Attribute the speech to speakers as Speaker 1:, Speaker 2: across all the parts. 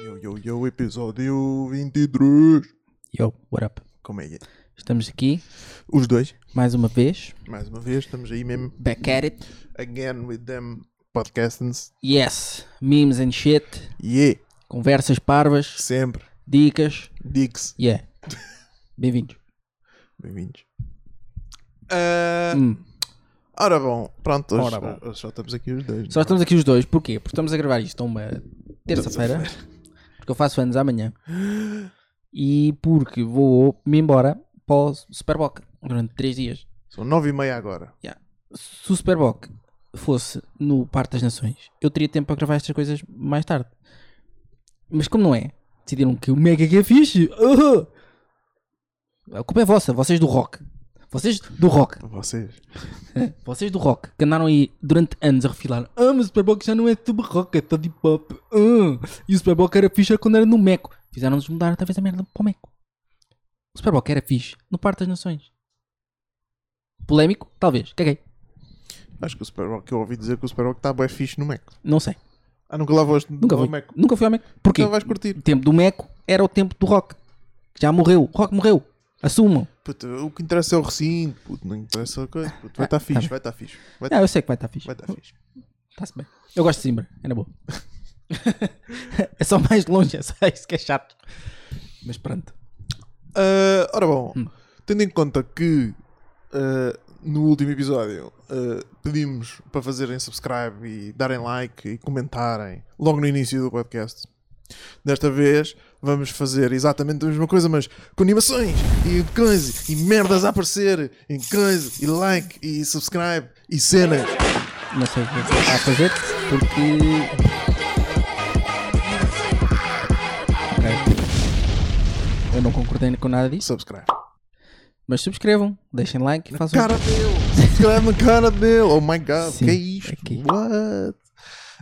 Speaker 1: E é o episódio 23.
Speaker 2: Yo, what up?
Speaker 1: Como é que é?
Speaker 2: Estamos aqui
Speaker 1: Os dois,
Speaker 2: mais uma vez.
Speaker 1: mais uma vez, estamos aí mesmo.
Speaker 2: Back at it.
Speaker 1: Again with them podcastings.
Speaker 2: Yes, memes and shit.
Speaker 1: Yeah,
Speaker 2: Conversas parvas,
Speaker 1: sempre.
Speaker 2: dicas.
Speaker 1: Dix.
Speaker 2: Yeah. Bem-vindos.
Speaker 1: Bem-vindos. Ah,
Speaker 2: Hum.
Speaker 1: Ora bom, pronto, hoje,
Speaker 2: Ora bom.
Speaker 1: hoje só estamos aqui os dois.
Speaker 2: Só estamos aqui os dois, porquê? Porque estamos a gravar isto a uma terça-feira. Porque eu faço anos amanhã. E porque vou me embora para o Superboc durante três dias.
Speaker 1: São nove e meia agora.
Speaker 2: Se o Superboc fosse no Parque das Nações, eu teria tempo para gravar estas coisas mais tarde. Mas como não é, decidiram que o Mega que é fixe. Uhul! A culpa é vossa, vocês do rock. Vocês do rock,
Speaker 1: Vocês.
Speaker 2: vocês do rock, que andaram aí durante anos a refilar. Ah, mas o Superboc já não é tubo rock, é todo hip hop. Ah, e o Superboc era fixe quando era no Meco. Fizeram-nos mudar talvez a merda para o Meco. O Superboc era fixe no Parque das Nações. Polémico? Talvez. Caguei.
Speaker 1: Acho que o Super Bowl- que eu ouvi dizer que o Super Bowl está bem fixe no Mac.
Speaker 2: Não sei.
Speaker 1: Ah, nunca lá foste
Speaker 2: Nunca
Speaker 1: ao
Speaker 2: fui.
Speaker 1: Mac.
Speaker 2: Nunca fui ao Meco. Porquê?
Speaker 1: Então vais curtir.
Speaker 2: O tempo do Meco era o tempo do rock. Já morreu. O rock morreu. Assumam.
Speaker 1: Puto, o que interessa é o recinto, puto, não interessa a coisa. Puto, vai estar fixe, vai estar fixe. Vai
Speaker 2: Ah, eu sei que vai estar fixe.
Speaker 1: estar fixe.
Speaker 2: Está-se bem. Eu gosto de Simbra. É na boa. é só mais longe. É só isso que é chato. Mas pronto.
Speaker 1: Ah, ora bom,
Speaker 2: Hum.
Speaker 1: tendo em conta que ah, no último episódio ah, pedimos para fazerem subscribe e darem like e comentarem logo no início do podcast. Desta vez vamos fazer exatamente a mesma coisa, mas com animações e coisas e merdas a aparecer e coisas e like e subscribe e cenas.
Speaker 2: Não sei o que é que está a fazer. Porque... Ok. Eu não concordei com nada disso.
Speaker 1: Subscribe.
Speaker 2: Mas subscrevam. Deixem like. Façam...
Speaker 1: Cara dele! Subscribe na cara dele! Oh my god,
Speaker 2: um Sim,
Speaker 1: que é isto?
Speaker 2: aqui.
Speaker 1: What?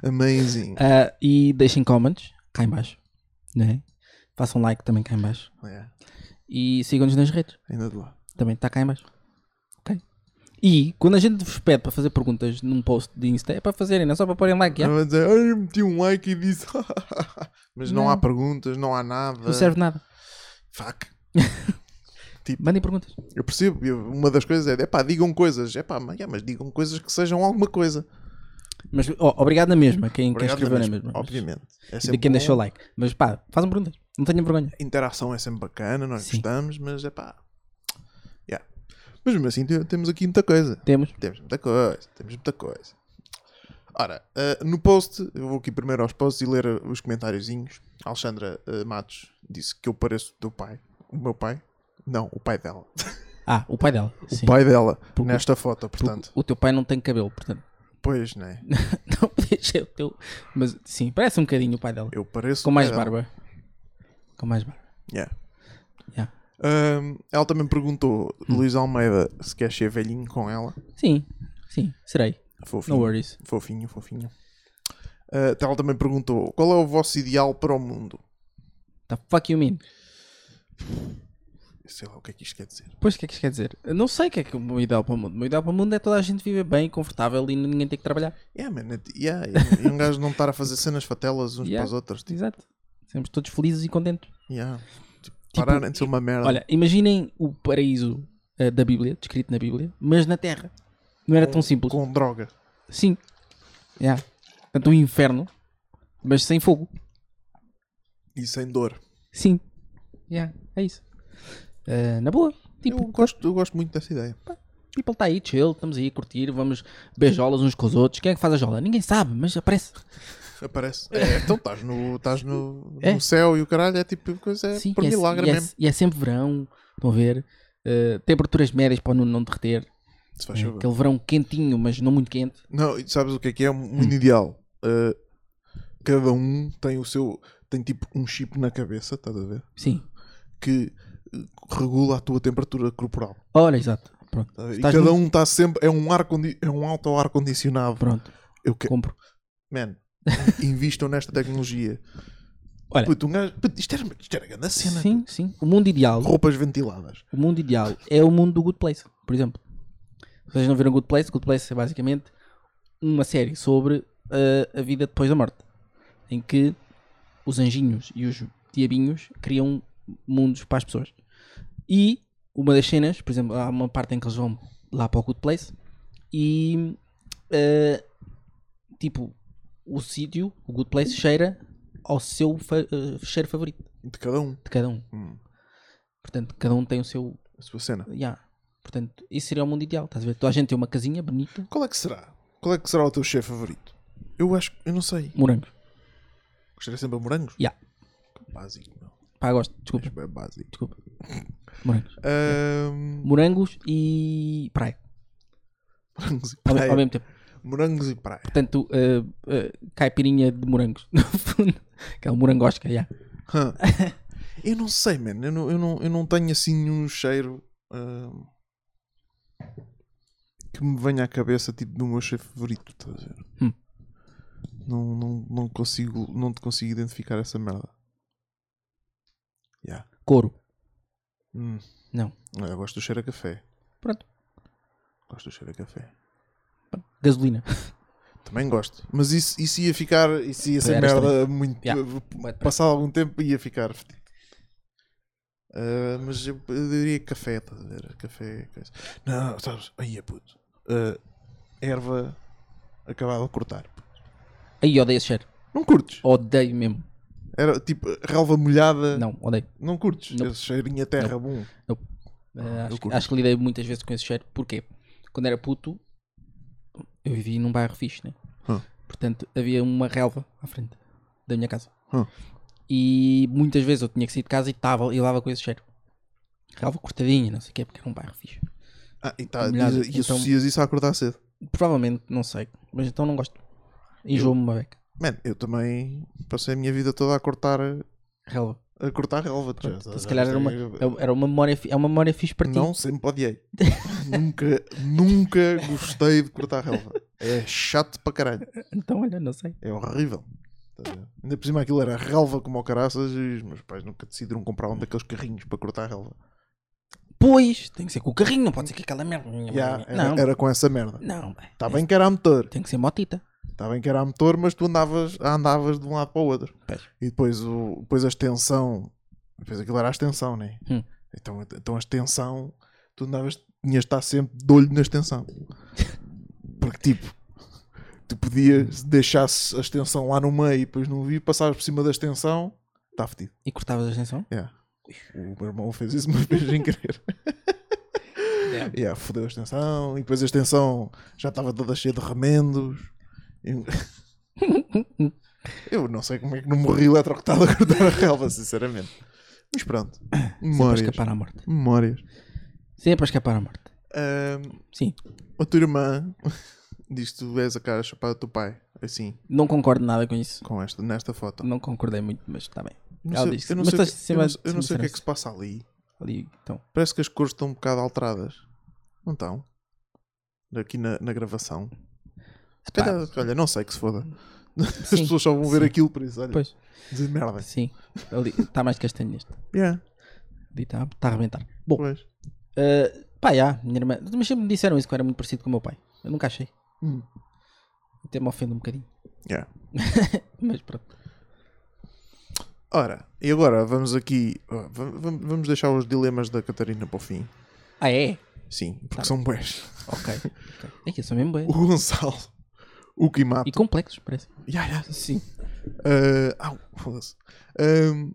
Speaker 1: Amazing.
Speaker 2: Ah, e deixem comments. Cá em baixo. Não é? Façam like também cá em baixo.
Speaker 1: Yeah,
Speaker 2: E sigam-nos nas redes.
Speaker 1: ainda de lá.
Speaker 2: Também está cá em baixo. Ok. E quando a gente vos pede para fazer perguntas num post de Insta, é para fazerem, não é só para porem like.
Speaker 1: Eu
Speaker 2: Yeah?
Speaker 1: vou dizer, "Ai, eu meti um like e disse. Mas não, há perguntas, não há nada.
Speaker 2: Não serve nada.
Speaker 1: Fuck.
Speaker 2: Mandem perguntas.
Speaker 1: Eu percebo. eu- uma das coisas é, é pá, digam coisas. É pá, mas, é, mas digam coisas que sejam alguma coisa.
Speaker 2: Mas ó, obrigado na mesma, quem, quem
Speaker 1: Obrigado
Speaker 2: escreveu na
Speaker 1: mesmo,
Speaker 2: mesma. Mas-
Speaker 1: Obviamente. É
Speaker 2: E de
Speaker 1: sempre
Speaker 2: quem
Speaker 1: bom.
Speaker 2: deixou like. Mas pá, façam perguntas. Não tenham vergonha.
Speaker 1: A interação é sempre bacana, nós
Speaker 2: Sim.
Speaker 1: gostamos, mas é pá. Yeah. Mas mesmo assim, te- temos aqui muita coisa.
Speaker 2: Temos.
Speaker 1: Temos muita coisa, temos muita coisa. Ora, ah, no post, eu vou aqui primeiro aos posts e ler eh, os comentáriozinhos. A Alexandra ah, Matos disse que eu pareço o teu pai. O meu pai? Não, o pai dela.
Speaker 2: Ah, o pai dela. Sim.
Speaker 1: O pai dela, nesta foto, portanto.
Speaker 2: O teu pai não tem cabelo, portanto.
Speaker 1: Pois, né?
Speaker 2: Não podia ser o teu. Mas sim, parece um bocadinho o pai dela.
Speaker 1: Eu pareço.
Speaker 2: Com
Speaker 1: o
Speaker 2: mais
Speaker 1: pai dela.
Speaker 2: barba. Com mais barba.
Speaker 1: Yeah.
Speaker 2: Yeah. Hum.
Speaker 1: Ahm, ela também perguntou, Luís Almeida, se quer ser velhinho com ela.
Speaker 2: Sim, sim, serei. No
Speaker 1: Fofinho.
Speaker 2: worries.
Speaker 1: Fofinho, fofinho. Ah, ela também perguntou: qual é o vosso ideal para o mundo?
Speaker 2: The fuck you mean?
Speaker 1: Sei lá o que é que isto quer dizer.
Speaker 2: Pois, o que é que isto quer dizer? Eu não sei o que é que é o meu ideal para o mundo. O meu ideal para o mundo é toda a gente viver bem, confortável e ninguém ter que trabalhar.
Speaker 1: Yeah, man, it- yeah, yeah. e um gajo não estar a fazer cenas fatelas uns
Speaker 2: Yeah.
Speaker 1: para os outros. Tipo,
Speaker 2: Exato. Sermos todos felizes e contentes.
Speaker 1: yeah. Tipo,
Speaker 2: Tipo,
Speaker 1: pararem de ser uma merda.
Speaker 2: Olha, imaginem o paraíso eh, da Bíblia, descrito na Bíblia, mas na Terra. Não era tão simples.
Speaker 1: Com droga.
Speaker 2: Sim. Yeah. Portanto, um inferno, mas sem fogo.
Speaker 1: E sem dor.
Speaker 2: Sim. Yeah. É isso. Eh, na boa. Tipo,
Speaker 1: eu, gosto, eu gosto muito dessa ideia.
Speaker 2: people está tá aí, chill, estamos aí a curtir, vamos beijolas uns com os outros. Quem é que faz a jola? Ninguém sabe, mas aparece.
Speaker 1: Aparece. É, então estás no, estás no,
Speaker 2: É.
Speaker 1: no céu e o caralho é tipo coisa é por
Speaker 2: e é-
Speaker 1: milagre
Speaker 2: e é,
Speaker 1: mesmo.
Speaker 2: e é sempre verão, estão a ver? Eh, temperaturas médias para o Nuno não derreter.
Speaker 1: Se
Speaker 2: É,
Speaker 1: faz favor.
Speaker 2: aquele verão quentinho, mas não muito quente.
Speaker 1: Não, e sabes o que é que é? Um
Speaker 2: Hum.
Speaker 1: mundo ideal. Uh, cada um tem o seu. Tem tipo um chip na cabeça, estás a ver?
Speaker 2: Sim.
Speaker 1: Que uh, regula a tua temperatura corporal.
Speaker 2: Olha, exato. Pronto.
Speaker 1: estás a ver? E
Speaker 2: Estás
Speaker 1: cada
Speaker 2: muito-
Speaker 1: um está sempre. É um, ar condi- é um alto ar condicionado.
Speaker 2: Pronto,
Speaker 1: Eu que...
Speaker 2: compro.
Speaker 1: Man, invistam nesta tecnologia.
Speaker 2: Olha.
Speaker 1: Puto, um gajo- puto, isto, era, isto era grande cena.
Speaker 2: Sim, sim. O mundo ideal,
Speaker 1: Roupas ventiladas.
Speaker 2: o mundo ideal é o mundo do Good Place, por exemplo. Vocês não viram Good Place? Good Place é basicamente uh, uma série sobre ah, a vida depois da morte, em que os anjinhos e os diabinhos criam mundos para as pessoas. E uma das cenas, por exemplo, há uma parte em que eles vão lá para o Good Place e eh, tipo o sítio, o Good Place, cheira ao seu fa- eh, cheiro favorito
Speaker 1: De cada um.
Speaker 2: de cada um.
Speaker 1: Hum.
Speaker 2: Portanto, cada um tem o seu.
Speaker 1: A sua cena.
Speaker 2: Yeah. Portanto, isso seria o mundo ideal. Estás a ver? Toda a gente tem uma casinha bonita,
Speaker 1: Qual é que será? Qual é que será o teu chefe favorito? Eu acho que. Eu não sei.
Speaker 2: morangos.
Speaker 1: Gostaria sempre a morangos?
Speaker 2: Yeah.
Speaker 1: Básico, não.
Speaker 2: Pá, gosto. Desculpa,
Speaker 1: É básico.
Speaker 2: desculpa. Morangos.
Speaker 1: Ahm,
Speaker 2: Morangos e praia.
Speaker 1: morangos e
Speaker 2: Ao, me- ao
Speaker 1: praia.
Speaker 2: mesmo tempo.
Speaker 1: Morangos e praia.
Speaker 2: Portanto, eh, eh, caipirinha de morangos. No fundo. Aquela morangosca, yeah.
Speaker 1: Hã. eu não sei, mano. Eu não, eu, não, eu não tenho assim nenhum cheiro ahm, que me venha à cabeça, tipo, do meu chefe favorito. Estás a ver?
Speaker 2: Hum.
Speaker 1: Não, não, não consigo. Não te consigo identificar essa merda. Yeah.
Speaker 2: Couro.
Speaker 1: Hum.
Speaker 2: Não.
Speaker 1: Olha, Eu gosto do cheiro a café.
Speaker 2: Pronto.
Speaker 1: Gosto do cheiro a café.
Speaker 2: Gasolina.
Speaker 1: Também gosto. Mas isso, isso ia ficar. Isso ia ser
Speaker 2: Era
Speaker 1: merda muito.
Speaker 2: Yeah.
Speaker 1: Passado algum tempo ia ficar fedido. Ah, mas eu, eu diria café, estás a ver? Café. coisa. Não, sabes? Aí é puto. Ah, erva acabada de cortar.
Speaker 2: Aí odeio esse cheiro.
Speaker 1: Não curtes?
Speaker 2: Odeio mesmo.
Speaker 1: Era tipo relva molhada. Não,
Speaker 2: Não, odeio.
Speaker 1: curtes?
Speaker 2: Não.
Speaker 1: Esse cheirinho a terra bom.
Speaker 2: Eh,
Speaker 1: Ah, eu
Speaker 2: acho, que-
Speaker 1: curto.
Speaker 2: acho que lidei muitas vezes com esse cheiro. Porquê? Quando era puto, eu vivi num bairro fixe, né?
Speaker 1: Hum.
Speaker 2: Portanto, havia uma relva à frente da minha casa.
Speaker 1: Hum.
Speaker 2: E muitas vezes eu tinha que sair de casa e tava, e levava com esse cheiro. Relva cortadinha, não sei o quê, porque era um bairro fixe.
Speaker 1: Ah, e, tá,
Speaker 2: Molhada.
Speaker 1: diz- e
Speaker 2: Então-
Speaker 1: associas isso a acordar cedo.
Speaker 2: Provavelmente, não sei. Mas então não gosto. Enjoo-me uma beca.
Speaker 1: Mano, eu também passei a minha vida toda a cortar
Speaker 2: Relva.
Speaker 1: a cortar relva. já-
Speaker 2: Pronto. então,
Speaker 1: já-
Speaker 2: Se calhar
Speaker 1: já-
Speaker 2: era uma, é- era uma memória, fi- é uma memória fixe para ti.
Speaker 1: Não, sempre odiei. nunca, nunca gostei de cortar relva. É chato para caralho.
Speaker 2: Então, olha, não sei.
Speaker 1: É horrível. Tá a ver? Ainda por cima aquilo era relva como o caraças e os meus pais nunca decidiram comprar um daqueles carrinhos para cortar relva.
Speaker 2: Pois, tem que ser com o carrinho, não pode ser com aquela merda.
Speaker 1: Ya,
Speaker 2: não,
Speaker 1: era, era com essa merda.
Speaker 2: não, bem.
Speaker 1: Está bem que era a motor.
Speaker 2: Tem que ser motita.
Speaker 1: Está Tá bem que era a motor, mas tu andavas, andavas de um lado para o outro.
Speaker 2: Pois.
Speaker 1: E depois, o, depois a extensão. Depois aquilo era a extensão, né?
Speaker 2: Hum.
Speaker 1: Então, então a extensão. Tu andavas. Tinhas de estar sempre de olho na extensão. Porque tipo. Tu podias deixar a extensão lá no meio e depois não vi, passavas por cima da extensão. Está fedido.
Speaker 2: E cortavas a extensão?
Speaker 1: Yeah. O meu irmão fez isso uma vez sem querer.
Speaker 2: Yeah.
Speaker 1: Yeah, fodeu a extensão e depois a extensão já estava toda cheia de remendos. E- Eu não sei como é que não morri eletrocutado a cortar a relva, sinceramente. Mas pronto.
Speaker 2: Sempre a
Speaker 1: Memórias.
Speaker 2: escapar à morte.
Speaker 1: Memórias.
Speaker 2: Sempre a escapar à morte.
Speaker 1: Ahm,
Speaker 2: Sim.
Speaker 1: a tua irmã diz que tu és a cara chapada do teu pai, assim,
Speaker 2: Não concordo nada com isso.
Speaker 1: com esta, nesta foto.
Speaker 2: Não concordei muito, mas está bem.
Speaker 1: Eu não
Speaker 2: Ela
Speaker 1: sei-
Speaker 2: disse-
Speaker 1: eu não
Speaker 2: mas
Speaker 1: sei o
Speaker 2: estás
Speaker 1: que- eu não-
Speaker 2: sempre a-
Speaker 1: eu não sei o que é
Speaker 2: sempre
Speaker 1: que se passa ali.
Speaker 2: Ali, então.
Speaker 1: Parece que as cores estão um bocado alteradas. Não estão? Aqui na, na gravação. Se
Speaker 2: Pá,
Speaker 1: calhar, olha, não sei que se foda. As
Speaker 2: Sim,
Speaker 1: pessoas só vão ver
Speaker 2: sim.
Speaker 1: aquilo por isso, olha.
Speaker 2: Pois.
Speaker 1: De merda.
Speaker 2: Sim. Ali, está mais castanho neste.
Speaker 1: Yeah,
Speaker 2: Ali está está a arrebentar. Bom,
Speaker 1: pois.
Speaker 2: eh, pá, já, minha irmã. Mas sempre me disseram isso que eu era muito parecido com o meu pai. Eu nunca achei.
Speaker 1: Hum.
Speaker 2: Até me ofende um bocadinho.
Speaker 1: Yeah.
Speaker 2: Mas pronto.
Speaker 1: Ora, e agora vamos aqui. ó, va- va- Vamos deixar os dilemas da Catarina para o fim.
Speaker 2: Ah, é?
Speaker 1: Sim, porque são bons.
Speaker 2: Ok. okay. É que eu sou mesmo bem.
Speaker 1: O Gonçalo, o Kimato.
Speaker 2: E complexos, parece.
Speaker 1: Yeah, yeah.
Speaker 2: Sim.
Speaker 1: Ah, au, foda-se. Ahm,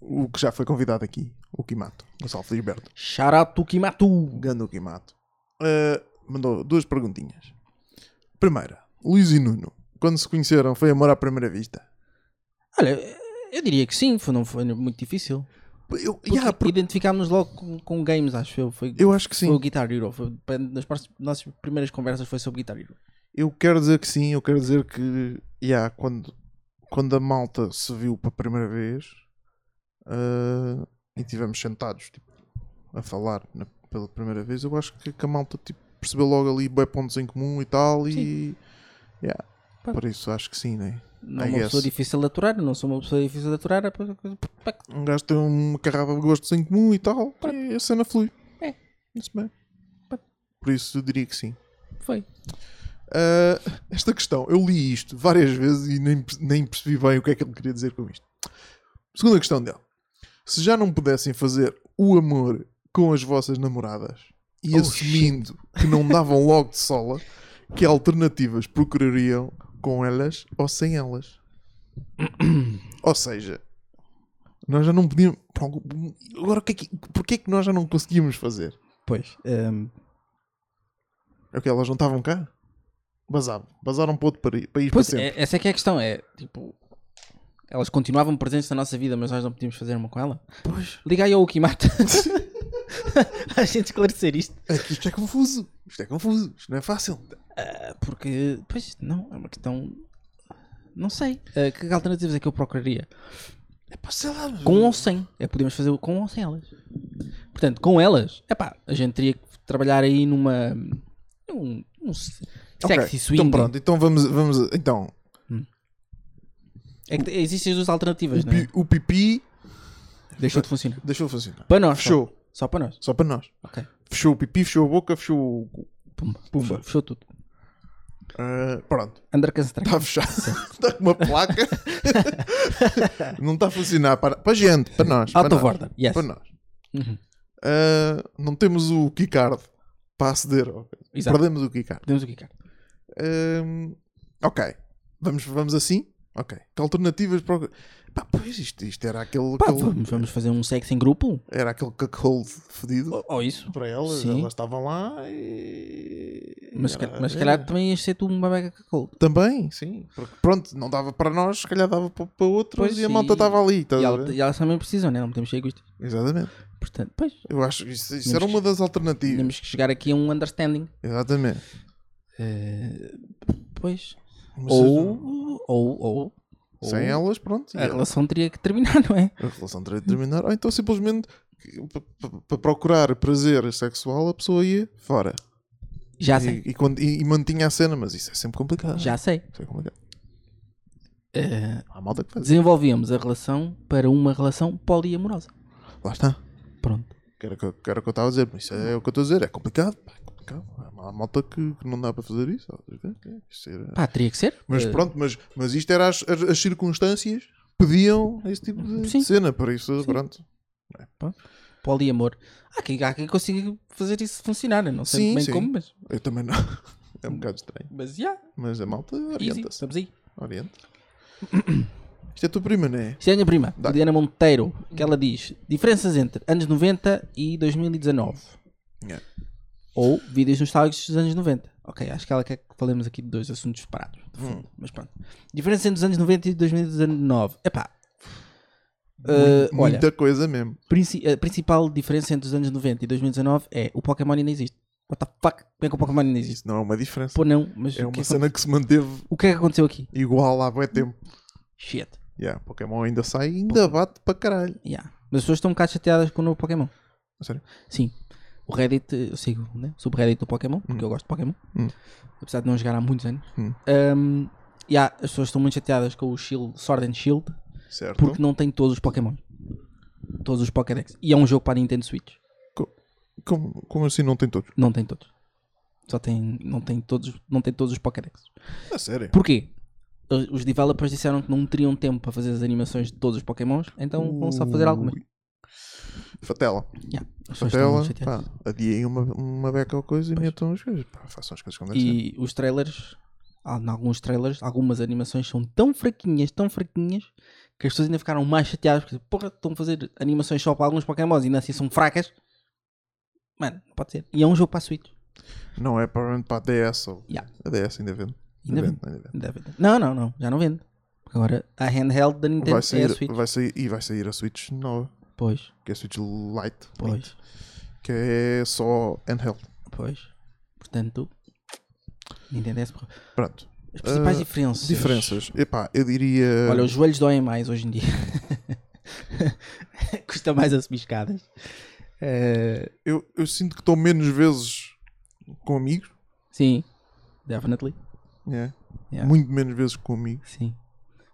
Speaker 1: o que já foi convidado aqui, o Kimato. Gonçalo Filiberto.
Speaker 2: Sharato Kimatu.
Speaker 1: Gando Kimato. Uh, mandou duas perguntinhas. Primeira, Luís e Nuno, quando se conheceram, foi amor à primeira vista?
Speaker 2: Olha, eu diria que sim. Foi, não foi muito difícil.
Speaker 1: Eu,
Speaker 2: Porque
Speaker 1: yeah, por-
Speaker 2: identificámos logo com, com games, acho eu. Foi,
Speaker 1: eu acho que
Speaker 2: foi o
Speaker 1: sim.
Speaker 2: Guitar Hero. Foi, pa- nas pars- nossas primeiras conversas foi sobre Guitar Hero.
Speaker 1: Eu quero dizer que sim, eu quero dizer que yeah, quando, quando a malta se viu pela primeira vez uh, e estivemos sentados tipo, a falar na- pela primeira vez, eu acho que, que a malta tipo, percebeu logo ali bem pontos em comum e tal e yeah,
Speaker 2: Pá.
Speaker 1: por isso acho que sim, né?
Speaker 2: Não é
Speaker 1: I
Speaker 2: uma
Speaker 1: guess.
Speaker 2: pessoa difícil de aturar, eu não sou uma pessoa difícil de aturar. é pa- pa- pa-
Speaker 1: um gajo tem uma carrada de gostos em comum e tal, e a cena flui.
Speaker 2: É.
Speaker 1: Isso bem.
Speaker 2: Pronto.
Speaker 1: Por isso eu diria que sim.
Speaker 2: Foi.
Speaker 1: Ah, esta questão, eu li isto várias vezes e nem, nem percebi bem o que é que ele queria dizer com isto. Segunda questão dele: se já não pudessem fazer o amor com as vossas namoradas e
Speaker 2: Oh,
Speaker 1: assumindo que não davam logo de sola, que alternativas procurariam com elas ou sem elas? ou seja, nós já não podíamos. por algum- Agora, o que é que, porquê é que nós já não conseguíamos fazer?
Speaker 2: Pois. ehm,
Speaker 1: É o que elas não estavam cá? Basavam. Basaram para outro pari- país para
Speaker 2: pois,
Speaker 1: sempre.
Speaker 2: é- essa é que é a questão. É tipo. Elas continuavam presentes na nossa vida, mas nós não podíamos fazer uma com ela. Pois. Liga aí ao Ukimata. a gente esclarecer isto.
Speaker 1: É que isto é confuso. Isto é confuso. Isto não é fácil.
Speaker 2: Porque, pois, não, é uma questão. Não sei. Eh, que alternativas é que eu procuraria?
Speaker 1: É pá, sei lá.
Speaker 2: Com ou sem. É, podíamos fazer com ou sem elas. Portanto, com elas, é pá, a gente teria que trabalhar aí numa. num num se-
Speaker 1: Ok,
Speaker 2: sexy swing.
Speaker 1: Então pronto, então vamos. vamos então,
Speaker 2: É que existem as duas alternativas,
Speaker 1: o,
Speaker 2: não é?
Speaker 1: pi- o pipi
Speaker 2: Deixou de funcionar.
Speaker 1: deixou funcionar.
Speaker 2: Para nós. só.
Speaker 1: Fechou.
Speaker 2: Só para nós.
Speaker 1: Só para nós.
Speaker 2: Ok.
Speaker 1: Fechou o pipi, fechou a boca, fechou o. cu.
Speaker 2: Pumba. Fechou, fechou tudo.
Speaker 1: Ah, pronto,
Speaker 2: Undercast track.
Speaker 1: está fechado. está com uma placa. não está a funcionar para, para a gente, para nós. para
Speaker 2: Out of
Speaker 1: nós.
Speaker 2: order. Yes.
Speaker 1: Para nós.
Speaker 2: Uhum.
Speaker 1: Ah, não temos o keycard para aceder. ao-
Speaker 2: Exato.
Speaker 1: Perdemos o keycard.
Speaker 2: Podemos o Ricardo.
Speaker 1: Hum, ok, vamos, vamos assim? Ok, que alternativas para. Pá, pois isto, isto era aquele.
Speaker 2: Pá,
Speaker 1: aquele-
Speaker 2: vamos, vamos fazer um sexo em grupo?
Speaker 1: era aquele cuckold fedido
Speaker 2: Ou, ou isso?
Speaker 1: para elas,
Speaker 2: Oh, sim.
Speaker 1: elas estavam lá e.
Speaker 2: Mas se
Speaker 1: era-
Speaker 2: calhar, mas se
Speaker 1: era.
Speaker 2: calhar também ias ser tu uma mega cacol.
Speaker 1: Também, sim. Porque, pronto, não dava para nós, se calhar dava para, para outros
Speaker 2: Pois,
Speaker 1: e a malta
Speaker 2: e-
Speaker 1: estava ali. estás
Speaker 2: E,
Speaker 1: a
Speaker 2: ela-
Speaker 1: ver?
Speaker 2: e elas também precisam, né? Não podemos ser egoístas.
Speaker 1: Exatamente.
Speaker 2: Portanto, pois.
Speaker 1: Eu acho que isso, isso
Speaker 2: Temos
Speaker 1: era
Speaker 2: que-
Speaker 1: uma das alternativas.
Speaker 2: Temos que chegar aqui a um understanding.
Speaker 1: Exatamente.
Speaker 2: Eh, pois.
Speaker 1: Mas
Speaker 2: Ou, ou, ou, ou
Speaker 1: Sem elas, pronto. e
Speaker 2: a
Speaker 1: ela-
Speaker 2: relação teria que terminar, não é?
Speaker 1: A relação teria de terminar. Ou então simplesmente para procurar prazer sexual a pessoa ia fora.
Speaker 2: Já sei.
Speaker 1: E, e quando- e- e mantinha a cena, mas isso é sempre complicado.
Speaker 2: Ah, Já sei.
Speaker 1: Isso é complicado.
Speaker 2: Eh,
Speaker 1: Há malta que faz.
Speaker 2: desenvolvíamos a relação para uma relação poliamorosa.
Speaker 1: Lá está.
Speaker 2: Pronto.
Speaker 1: Que era, o que eu- que era o que eu estava a dizer. Mas isso é o que eu estou a dizer. É complicado. pá, é complicado. Há malta que, que não dá para fazer isso. é, Isso era-
Speaker 2: Pá, teria que ser.
Speaker 1: Mas
Speaker 2: Eh,
Speaker 1: pronto, mas, mas isto era as, as- as circunstâncias pediam esse tipo de
Speaker 2: Sim.
Speaker 1: cena. Por isso, pronto.
Speaker 2: Poliamor. Há quem, há quem consiga fazer isso funcionar. Eu não sei
Speaker 1: Sim,
Speaker 2: muito bem
Speaker 1: sim.
Speaker 2: como, mas.
Speaker 1: Eu também não. É um bocado estranho.
Speaker 2: Mas já.
Speaker 1: Mas a malta
Speaker 2: easy,
Speaker 1: orienta-se.
Speaker 2: estamos aí.
Speaker 1: Orienta. Isto é a tua prima, não é?
Speaker 2: Isto é a minha prima,
Speaker 1: Dá.
Speaker 2: Diana Monteiro, que ela diz: diferenças entre anos 90 e 2019.
Speaker 1: Yeah.
Speaker 2: Ou vídeos nostálgicos dos anos 90. Ok, acho que ela quer que falemos aqui de dois assuntos separados. de fundo,
Speaker 1: Hum.
Speaker 2: Mas pronto. Diferença entre os anos 90 e 2019. Epá. Uh, olha,
Speaker 1: Muita coisa mesmo.
Speaker 2: princi- a principal diferença entre os anos 90 e 2019 é o Pokémon ainda existe. What the fuck? Como é que o Pokémon ainda existe?
Speaker 1: Isso não é uma diferença.
Speaker 2: Pô, não, mas
Speaker 1: é
Speaker 2: o, que é
Speaker 1: uma
Speaker 2: que,
Speaker 1: cena que se manteve
Speaker 2: o que é que aconteceu aqui?
Speaker 1: igual há bué tempo.
Speaker 2: Shit.
Speaker 1: Yeah, Pokémon ainda sai e ainda bate para caralho.
Speaker 2: Yeah. Mas as pessoas estão um bocado chateadas com o novo Pokémon.
Speaker 1: A sério?
Speaker 2: Sim. O Reddit, eu sigo, né? O subreddit do Pokémon, porque eu gosto de Pokémon.
Speaker 1: Hum.
Speaker 2: Apesar de não jogar há muitos anos.
Speaker 1: Hum.
Speaker 2: Um, e há- as pessoas estão muito chateadas com o Shield, Sword and Shield,
Speaker 1: Certo?
Speaker 2: porque não tem todos os Pokémon. Todos os Pokédex. E é um jogo para a Nintendo Switch.
Speaker 1: Como, como assim não tem todos?
Speaker 2: Não tem todos. Só tem, não tem todos, não tem todos os Pokédex.
Speaker 1: A sério?
Speaker 2: Porquê? Os- Os developers disseram que não teriam tempo para fazer as animações de todos os Pokémons, então vão só fazer algumas.
Speaker 1: Ui. Fatela.
Speaker 2: Yeah, as pessoas estão
Speaker 1: Fatela.
Speaker 2: muito chateadas.
Speaker 1: Pá, adiem uma, uma beca ou coisa e metam as coisas. Pá, façam as coisas né? como é deve
Speaker 2: E
Speaker 1: ser.
Speaker 2: os trailers, há- em alguns trailers, algumas animações são tão fraquinhas, tão fraquinhas, que as pessoas ainda ficaram mais chateadas porque, porra, estão a fazer animações só para alguns Pokémons e ainda assim são fracas. Mano, não pode ser. E é um jogo para a Switch.
Speaker 1: Não é provavelmente para a DS ou.
Speaker 2: Yeah.
Speaker 1: A DS ainda vende.
Speaker 2: Ainda vende.
Speaker 1: ainda vende.
Speaker 2: Ainda vende. Não, não, não, já não vende. Porque agora a handheld da Nintendo
Speaker 1: Vai
Speaker 2: é a
Speaker 1: sair,
Speaker 2: Switch.
Speaker 1: vai sair, e vai sair a Switch nova,
Speaker 2: Pois,
Speaker 1: que é a Switch Lite, Lite,
Speaker 2: pois,
Speaker 1: que é só handheld.
Speaker 2: pois. Portanto, Nintendo DS. porra.
Speaker 1: Pronto.
Speaker 2: As principais
Speaker 1: Ah,
Speaker 2: diferenças.
Speaker 1: Diferenças. Epá, eu diria.
Speaker 2: Olha, os joelhos doem mais hoje em dia. Custa mais as biscadas. Eh,
Speaker 1: eu, eu sinto que estou menos vezes com amigos.
Speaker 2: sim, definitely.
Speaker 1: É.
Speaker 2: Yeah.
Speaker 1: Muito menos vezes com amigos.
Speaker 2: Sim.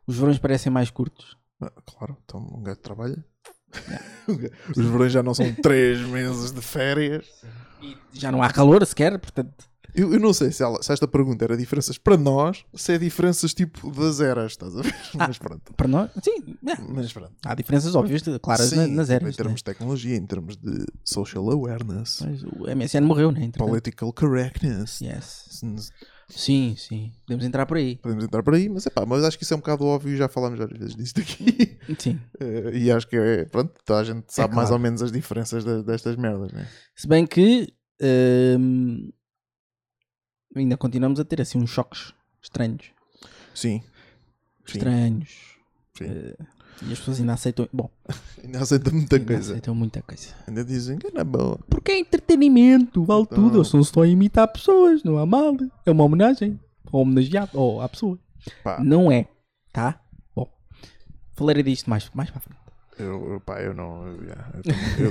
Speaker 2: Os verões parecem mais curtos.
Speaker 1: Ah, claro, então um gajo trabalha. Os verões já não são três meses de férias.
Speaker 2: Já não há calor sequer, portanto.
Speaker 1: Eu, eu não sei se, ela- se esta pergunta era diferenças para nós, se é diferenças tipo das eras, estás a ver?
Speaker 2: Ah.
Speaker 1: Mas pronto.
Speaker 2: Para nós, sim, é.
Speaker 1: Mas pronto.
Speaker 2: há diferenças óbvias, claras,
Speaker 1: Sim,
Speaker 2: na- nas
Speaker 1: Em
Speaker 2: eras. né?
Speaker 1: termos de tecnologia, em termos de social awareness,
Speaker 2: Mas o MSN morreu, né? Entretanto.
Speaker 1: political correctness.
Speaker 2: Yes.
Speaker 1: Se-
Speaker 2: Sim, sim. Podemos entrar por aí.
Speaker 1: Podemos entrar por aí, mas é pá, mas acho que isso é um bocado óbvio, já falámos várias vezes disto aqui.
Speaker 2: Sim.
Speaker 1: Eh, e acho que é, pronto, toda a gente sabe mais
Speaker 2: claro.
Speaker 1: ou menos as diferenças de- destas merdas, né?
Speaker 2: Se bem que hum, ainda continuamos a ter assim uns choques estranhos.
Speaker 1: Sim. Sim.
Speaker 2: Estranhos.
Speaker 1: Sim.
Speaker 2: Eh, e as pessoas ainda aceitam. Bom,
Speaker 1: Ainda aceita muita
Speaker 2: ainda
Speaker 1: coisa.
Speaker 2: aceitam muita coisa.
Speaker 1: Ainda dizem que não é bom.
Speaker 2: Porque é entretenimento, vale
Speaker 1: Então-
Speaker 2: tudo. Eles são só a imitar pessoas, não há mal. É uma homenagem ao homenageado ou à pessoa.
Speaker 1: Pá,
Speaker 2: Não é, tá? Bom, falarei disto mais, mais para a frente.
Speaker 1: eu, eu- pá, eu não. Eu yeah,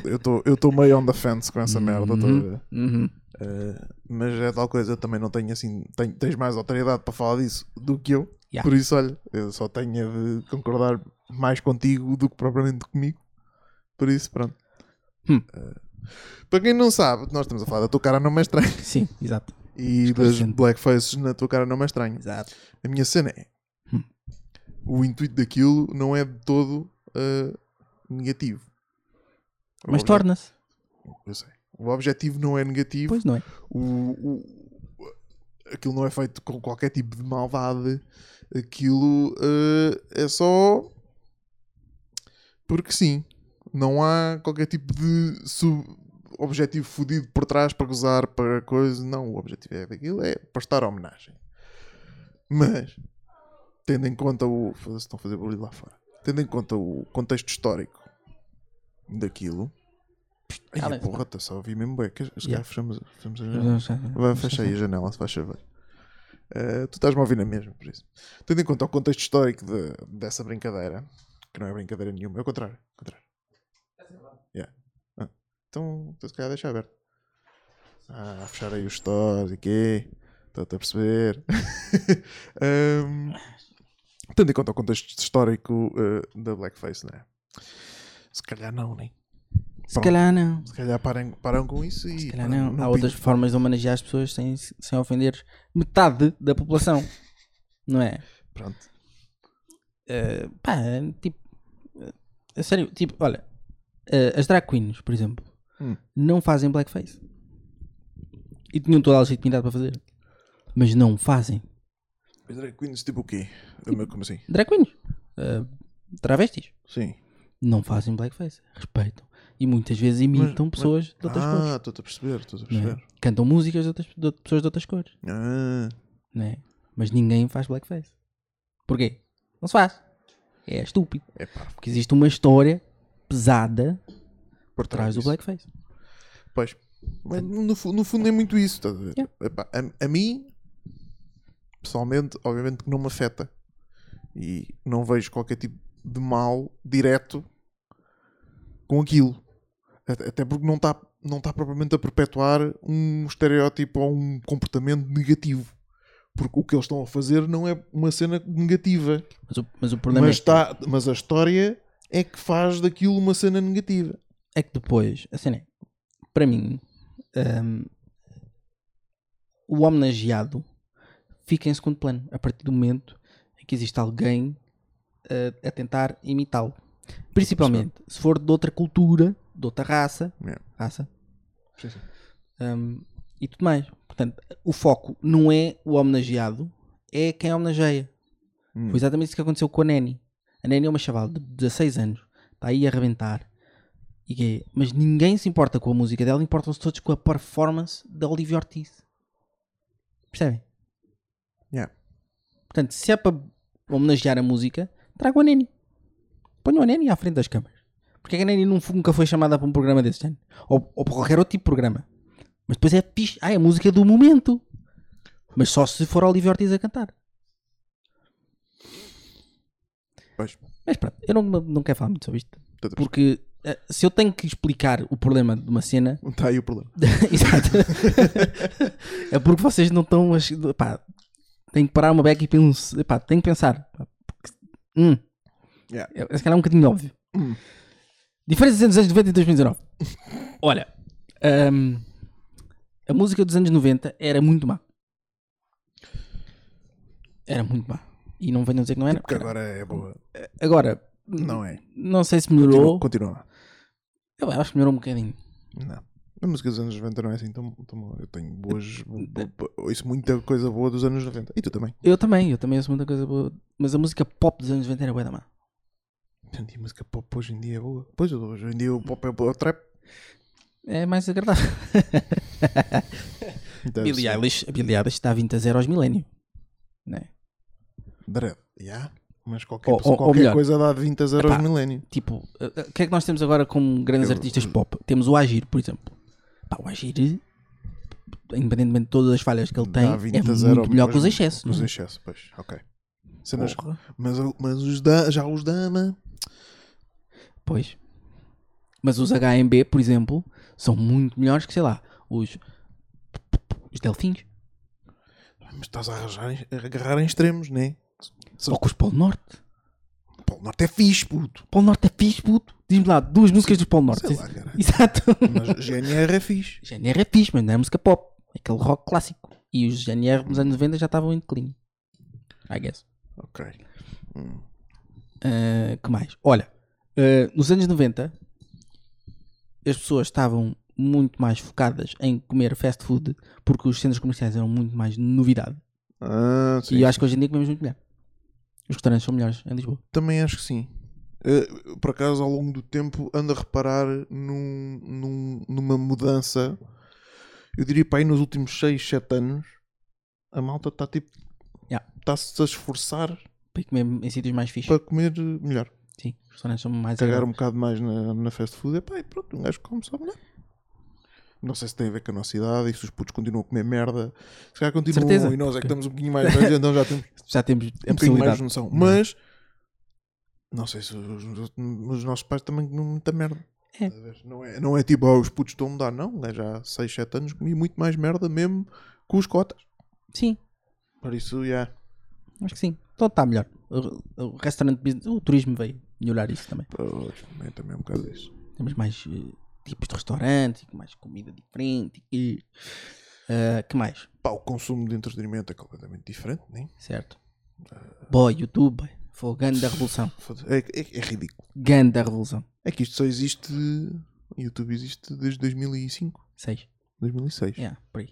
Speaker 1: eu tô- eu- eu estou meio on the fence com essa merda, estou a ver?
Speaker 2: Uhum.
Speaker 1: Eh, mas é tal coisa, eu também não tenho assim. tenho- tens mais autoridade para falar disso do que eu.
Speaker 2: Yeah.
Speaker 1: Por isso, olha, eu só tenho a de concordar mais contigo do que propriamente comigo. Por isso, pronto.
Speaker 2: Hum.
Speaker 1: Eh, para quem não sabe, nós estamos a falar da tua cara não é estranho
Speaker 2: Sim, exato.
Speaker 1: e das
Speaker 2: Esclarecendo.
Speaker 1: blackfaces na tua cara não é estranho.
Speaker 2: Exato.
Speaker 1: A minha cena é.
Speaker 2: Hum.
Speaker 1: O intuito daquilo não é de todo ah, negativo. O
Speaker 2: Mas
Speaker 1: obje-
Speaker 2: torna-se.
Speaker 1: eu sei. O objetivo não é negativo.
Speaker 2: Pois não é.
Speaker 1: O, o- aquilo não é feito com qualquer tipo de maldade. Aquilo ah, é só. Porque sim. Não há qualquer tipo de sub- objetivo fodido por trás para gozar, para coisa. Não, o objetivo é daquilo é prestar homenagem. Mas, tendo em conta o. Foda-se, estão a fazer barulho lá fora. Tendo em conta o contexto histórico daquilo. Ai,
Speaker 2: Calem-se,
Speaker 1: porra, tá só a ouvir mesmo bem. Queres- Se
Speaker 2: Yeah.
Speaker 1: calhar fechamos, fechamos a
Speaker 2: Mas
Speaker 1: janela.
Speaker 2: não sei.
Speaker 1: Vai, fecha aí a janela, se faz favor. Eh, tu estás-me a ouvir na mesma, por isso. Tendo em conta o contexto histórico de- dessa brincadeira, que não é brincadeira nenhuma, é o contrário. é o contrário. Yeah. Ah, então, então, se calhar deixa aberto. Ah, fechar aí os stores e quê? Estou-te a perceber. Ahm, tendo em conta o contexto histórico eh, da Blackface, não é? Se calhar não, nem.
Speaker 2: Se calhar não.
Speaker 1: Se calhar param, param com isso e.
Speaker 2: Se calhar
Speaker 1: pá,
Speaker 2: não. Há
Speaker 1: pinta.
Speaker 2: outras formas de homenagear as pessoas sem, sem ofender metade da população. Não é?
Speaker 1: Pronto.
Speaker 2: Eh, pá, tipo. eh, a sério, tipo, olha. eh, as drag queens, por exemplo,
Speaker 1: Hum.
Speaker 2: não fazem blackface. E tinham toda a legitimidade para fazer. Mas não fazem.
Speaker 1: Mas drag queens tipo o quê? Como- Como assim?
Speaker 2: Drag queens. eh, travestis.
Speaker 1: Sim.
Speaker 2: Não fazem blackface. Respeitam. E muitas vezes imitam
Speaker 1: mas-
Speaker 2: pessoas de outras cores.
Speaker 1: Ah, estou-te a perceber, estou-te a
Speaker 2: não é?
Speaker 1: perceber.
Speaker 2: Cantam músicas de, outras, de outras- pessoas de outras cores.
Speaker 1: Ah,
Speaker 2: não é? Mas ninguém faz blackface. Porquê? Não se faz. É estúpido.
Speaker 1: é parvo.
Speaker 2: Porque existe uma história pesada
Speaker 1: Por
Speaker 2: atrás do
Speaker 1: disso.
Speaker 2: blackface.
Speaker 1: Pois. Mas no, fu- no fundo é muito isso, estás a ver?
Speaker 2: Yeah.
Speaker 1: Epá, a, a mim, pessoalmente, obviamente que não me afeta. E não vejo qualquer tipo de mal direto com aquilo. Até até porque não está não tá propriamente a perpetuar um estereótipo ou um comportamento negativo. Porque o que eles estão a fazer não é uma cena negativa.
Speaker 2: Mas o, mas o problema
Speaker 1: mas,
Speaker 2: é, que-
Speaker 1: tá, mas a história é que faz daquilo uma cena negativa.
Speaker 2: é que depois, assim é, para mim, hum, o homenageado fica em segundo plano a partir do momento em que existe alguém eh, a, a tentar imitá-lo. Principalmente se for de outra cultura, de outra raça,
Speaker 1: Yeah.
Speaker 2: raça Um, e tudo mais. Portanto, o foco não é o homenageado, é quem homenageia.
Speaker 1: Hum.
Speaker 2: Foi exatamente isso que aconteceu com a Neni. A Neni é uma chaval de 16 anos, está aí a arrebentar. E que é- Mas ninguém se importa com a música dela, importam-se todos com a performance da Olivia Ortiz. Percebem?
Speaker 1: Yeah.
Speaker 2: Portanto, se é para homenagear a música, trago a Neni. Ponho a Neni à frente das câmaras. Porque é que a Neni não fu- nunca foi chamada para um programa desse género? Ou, ou para qualquer outro tipo de programa. Mas depois é fixe. Ah, é a música do momento. Mas só se for a Olivia Ortiz a cantar.
Speaker 1: Pois,
Speaker 2: Mas pronto, eu não, não quero falar muito sobre isto.
Speaker 1: Tudo bem.
Speaker 2: Porque eh, se eu tenho que explicar o problema de uma cena.
Speaker 1: está Tá aí o problema.
Speaker 2: Exato. é porque vocês não estão. a che- Pá, tenho que parar uma beca e pensar. Pá, tenho que pensar. Pá, porque- hum.
Speaker 1: Yeah.
Speaker 2: É, se calhar é um bocadinho óbvio.
Speaker 1: Hum.
Speaker 2: Diferenças entre os anos 90 e 2019. Olha, hum, A música dos anos 90 era muito má. Era muito má. E não venham dizer que não era.
Speaker 1: Porque
Speaker 2: porque era.
Speaker 1: agora é boa.
Speaker 2: Agora,
Speaker 1: Não é.
Speaker 2: não sei se
Speaker 1: Continua.
Speaker 2: melhorou.
Speaker 1: continua.
Speaker 2: Eu acho que melhorou um bocadinho.
Speaker 1: Não. A música dos anos 90 não é assim tão, tão boa. Eu tenho boas. bo- bo- Ouço muita coisa boa dos anos 90. E tu também.
Speaker 2: Eu também, eu também ouço muita coisa boa. Mas a música pop dos anos 90 era bué da má.
Speaker 1: Portanto, e a música pop hoje em dia é boa. Pois hoje em dia o pop é boa. O trap.
Speaker 2: É mais agradável.
Speaker 1: Então,
Speaker 2: Billie
Speaker 1: sim.
Speaker 2: Eilish, a Billie Eilish está a 20 a 0 aos milénio. Né?
Speaker 1: Dread. Yeah. Mas qualquer,
Speaker 2: Ou-
Speaker 1: pessoa-
Speaker 2: ou- ou
Speaker 1: qualquer
Speaker 2: Oh, melhor.
Speaker 1: coisa dá 20 a 0 aos
Speaker 2: Epá.
Speaker 1: milénio.
Speaker 2: Tipo, uh, uh, o que é que nós temos agora como grandes
Speaker 1: Eu-
Speaker 2: artistas pop? Temos o Agir, por exemplo. Pá, o Agir, independentemente de todas as falhas que ele tem,
Speaker 1: Dá
Speaker 2: é
Speaker 1: 20 a 0
Speaker 2: muito melhor que os
Speaker 1: aos-
Speaker 2: excessos.
Speaker 1: Os
Speaker 2: não é?
Speaker 1: excessos, pois. Ok. Cenas-
Speaker 2: Porra.
Speaker 1: Mas, mas os da, já os dama.
Speaker 2: Pois. Mas os HMB, por exemplo, são muito melhores que, sei lá, os, os delfins.
Speaker 1: Mas estás a, arranjar, em- a agarrar em extremos, né? São-
Speaker 2: Ou que os Polo Norte.
Speaker 1: Pô, o norte é fixe, puto.
Speaker 2: Polo Norte é fixe, puto. Diz-me lá, duas músicas do Polo Norte.
Speaker 1: Sei lá, cara.
Speaker 2: Exato.
Speaker 1: Mas GNR é fixe.
Speaker 2: GNR é fixe, mas não é música pop. É Aquele rock clássico. E os GNR nos anos 90 já estavam em declínio. I guess.
Speaker 1: Ok.
Speaker 2: Ah, que mais? Olha, ah, nos anos 90 as pessoas estavam muito mais focadas em comer fast food porque os centros comerciais eram muito mais novidade.
Speaker 1: Ah, sim.
Speaker 2: e eu acho que hoje em dia comemos muito melhor. Os restaurantes são melhores em Lisboa.
Speaker 1: Também acho que sim. Eh, por acaso, ao longo do tempo, ando a reparar num, num- numa mudança. Eu diria para aí nos últimos 6, 7 anos, a malta está tipo.
Speaker 2: Yeah.
Speaker 1: Está-se a esforçar
Speaker 2: Para ir comer em sítios mais fixos.
Speaker 1: para comer melhor.
Speaker 2: Sim, os restaurantes são mais
Speaker 1: Cagar um bocado mais na, na fast food. É pá, e pronto, um gajo come só melhor. Não sei se tem a ver com a nossa idade e se os putos continuam a comer merda. Se calhar continuam
Speaker 2: Certeza.
Speaker 1: e nós é que estamos um bocadinho mais velhos, então já temos
Speaker 2: Já temos a
Speaker 1: um bocadinho mais
Speaker 2: possibilidade.
Speaker 1: de noção. Mas não sei se os, os nossos pais também comiam muita merda.
Speaker 2: É.
Speaker 1: Estás a ver? Não, é, não é tipo, "Ah, os putos estão a mudar, não. né? Já há 6, 7 anos comi muito mais merda mesmo com os cotas.
Speaker 2: Sim,
Speaker 1: Por isso, já.
Speaker 2: acho que sim. Então está melhor. O, o restaurante business, o turismo veio melhorar isso também.
Speaker 1: Pois, também, também é um bocado isso.
Speaker 2: Temos mais eh, tipos de restaurante, e mais comida diferente. E, eh, que mais?
Speaker 1: Pá, o consumo de entretenimento é completamente diferente, né?
Speaker 2: Certo. Boy, YouTube. Foi grande da revolução.
Speaker 1: Foda-se. é? É, é ridículo.
Speaker 2: Grande da revolução.
Speaker 1: É que isto só existe. O YouTube existe desde 2005,
Speaker 2: 6.
Speaker 1: 2006.
Speaker 2: Yeah, por aí.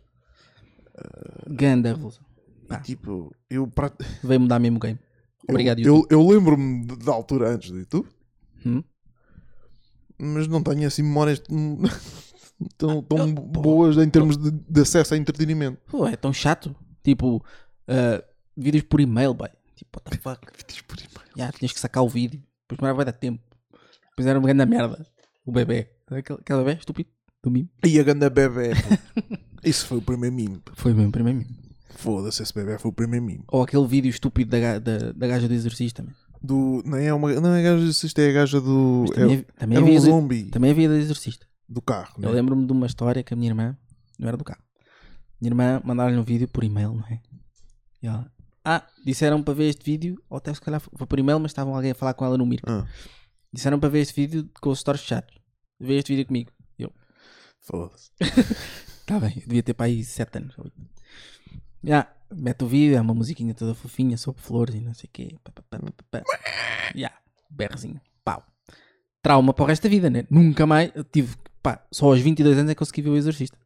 Speaker 2: Grande da revolução.
Speaker 1: E tipo, eu, pra...
Speaker 2: Veio mudar mesmo o game. Obrigado,
Speaker 1: eu, eu, eu lembro-me de- da altura antes do YouTube.
Speaker 2: Hum?
Speaker 1: mas não tenho assim memórias tão, tão, tão
Speaker 2: Ah,
Speaker 1: boas em termos de, de acesso a entretenimento.
Speaker 2: Pô, é tão chato. Tipo, ah, vídeos por e-mail, boy. Tipo, what the fuck. Já tinhas que sacar o vídeo. Depois demorava bué da tempo. Depois era uma grande merda. O bebê. Aquele, aquele bebê estúpido. Do mimo.
Speaker 1: E a ganda bebé. pô. Isso foi o primeiro mime. pô.
Speaker 2: Foi o meu primeiro mimo.
Speaker 1: Foda-se, esse bebé foi o primeiro mime.
Speaker 2: Ou aquele vídeo estúpido da, ga- da, da gaja do exorcista. Man.
Speaker 1: Do, não, é uma, não é a gaja do Sisto, é a gaja do.
Speaker 2: Mas
Speaker 1: É,
Speaker 2: Também, também,
Speaker 1: era um
Speaker 2: havia, do-
Speaker 1: zombie
Speaker 2: também havia do exorcista.
Speaker 1: do carro.
Speaker 2: Eu
Speaker 1: Né?
Speaker 2: lembro-me de uma história que a minha irmã, não era do carro, minha irmã mandaram-lhe um vídeo por e-mail, não é? E ela, ah, disseram para ver este vídeo, ou até se calhar foi por e-mail, mas estavam alguém a falar com ela no Mirk.
Speaker 1: Ah,
Speaker 2: Disseram para ver este vídeo com os stories fechados. Vê este vídeo comigo. Eu,
Speaker 1: Foda-se.
Speaker 2: tá bem, eu devia ter para aí 7 anos. ou oito. Já, mete o vídeo, é uma musiquinha toda fofinha sobre flores e não sei o quê. Pá, pá, pá, pá, pá, pá. Já, berrezinho, pau. Trauma para o resto da vida, né? Nunca mais, eu tive, pá, só aos 22 anos é que consegui ver o Exorcista.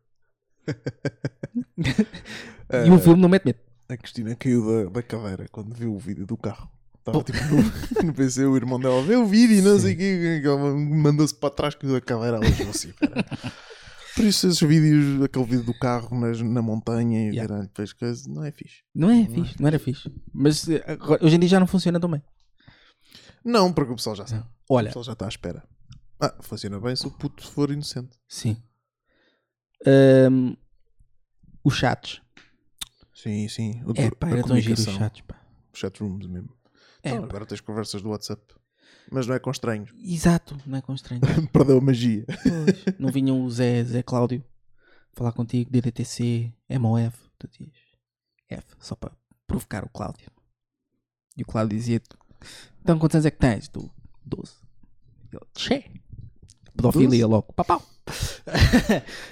Speaker 2: e o filme não mete medo.
Speaker 1: A Cristina caiu da, da cadeira quando viu o vídeo do carro. Estava tipo no, no PC, o irmão dela vê o vídeo e não sei o quê. ela Mandou-se para trás que da cadeira hoje assim, cara. Por isso, esses vídeos, aquele vídeo do carro nas, na montanha e
Speaker 2: Yeah.
Speaker 1: caralho, fez coisas, não é fixe.
Speaker 2: Não é fixe, não era fixe. Mas eh, agora- hoje em dia já não funciona tão bem.
Speaker 1: Não, porque o pessoal já sabe. O
Speaker 2: Olha,
Speaker 1: pessoal já está à espera. Ah, funciona bem se o puto for inocente.
Speaker 2: sim. Ahm, os chats.
Speaker 1: Sim, sim. O,
Speaker 2: É,
Speaker 1: do-
Speaker 2: pá,
Speaker 1: a
Speaker 2: era tão giro os
Speaker 1: comunicação,
Speaker 2: chats, pá.
Speaker 1: chatrooms mesmo.
Speaker 2: É,
Speaker 1: Então,
Speaker 2: pá.
Speaker 1: agora tens conversas do WhatsApp. Mas não é com estranhos.
Speaker 2: Exato, não é constrangedor.
Speaker 1: Perdeu a magia.
Speaker 2: Pois, não vinham o Zé, Zé Cláudio falar contigo, DDTC, MOF, tu dizias F, só para provocar o Cláudio. E o Cláudio dizia: Então quantos anos é que tens? Tu, 12. Ele, che. Pedofilia logo. Pá, pau.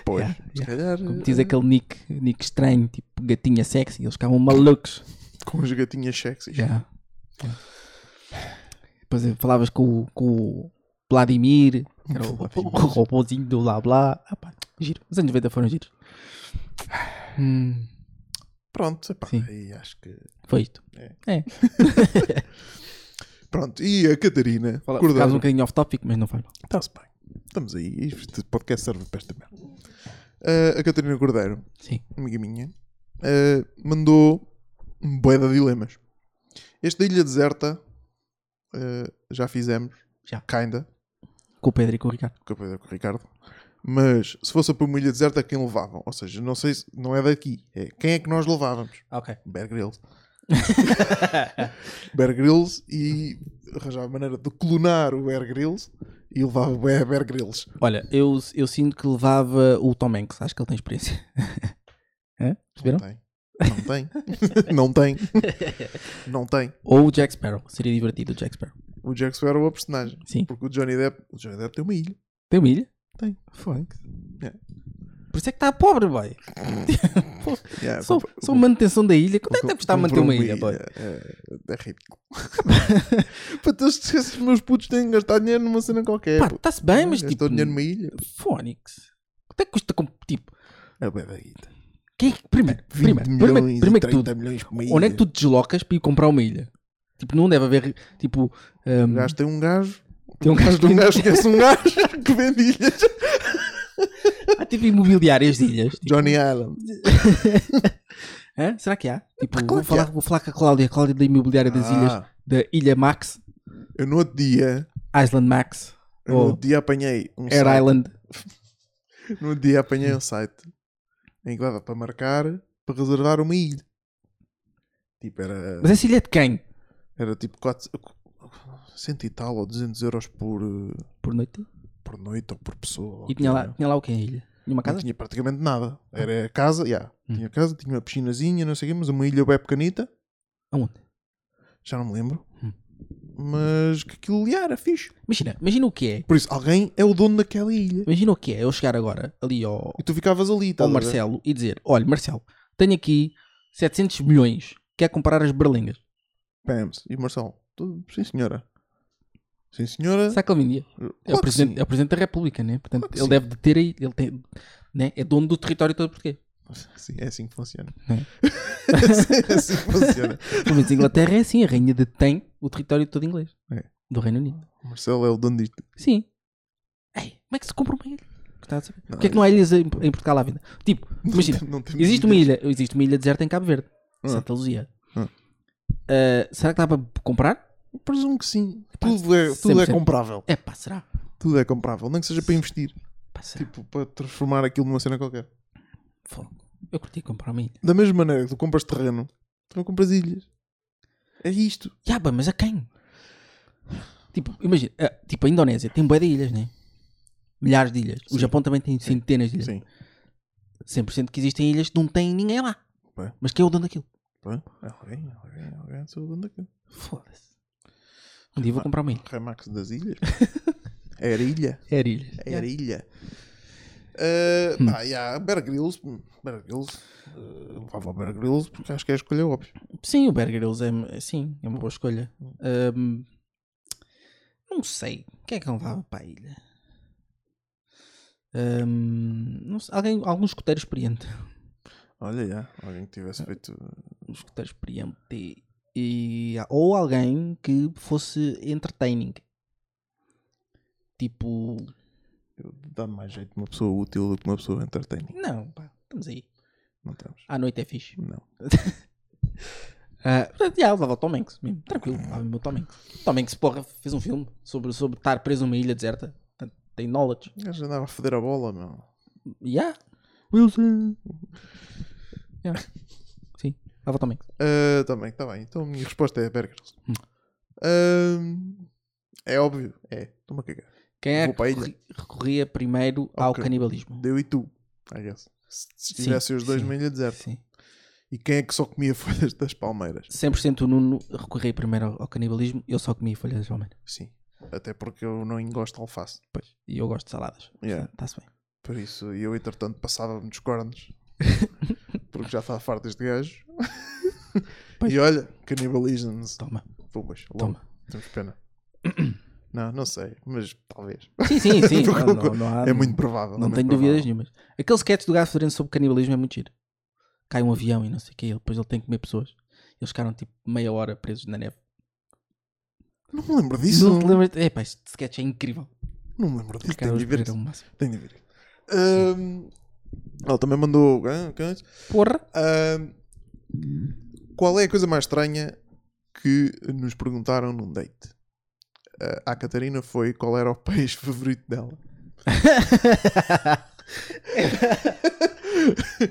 Speaker 1: Pois,
Speaker 2: Yeah,
Speaker 1: se calhar.
Speaker 2: Como diz aquele nick, nick estranho, tipo gatinha sexy, eles ficavam malucos.
Speaker 1: Com as gatinhas sexys.
Speaker 2: Já. Depois eu falavas com, o- com o Vladimir, que era o, o robôzinho do blá blá. Ah, pá, giro. Os anos 90 foram giros. Hum,
Speaker 1: Pronto, epá,
Speaker 2: Sim.
Speaker 1: aí acho que.
Speaker 2: foi isto.
Speaker 1: Pronto, e a Catarina.
Speaker 2: Fala-
Speaker 1: Cordeiro.
Speaker 2: Ficámos um bocadinho off topic, mas não faz mal.
Speaker 1: Está-se bem. Estamos aí. Este podcast serve para esta merda. Ah, a Catarina Cordeiro,
Speaker 2: Sim.
Speaker 1: amiga minha, ah, mandou um bué de dilemas. Este da Ilha Deserta ah, já fizemos.
Speaker 2: Já.
Speaker 1: Kinda.
Speaker 2: Com o Pedro e com o Ricardo.
Speaker 1: que eu falei com o Ricardo. Mas se fosse para uma ilha deserta, quem levavam? Ou seja, não sei se não é daqui. É quem é que nós levávamos?
Speaker 2: Ok.
Speaker 1: Bear Grylls. Bear Grylls e arranjava maneira de clonar o Bear Grylls e levava o Bear Bear Grylls.
Speaker 2: Olha, eu, eu sinto que levava o Tom Hanks, acho que ele tem experiência. Hã? Perceberam?
Speaker 1: Não tem. Não tem. não tem. não tem.
Speaker 2: Ou o Jack Sparrow, seria divertido o Jack Sparrow.
Speaker 1: O Jack Sparrow é o personagem.
Speaker 2: Sim.
Speaker 1: Porque o Johnny Depp, o Johnny Depp tem uma ilha.
Speaker 2: Tem uma ilha?
Speaker 1: Tem.
Speaker 2: Fuck.
Speaker 1: É.
Speaker 2: Por isso é que está pobre, boy.
Speaker 1: Yeah,
Speaker 2: É, Só,
Speaker 1: compra-
Speaker 2: só manutenção da ilha. Quanto é que deve custar manter
Speaker 1: Comprou
Speaker 2: uma ilha, boy?
Speaker 1: É, é ridículo. Para todos esses meus putos têm que gastar dinheiro numa cena qualquer.
Speaker 2: Pá,
Speaker 1: pô.
Speaker 2: está-se bem, mas
Speaker 1: Gastou
Speaker 2: tipo.
Speaker 1: dinheiro numa ilha.
Speaker 2: Fónix. Quanto é que custa, como, tipo.
Speaker 1: É bué da guita.
Speaker 2: Quem, é que- primeiro,
Speaker 1: 20
Speaker 2: primeiro,
Speaker 1: milhões,
Speaker 2: primeiro, primeiro que
Speaker 1: 30
Speaker 2: tudo.
Speaker 1: milhões por uma ilha.
Speaker 2: Onde é que tu te deslocas para ir comprar uma ilha? Tipo, não deve haver, tipo.
Speaker 1: Um
Speaker 2: hum,
Speaker 1: gajo tem um gajo.
Speaker 2: Tem um
Speaker 1: gajo
Speaker 2: gajo
Speaker 1: de um
Speaker 2: que-
Speaker 1: gajo conhece um gajo que vende ilhas.
Speaker 2: há tipo imobiliárias de ilhas. tipo,
Speaker 1: Johnny Allen.
Speaker 2: hã? Será que há? Tipo,
Speaker 1: claro
Speaker 2: vou,
Speaker 1: que
Speaker 2: falar, vou falar com a Cláudia, a Cláudia da imobiliária das ilhas.
Speaker 1: Ah,
Speaker 2: Da Ilha Max,
Speaker 1: Eu no outro dia,
Speaker 2: Island Max,
Speaker 1: eu no
Speaker 2: ou
Speaker 1: outro dia apanhei um
Speaker 2: Air
Speaker 1: site.
Speaker 2: Island.
Speaker 1: No outro dia
Speaker 2: Hum.
Speaker 1: apanhei um site em que dava para marcar para reservar uma ilha. Tipo, era.
Speaker 2: Mas essa ilha é de quem?
Speaker 1: Era tipo 4, 100 e tal ou 200 euros por, eh,
Speaker 2: Por noite?
Speaker 1: por noite ou por pessoa.
Speaker 2: E tinha lá,
Speaker 1: Não
Speaker 2: tinha lá o quê? A ilha? Tinha uma casa?
Speaker 1: tinha praticamente nada. Era a casa, yeah.
Speaker 2: Hum.
Speaker 1: tinha casa, tinha uma piscinazinha, não sei o quê, mas uma ilha bem pequenita.
Speaker 2: Aonde?
Speaker 1: Já não me lembro.
Speaker 2: Hum.
Speaker 1: Mas que aquilo yeah, era fixe.
Speaker 2: Imagina, imagina o que é.
Speaker 1: Por isso, alguém é o dono daquela ilha.
Speaker 2: Imagina o que é eu chegar agora ali ao,
Speaker 1: E tu ficavas ali, tá
Speaker 2: ao Marcelo e dizer: Olha, Marcelo, tenho aqui 700 milhões, quer comprar as berlingas?
Speaker 1: Pams. E o Marcelo, tu- sim senhora. Sim senhora.
Speaker 2: Será que ele vendia?
Speaker 1: Claro
Speaker 2: É o,
Speaker 1: que
Speaker 2: presidente,
Speaker 1: sim.
Speaker 2: é o presidente da República, né? Portanto,
Speaker 1: Claro que
Speaker 2: ele
Speaker 1: sim.
Speaker 2: deve de ter aí, ele tem, né? é dono do território todo português.
Speaker 1: Sim, é assim que funciona.
Speaker 2: É.
Speaker 1: é assim que funciona.
Speaker 2: Pelo menos a Inglaterra é assim, a rainha detém o território todo inglês
Speaker 1: É.
Speaker 2: do Reino Unido.
Speaker 1: O Marcelo é o dono disto.
Speaker 2: Sim. Ei, como é que se compra uma ilha? Gostava de saber.
Speaker 1: Não,
Speaker 2: Porquê é que não há ilhas em, em Portugal à vida? Tipo, imagina,
Speaker 1: Não temos
Speaker 2: Existe uma ilha, existe uma ilha deserta em Cabo Verde,
Speaker 1: Ah.
Speaker 2: Santa Luzia.
Speaker 1: Ah.
Speaker 2: Ah, será que dá para comprar?
Speaker 1: Presumo que sim.
Speaker 2: Pá,
Speaker 1: Tudo é, tudo é
Speaker 2: 100%.
Speaker 1: comprável.
Speaker 2: É pá, será?
Speaker 1: Tudo é comprável. Nem que seja para investir.
Speaker 2: Pá, será?
Speaker 1: Tipo, para transformar aquilo numa cena qualquer.
Speaker 2: Fogo. Eu curti comprar uma ilha.
Speaker 1: Da mesma maneira que tu compras terreno, tu não compras ilhas. É isto.
Speaker 2: Ya, pá, mas a quem? Tipo, imagina, ah, tipo, a Indonésia tem bué de ilhas, né? Milhares de ilhas. O
Speaker 1: Sim.
Speaker 2: Japão também tem centenas de ilhas.
Speaker 1: Sim.
Speaker 2: 100% que existem ilhas que não tem ninguém lá.
Speaker 1: Bem.
Speaker 2: Mas quem é o dono daquilo?
Speaker 1: Pronto. Alguém, alguém, alguém. Sou o dono daquilo.
Speaker 2: Foda-se. Um dia vou comprar uma ilha.
Speaker 1: Remax das ilhas. Era ilha.
Speaker 2: Era É ilhas.
Speaker 1: Era ilha. Ah, pá, yeah, Bear Grylls, hum, Bear Grylls, ah, levava o Bear Grylls porque acho que é a escolha óbvia.
Speaker 2: Sim, o Bear Grylls é, é- sim, é uma boa escolha. Ahm, não sei. Quem é que eu levava para a ilha? Ahm, Hum, não sei, alguém, algum escoteiro experiente.
Speaker 1: Olha, yeah, alguém que tivesse feito
Speaker 2: Um escoteiro experiente. E, ou alguém que fosse entertaining. Tipo.
Speaker 1: eu- dá mais jeito uma pessoa útil do que uma pessoa entertaining.
Speaker 2: Não, pá, estamos aí.
Speaker 1: Não estamos.
Speaker 2: À noite é fixe.
Speaker 1: Não.
Speaker 2: Ah, portanto, já, levava o Tom Hanks mesmo. Tranquilo, levava mesmo o Tom Hanks. Tom Hanks, porra, fez um filme sobre, sobre estar preso numa ilha deserta. Portanto, tem knowledge.
Speaker 1: O gajo andava a foder a bola, meu.
Speaker 2: Yeah.
Speaker 1: Wilson!
Speaker 2: Sim, leva também.
Speaker 1: Está bem, está bem. Então a minha resposta é Bergers. Ah, é óbvio, é. Estou-me a cagar.
Speaker 2: Quem é
Speaker 1: Vou para a
Speaker 2: que
Speaker 1: ilha.
Speaker 2: recorri- recorria primeiro ao
Speaker 1: Ok.
Speaker 2: canibalismo?
Speaker 1: Deu e tu, I guess. Se se
Speaker 2: Sim,
Speaker 1: tivessem os dois
Speaker 2: sim,
Speaker 1: numa ilha deserta.
Speaker 2: Sim.
Speaker 1: E quem é que só comia folhas das palmeiras?
Speaker 2: 100% o Nuno recorria primeiro ao, ao canibalismo, eu só comia folhas de almeira.
Speaker 1: Sim. Até porque eu não engosto de alface.
Speaker 2: Pois. E eu gosto de saladas.
Speaker 1: Yeah.
Speaker 2: Está-se bem.
Speaker 1: Por isso, eu entretanto passava-me dos cornos. porque já estava farto deste gajo.
Speaker 2: Pois.
Speaker 1: E olha, canibalism-se.
Speaker 2: Toma.
Speaker 1: Pumas, logo.
Speaker 2: Toma.
Speaker 1: Temos pena. não, não sei, mas talvez.
Speaker 2: Sim, sim, sim.
Speaker 1: Porque
Speaker 2: não, Ah, não, não há-
Speaker 1: é muito provável.
Speaker 2: Não
Speaker 1: é
Speaker 2: tenho
Speaker 1: muito
Speaker 2: dúvidas
Speaker 1: provável.
Speaker 2: nenhumas. Aquele sketch do Gato Fedorento sobre canibalismo é muito giro. Cai um avião e não sei o quê, ele- depois ele tem que comer pessoas. Eles ficaram tipo meia hora presos na neve.
Speaker 1: Não me lembro disso.
Speaker 2: Não
Speaker 1: Não,
Speaker 2: te lembras? É, pá, este sketch é incrível.
Speaker 1: me lembro disso.
Speaker 2: Cara,
Speaker 1: Tenho de ver
Speaker 2: é o
Speaker 1: isso.
Speaker 2: máximo.
Speaker 1: Tenho de ver isso. Ahm, Ela também mandou. ah, ok.
Speaker 2: Porra!
Speaker 1: Ahm, qual é a coisa mais estranha que nos perguntaram num date? Ah, à Catarina foi qual era o país favorito dela.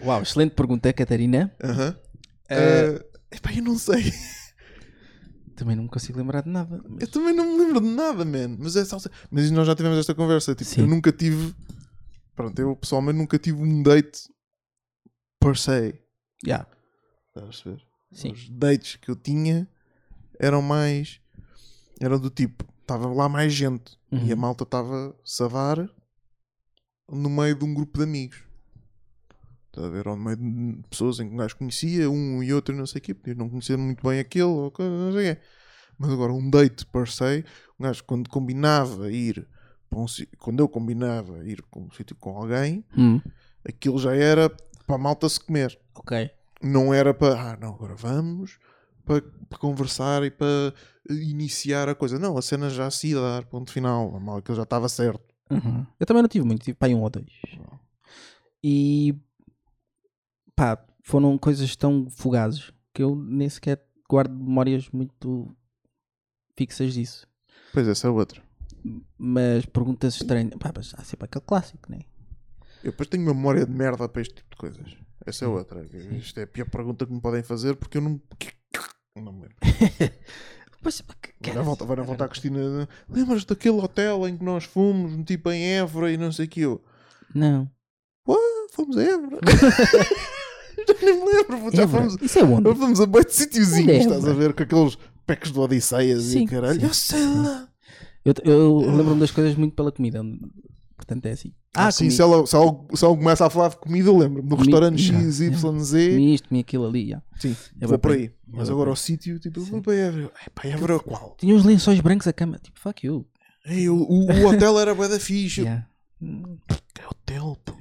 Speaker 2: Uau, excelente pergunta, Catarina.
Speaker 1: Aham.
Speaker 2: Eh,
Speaker 1: Ah, epá, eu não sei.
Speaker 2: Também não me consigo lembrar de nada. mas-
Speaker 1: Eu também não me lembro de nada, man. Mas, é só- mas nós já tivemos esta conversa. Tipo,
Speaker 2: Sim.
Speaker 1: eu nunca tive. Pronto, eu pessoalmente nunca tive um date per se.
Speaker 2: Yeah,
Speaker 1: Estás a perceber?
Speaker 2: sim.
Speaker 1: Os dates que eu tinha eram mais. Eram do tipo. Estava lá mais gente.
Speaker 2: Uhum.
Speaker 1: E a malta estava savar no meio de um grupo de amigos. Estás a ver? Ou no meio de pessoas em que um gajo conhecia, um e outro, e não sei o quê. Podia não conhecer muito bem aquele, ou coisa, não sei o quê. Mas agora, um date per se, um gajo quando combinava ir. para um si- Quando eu combinava ir para um sítio com alguém,
Speaker 2: Hum,
Speaker 1: aquilo já era para a malta se comer
Speaker 2: ok.
Speaker 1: não era para ah não agora vamos para, para conversar e para iniciar a coisa não a cena já se ia dar ponto final a mal que já estava certo
Speaker 2: Uhum. Eu também não tive muito, tive pá, aí um ou dois. E pá, foram coisas tão fugazes que eu nem sequer guardo memórias muito fixas disso.
Speaker 1: pois essa é outra
Speaker 2: Mas perguntas estranhas, pá, mas há sempre aquele clássico, né?
Speaker 1: eu depois tenho uma memória de merda para este tipo de coisas essa é outra isto é a pior pergunta que me podem fazer porque eu não não me lembro
Speaker 2: Mas,
Speaker 1: vai na volta, vai na volta à Cristina lembras daquele hotel em que nós fomos um tipo em Évora e não sei o que eu
Speaker 2: Não.
Speaker 1: "Ué, fomos a Évora já nem me lembro puto, já
Speaker 2: Évora.
Speaker 1: fomos
Speaker 2: Isso é onde?
Speaker 1: Nós vamos a boi de
Speaker 2: Onde é,
Speaker 1: sítiozinhos, estás a
Speaker 2: mano?
Speaker 1: ver? Com aqueles packs de Odisseias
Speaker 2: Sim,
Speaker 1: e caralho.
Speaker 2: sim.
Speaker 1: Eu sei lá.
Speaker 2: Eu, eu lembro-me das coisas muito pela comida. Portanto, é assim.
Speaker 1: Ah, sim,
Speaker 2: comi-
Speaker 1: se ela, se, ela, se ela começa a falar de comida, eu lembro-me. Do
Speaker 2: Comi-
Speaker 1: restaurante
Speaker 2: já,
Speaker 1: XYZ.
Speaker 2: comi É isto, comi aquilo ali. já.
Speaker 1: Sim,
Speaker 2: Eu
Speaker 1: vou
Speaker 2: vou
Speaker 1: por
Speaker 2: para-
Speaker 1: aí. Mas
Speaker 2: vou
Speaker 1: agora
Speaker 2: para-
Speaker 1: o sítio, tipo, eu vou para Évora. É, Pá, Évora é qual?
Speaker 2: Tinha uns lençóis brancos a cama. Tipo, fuck you.
Speaker 1: Ei, o, o- o hotel era bué da fixe. Eu,
Speaker 2: Yeah.
Speaker 1: Que hotel, puto.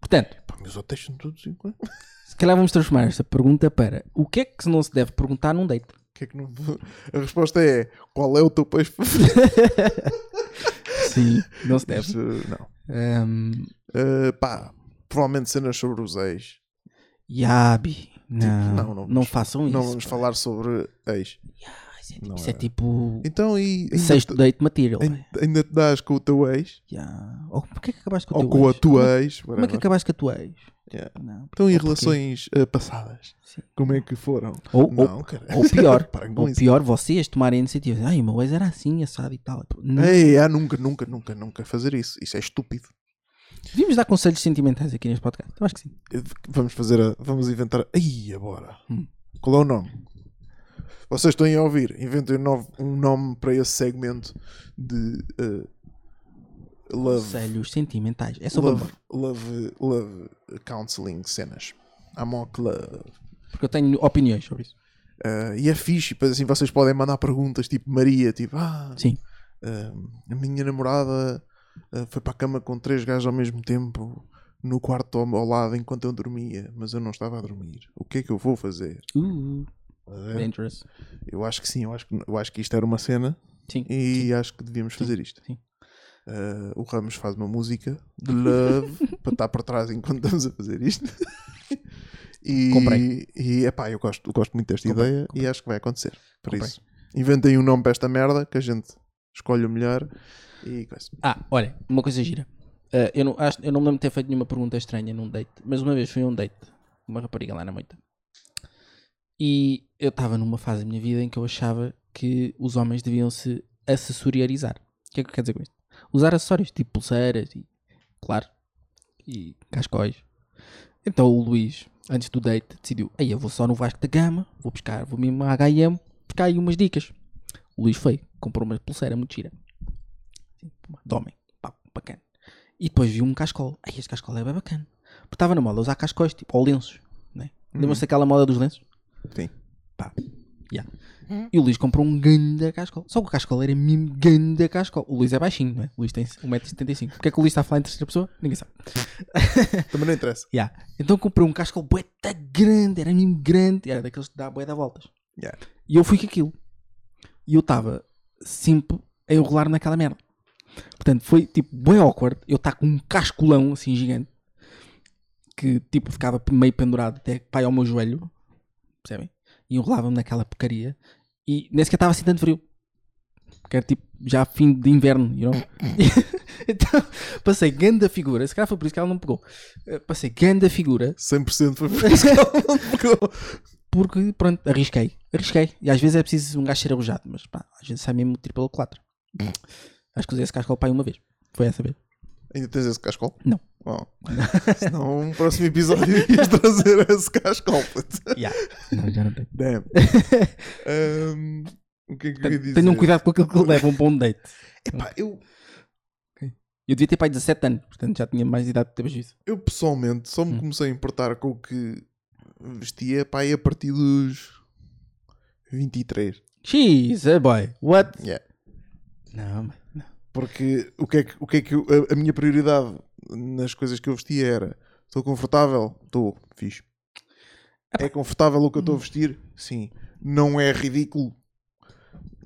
Speaker 2: Portanto,
Speaker 1: Pá, meus hotéis são todos iguais. O
Speaker 2: Se calhar vamos transformar esta pergunta para o que é que não se deve perguntar num date?
Speaker 1: que é que não... A resposta é: qual é o teu peixe favorito?
Speaker 2: Sim, não se deve.
Speaker 1: Isso, Não.
Speaker 2: Um,
Speaker 1: Uh, pá, provavelmente cenas sobre os ex.
Speaker 2: Yabi. Não,
Speaker 1: Tipo, não, não
Speaker 2: não,
Speaker 1: vamos-
Speaker 2: façam isso.
Speaker 1: Não vamos
Speaker 2: pá.
Speaker 1: falar sobre ex.
Speaker 2: Ah, Isso é tipo,
Speaker 1: não
Speaker 2: isso é
Speaker 1: é.
Speaker 2: tipo
Speaker 1: Então, e. ainda
Speaker 2: sexto date material.
Speaker 1: Ain-
Speaker 2: pá.
Speaker 1: Ainda te dás com o teu ex
Speaker 2: Yeah. Ou porquê é que acabaste com o
Speaker 1: ou
Speaker 2: teu
Speaker 1: com a
Speaker 2: ex?
Speaker 1: tua ex?
Speaker 2: Como é que
Speaker 1: whatever.
Speaker 2: acabaste com a tua ex?
Speaker 1: Yeah.
Speaker 2: Não,
Speaker 1: Então,
Speaker 2: ou
Speaker 1: e
Speaker 2: porquê?
Speaker 1: relações eh, passadas?
Speaker 2: Sim.
Speaker 1: Como é que foram?
Speaker 2: Ou, ou-
Speaker 1: não, cara.
Speaker 2: ou pior,
Speaker 1: Parem com
Speaker 2: ou
Speaker 1: isso.
Speaker 2: pior, vocês tomarem a iniciativa. Ai, o meu ex era assim, assado e tal. Não,
Speaker 1: Ei, ah, nunca, nunca, nunca, nunca fazer isso. Isso é estúpido.
Speaker 2: Devíamos dar conselhos sentimentais aqui neste podcast. Eu acho que sim.
Speaker 1: Eh, Vamos fazer a. Vamos inventar. Aí, agora.
Speaker 2: Hum.
Speaker 1: Qual é o nome? Vocês estão a ouvir. Inventem um, novo- um nome para esse segmento de. eh, love.
Speaker 2: Conselhos sentimentais. É sobre amor.
Speaker 1: Love, love, love counseling cenas. Amok love.
Speaker 2: Porque eu tenho opiniões sobre isso.
Speaker 1: Ah, e é fixe, pois assim vocês podem mandar perguntas tipo Maria, tipo, ah,
Speaker 2: Sim.
Speaker 1: ah, a minha namorada ah, foi para a cama com três gajos ao mesmo tempo no quarto ao, ao lado enquanto eu dormia, mas eu não estava a dormir. O que é que eu vou fazer?
Speaker 2: Uh,
Speaker 1: Ah,
Speaker 2: dangerous.
Speaker 1: eu acho que sim, eu acho que, eu acho que isto era uma cena
Speaker 2: Sim.
Speaker 1: e acho que devíamos fazer isto.
Speaker 2: sim.
Speaker 1: Ah, o Ramos faz uma música de love para estar por trás enquanto estamos a fazer isto. e,
Speaker 2: Comprei.
Speaker 1: E epá, eu gosto, eu gosto muito desta
Speaker 2: Comprei,
Speaker 1: ideia e acho que vai acontecer. Por
Speaker 2: Comprei.
Speaker 1: isso, inventem um nome para esta merda que a gente escolhe o melhor e coisa.
Speaker 2: Ah, olha, uma coisa gira. Ah, eu, não, acho, eu não me lembro de ter feito nenhuma pergunta estranha num date, mas uma vez fui a um date com uma rapariga lá na moita. E eu estava numa fase da minha vida em que eu achava que os homens deviam se acessoriarizar. O que é que eu quero dizer com isto? Usar acessórios, tipo pulseiras e, claro, e cascóis. Então o Luís, antes do date, decidiu: Ei, eu vou só no Vasco da Gama, vou buscar, vou mesmo à HM, buscar aí umas dicas. O Luís foi, Comprou uma pulseira muito gira. Assim, uma De homem. Pá, bacana. E depois vi um cascol. Ai, este cascol é bem bacana. Porque estava na moda usar cascóis, tipo, ou lenços. Né? Lembra-se daquela moda dos lenços?
Speaker 1: Sim.
Speaker 2: Pá. Yeah. E o Luís comprou um ganda cascol. Só que o cascol era mesmo ganda cascol. O Luís é baixinho, não é? O Luís tem 1,75m. Porquê é que o Luís está a falar em terceira pessoa? Ninguém sabe.
Speaker 1: Também não interessa.
Speaker 2: Yeah. Então comprei um cascol boeta grande, era mesmo grande, era daqueles que dá boeta voltas.
Speaker 1: Yeah.
Speaker 2: E eu fui com aquilo. E eu estava sempre a enrolar naquela merda. Portanto, foi tipo bem awkward. Eu estar com um cascolão assim gigante que tipo ficava meio pendurado até pai ao meu joelho. Percebem? E enrolava-me naquela porcaria. E nem sequer estava assim tanto frio. Porque era tipo já fim de inverno, you know? então passei ganda figura. Se calhar foi por isso que ela não pegou. Eh, Passei ganda figura
Speaker 1: 100% foi por isso que ela não pegou.
Speaker 2: porque, pronto, arrisquei. Arrisquei. E às vezes é preciso um gajo ser arrojado, mas pá, às vezes sai mesmo triple ou quatro. Acho que usei esse casco ao pai uma vez. Foi essa vez.
Speaker 1: Ainda tens esse cascol?
Speaker 2: Não.
Speaker 1: Oh. Senão, um próximo episódio ias trazer esse cascol. puto.
Speaker 2: Yeah. Não, já não tenho.
Speaker 1: Damn. Ahm, o que é que eu ia dizer?
Speaker 2: Tenham um cuidado com aquilo que levam para um date.
Speaker 1: Epá, eu,
Speaker 2: Eu devia ter pai 17 anos, portanto já tinha mais idade de ter visto isso.
Speaker 1: eu pessoalmente só me
Speaker 2: Hum.
Speaker 1: comecei a importar com o que vestia pá, aí a partir dos 23.
Speaker 2: Jeez, eh, boy. What?
Speaker 1: Yeah.
Speaker 2: Não, mãe, não.
Speaker 1: Porque o que é que, o que, é que eu- a, a minha prioridade nas coisas que eu vestia era estou confortável? Estou, fixe. É confortável o que eu estou a vestir? Sim. Não é ridículo?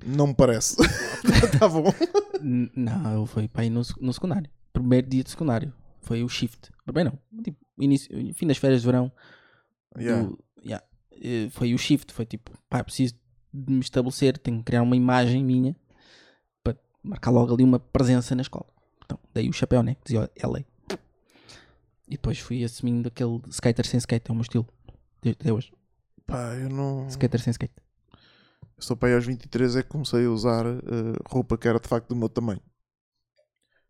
Speaker 1: Não me parece. Está bom.
Speaker 2: N- Não, eu fui pai no, sec- no secundário. Primeiro dia de secundário. Foi o shift. Bem, não. Tipo, início, fim das férias de verão.
Speaker 1: Yeah.
Speaker 2: do- yeah. Eh, foi o shift, foi tipo, pá, preciso de me estabelecer, tenho que criar uma imagem minha para marcar logo ali uma presença na escola. Então, dei o chapéu, né? que Dizia ó, LA. E depois fui assumindo aquele skater sem skate, é o meu estilo. de- Até hoje.
Speaker 1: Pá, eu não.
Speaker 2: Skater sem skate.
Speaker 1: Só para aí aos 23 é que comecei a usar eh, roupa que era de facto do meu tamanho.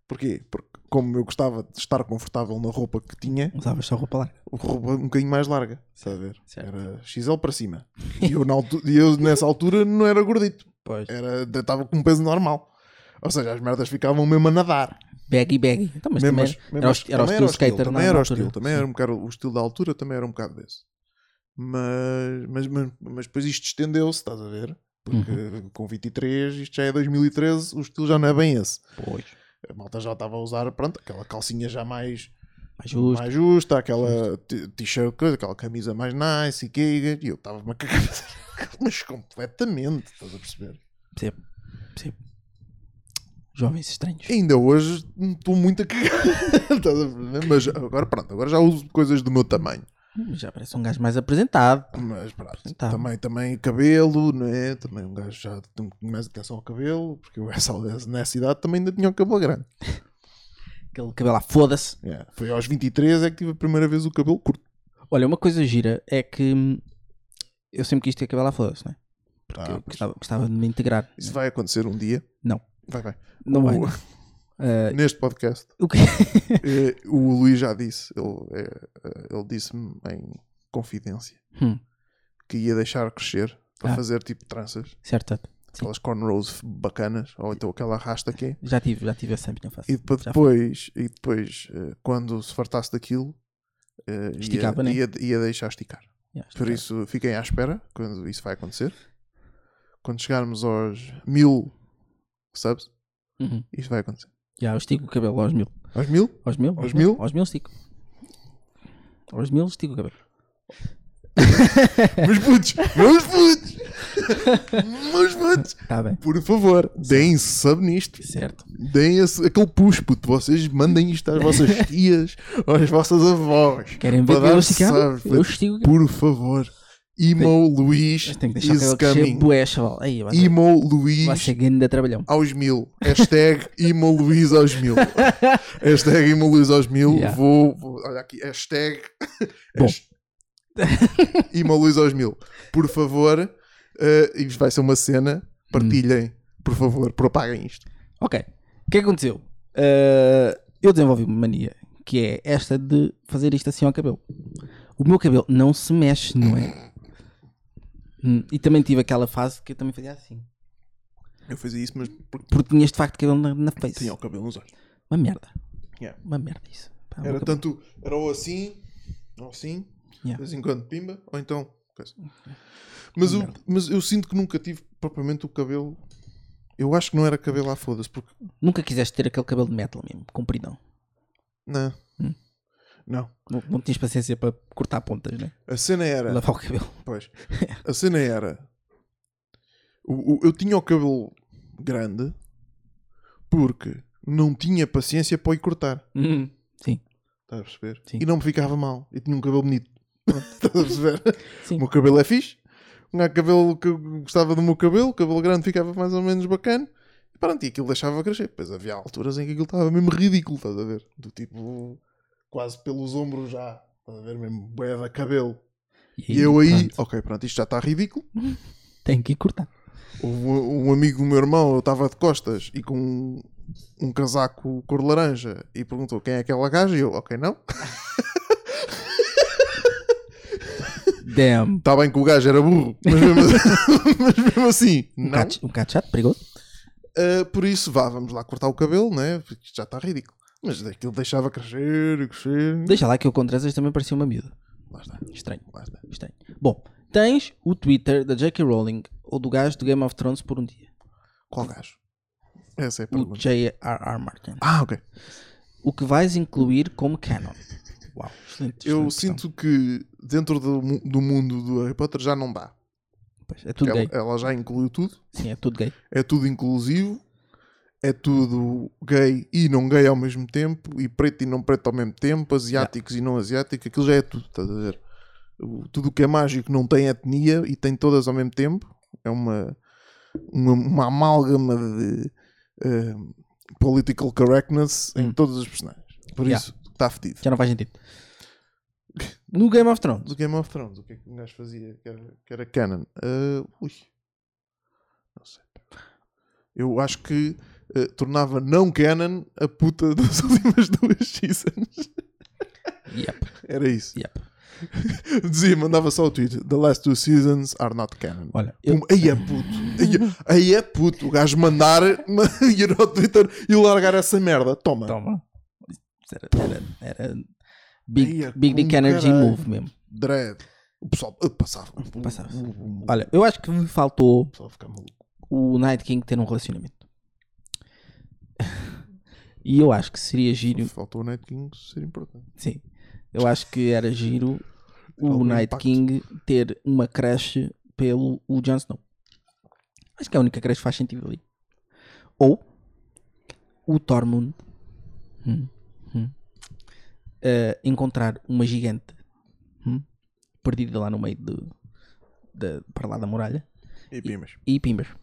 Speaker 1: Porquê? Porque como eu gostava de estar confortável na roupa que tinha,
Speaker 2: Usavas só roupa larga.
Speaker 1: roupa um bocadinho mais larga, estás a ver?
Speaker 2: Certo.
Speaker 1: Era XL para cima. E eu, na altu- e eu nessa altura não era gordito,
Speaker 2: Pois.
Speaker 1: era estava com um peso normal. Ou seja, as merdas ficavam mesmo a nadar.
Speaker 2: Baggy, baggy. Então, mas
Speaker 1: Mesmo
Speaker 2: também
Speaker 1: as- mesmo
Speaker 2: era, o
Speaker 1: as-
Speaker 2: est- era o
Speaker 1: também
Speaker 2: estilo skater
Speaker 1: também
Speaker 2: na
Speaker 1: era o
Speaker 2: na
Speaker 1: estilo,
Speaker 2: altura.
Speaker 1: também era um bocado o estilo da altura, também era um bocado desse. Mas, mas, mas, mas depois isto estendeu-se, estás a ver? Porque
Speaker 2: Uhum.
Speaker 1: com 23, isto já é 2013, o estilo já não é bem esse.
Speaker 2: Pois.
Speaker 1: A malta já estava a usar, pronto, aquela calcinha já mais
Speaker 2: Mais justo.
Speaker 1: mais justa, aquela t- t-shirt, coisa, aquela camisa mais nice e que e eu estava-me a cagar, mas completamente, estás a perceber?
Speaker 2: Percebo. Percebo. Jovens estranhos.
Speaker 1: Ainda hoje estou muito a cagar, estás a perceber? Mas agora pronto, agora já uso coisas do meu tamanho,
Speaker 2: Mas Já parece um gajo mais apresentado.
Speaker 1: mas pronto,
Speaker 2: Tá.
Speaker 1: também, também cabelo, não é? Também um gajo já tem um bocadinho mais de atenção ao cabelo, porque eu essa, nessa idade também ainda tinha o cabelo grande.
Speaker 2: Aquele cabelo lá, foda-se.
Speaker 1: Yeah. Foi aos 23 é que tive a primeira vez o cabelo curto.
Speaker 2: Olha, uma coisa gira é que hum, eu sempre quis ter cabelo à foda-se, não é? Porque
Speaker 1: Ah,
Speaker 2: eu gostava, gostava de me integrar.
Speaker 1: Isso vai acontecer um dia.
Speaker 2: Não. É.
Speaker 1: Vai, vai.
Speaker 2: Não vai. Uh,
Speaker 1: O- Neste podcast.
Speaker 2: O que-
Speaker 1: Eh, o Luís já disse, ele, eh, eh, ele disse-me em confidência
Speaker 2: Hum,
Speaker 1: que ia deixar crescer para
Speaker 2: Ah.
Speaker 1: fazer tipo tranças,
Speaker 2: certo, certo. Sim.
Speaker 1: aquelas cornrows bacanas, ou então aquela rasta que é.
Speaker 2: Já tive, já tive essa minha face.
Speaker 1: E depois,
Speaker 2: Já
Speaker 1: depois, e depois eh, quando se fartasse daquilo, eh,
Speaker 2: Esticava,
Speaker 1: ia,
Speaker 2: né?
Speaker 1: ia, ia deixar esticar.
Speaker 2: Yeah,
Speaker 1: Por isso, fiquem à espera quando isso vai acontecer. Quando chegarmos aos mil subs,
Speaker 2: Uhum.
Speaker 1: isto vai acontecer.
Speaker 2: Já, eu estico o cabelo aos mil.
Speaker 1: Aos mil?
Speaker 2: Aos mil?
Speaker 1: Aos mil?
Speaker 2: Aos mil estico. Aos mil estico o cabelo.
Speaker 1: Meus putos! Meus putos! Meus putos!
Speaker 2: Está Tá bem.
Speaker 1: Por favor, deem sub nisto.
Speaker 2: Certo.
Speaker 1: Deem esse- aquele push, puto. Vocês mandem isto às vossas tias, às vossas avós.
Speaker 2: Querem ver
Speaker 1: Para
Speaker 2: que eu
Speaker 1: dar
Speaker 2: esticar?
Speaker 1: sub,
Speaker 2: Eu estico o cabelo.
Speaker 1: Por favor. Imo Luís
Speaker 2: Mas tenho que deixar
Speaker 1: is
Speaker 2: o cabelo crescer.
Speaker 1: coming.
Speaker 2: Bué, chaval. Aí, vai, ser-
Speaker 1: Imo
Speaker 2: vai
Speaker 1: Luís
Speaker 2: ser grande trabalhão.
Speaker 1: aos mil. Hashtag Imo Luís aos mil. Hashtag Imo Luís aos mil.
Speaker 2: Yeah.
Speaker 1: Vou, vou- Olha aqui. Hashtag.
Speaker 2: Bom.
Speaker 1: Has- Imo Luís aos mil. Por favor. eh, isto vai ser uma cena. Partilhem. Por favor. Propaguem isto.
Speaker 2: Ok. O que é que aconteceu? Uh, eu desenvolvi uma mania que é esta de fazer isto assim ao cabelo. O meu cabelo não se mexe, não é? Hum, e também tive aquela fase que eu também fazia assim.
Speaker 1: Eu fazia isso, mas porque
Speaker 2: Porque tinhas de facto cabelo na, na face.
Speaker 1: tinha o cabelo nos olhos.
Speaker 2: Uma merda.
Speaker 1: Yeah.
Speaker 2: Uma merda isso. Pá, Ah, o
Speaker 1: Era
Speaker 2: cabelo-
Speaker 1: tanto, era ou assim, ou assim, de
Speaker 2: Yeah.
Speaker 1: vez em quando pimba, ou então. coisa. Mas, eu, mas eu sinto que nunca tive propriamente o cabelo. Eu acho que não era cabelo à foda-se, porque.
Speaker 2: Nunca quiseste ter aquele cabelo de metal mesmo, compridão.
Speaker 1: Não. Não.
Speaker 2: Não, não tinhas paciência para cortar pontas, né?
Speaker 1: A cena era.
Speaker 2: Lavar o cabelo.
Speaker 1: Pois. A cena era. o- o- eu tinha o cabelo grande porque não tinha paciência para o ir cortar.
Speaker 2: Hum. Sim.
Speaker 1: Estás a perceber?
Speaker 2: Sim.
Speaker 1: E não me ficava mal. E tinha um cabelo bonito. Estás a perceber?
Speaker 2: Sim.
Speaker 1: O meu cabelo é fixe. Um gajo cabelo que eu gostava do meu cabelo, o cabelo grande ficava mais ou menos bacana. E pronto, e aquilo deixava crescer. Depois havia alturas em que aquilo estava mesmo ridículo, estás a ver? Do tipo, quase pelos ombros já. Estás a ver? Mesmo bué da cabelo. E eu aí,
Speaker 2: pronto,
Speaker 1: ok, pronto, isto já está ridículo.
Speaker 2: Tenho que ir cortar.
Speaker 1: Houve um, um amigo do meu irmão, eu estava de costas e com um, um casaco cor de laranja e perguntou quem é aquela gaja e eu, ok, não.
Speaker 2: Damn.
Speaker 1: Está Tá bem que o gajo era burro, mas mesmo, mas mesmo assim,
Speaker 2: Um
Speaker 1: não.
Speaker 2: bocado, um bocado chato, perigoso.
Speaker 1: Ah, por isso, vá, vamos lá cortar o cabelo, né? Porque isto já está ridículo. Mas aquilo deixava crescer e crescer.
Speaker 2: Deixa lá que eu com 13 também parecia uma miúda.
Speaker 1: Lá está,
Speaker 2: Estranho,
Speaker 1: lá está.
Speaker 2: estranho. Bom, tens o Twitter da J.K. Rowling ou do gajo do Game of Thrones por um dia?
Speaker 1: Qual gajo? Essa é a
Speaker 2: O
Speaker 1: pergunta.
Speaker 2: J.R.R. Martin.
Speaker 1: Ah, ok.
Speaker 2: O que vais incluir como canon? Uau, excelente. excelente
Speaker 1: Eu
Speaker 2: questão.
Speaker 1: sinto que dentro do, mu- do mundo do Harry Potter já não dá.
Speaker 2: Pois, é tudo
Speaker 1: Ela-
Speaker 2: gay.
Speaker 1: ela já incluiu tudo.
Speaker 2: Sim, é tudo gay.
Speaker 1: é tudo inclusivo, é tudo gay e não gay ao mesmo tempo, e preto e não preto ao mesmo tempo, asiáticos e não asiáticos, aquilo já é tudo, estás a ver? O- Tudo o que é mágico não tem etnia e tem todas ao mesmo tempo, é uma, uma, uma amálgama de eh, political correctness em todas as personagens. Por
Speaker 2: Yeah.
Speaker 1: isso, está fedido.
Speaker 2: Já não faz sentido. No Game of Thrones.
Speaker 1: Do Game of Thrones, o que é que um gajo fazia que era, que era canon? Ah, ui. Não sei. Eu acho que ah, tornava não canon a puta das últimas duas seasons.
Speaker 2: Yep,
Speaker 1: Era isso.
Speaker 2: yep.
Speaker 1: Dizia, mandava só o tweet: The last two seasons are not canon.
Speaker 2: Olha, eu,
Speaker 1: Pum, aí é puto. Aí- Aí é puto. O gajo mandar ma- ir ao Twitter e largar essa merda. Toma.
Speaker 2: Toma. Era, era, era big,
Speaker 1: Eia,
Speaker 2: big Dick
Speaker 1: é com
Speaker 2: Energy
Speaker 1: caralho.
Speaker 2: Move mesmo.
Speaker 1: Dread. O pessoal ah, passava. O-
Speaker 2: Passava.
Speaker 1: O, o- o
Speaker 2: Olha, eu acho que me faltou
Speaker 1: pessoal ficava maluco.
Speaker 2: o Night King ter um relacionamento. E eu acho que seria giro.
Speaker 1: Faltou o Night King ser importante.
Speaker 2: Sim. Eu acho que era giro o
Speaker 1: Algum
Speaker 2: Night
Speaker 1: impacto.
Speaker 2: King ter uma crush pelo o Jon Snow. Acho que é a única crush que faz sentido ali. Ou o Tormund hum, hum, eh, encontrar uma gigante hum, perdida lá no meio do, da- para lá da muralha
Speaker 1: E pimas.
Speaker 2: e Pimber.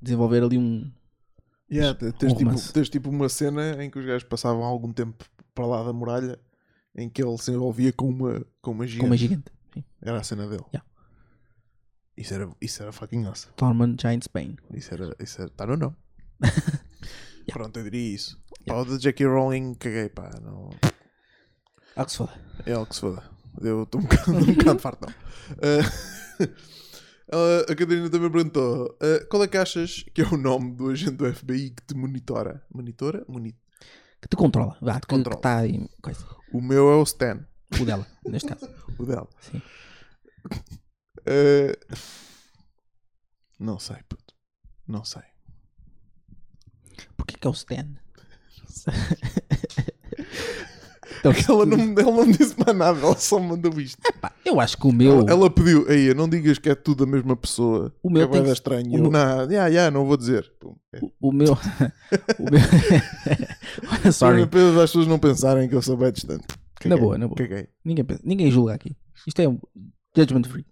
Speaker 2: Desenvolver ali um.
Speaker 1: Yeah, te- tens,
Speaker 2: romance.
Speaker 1: tipo, tens tipo uma cena em que os gajos passavam algum tempo para lá da muralha em que ele se envolvia com uma, com uma
Speaker 2: com
Speaker 1: gigante.
Speaker 2: uma gigante. Sim.
Speaker 1: Era a cena dele.
Speaker 2: Yeah.
Speaker 1: Isso, era, isso era fucking awesome.
Speaker 2: Tormund Giant Spain.
Speaker 1: Isso era. Isso era tá no não. Pronto, eu diria isso. Pá, o da Jackie Rowling, caguei, pá. Não...
Speaker 2: Ah, que se foda.
Speaker 1: É ela que se foda. Eu estou um bocado, um bocado farto. não. Ah, ela- a Catarina também perguntou: ah, qual é que achas que é o nome do agente do FBI que te monitora? Monitora? Moni-
Speaker 2: Que te controla. Vá, que,
Speaker 1: controla.
Speaker 2: que tá aí. Coisa.
Speaker 1: O meu é o Stan.
Speaker 2: O dela, neste caso.
Speaker 1: O dela.
Speaker 2: Sim.
Speaker 1: Eh, não sei, puto. Não sei.
Speaker 2: Porquê que é o Stan?
Speaker 1: Ela não, ela não disse mais nada, ela só mandou isto.
Speaker 2: Pá, eu acho que o meu.
Speaker 1: Ela pediu, aí, não digas que é tudo a mesma pessoa.
Speaker 2: O meu
Speaker 1: que é bué
Speaker 2: tem-
Speaker 1: da estranho.
Speaker 2: o meu-
Speaker 1: Eu, Não, já, já, não vou dizer. Pum.
Speaker 2: O meu. o meu... Sorry.
Speaker 1: Apenas as pessoas não pensarem que é? eu sou bem distante.
Speaker 2: Na boa, na boa.
Speaker 1: Caguei.
Speaker 2: Ninguém, pensa- ninguém julga aqui. Isto é um judgment free.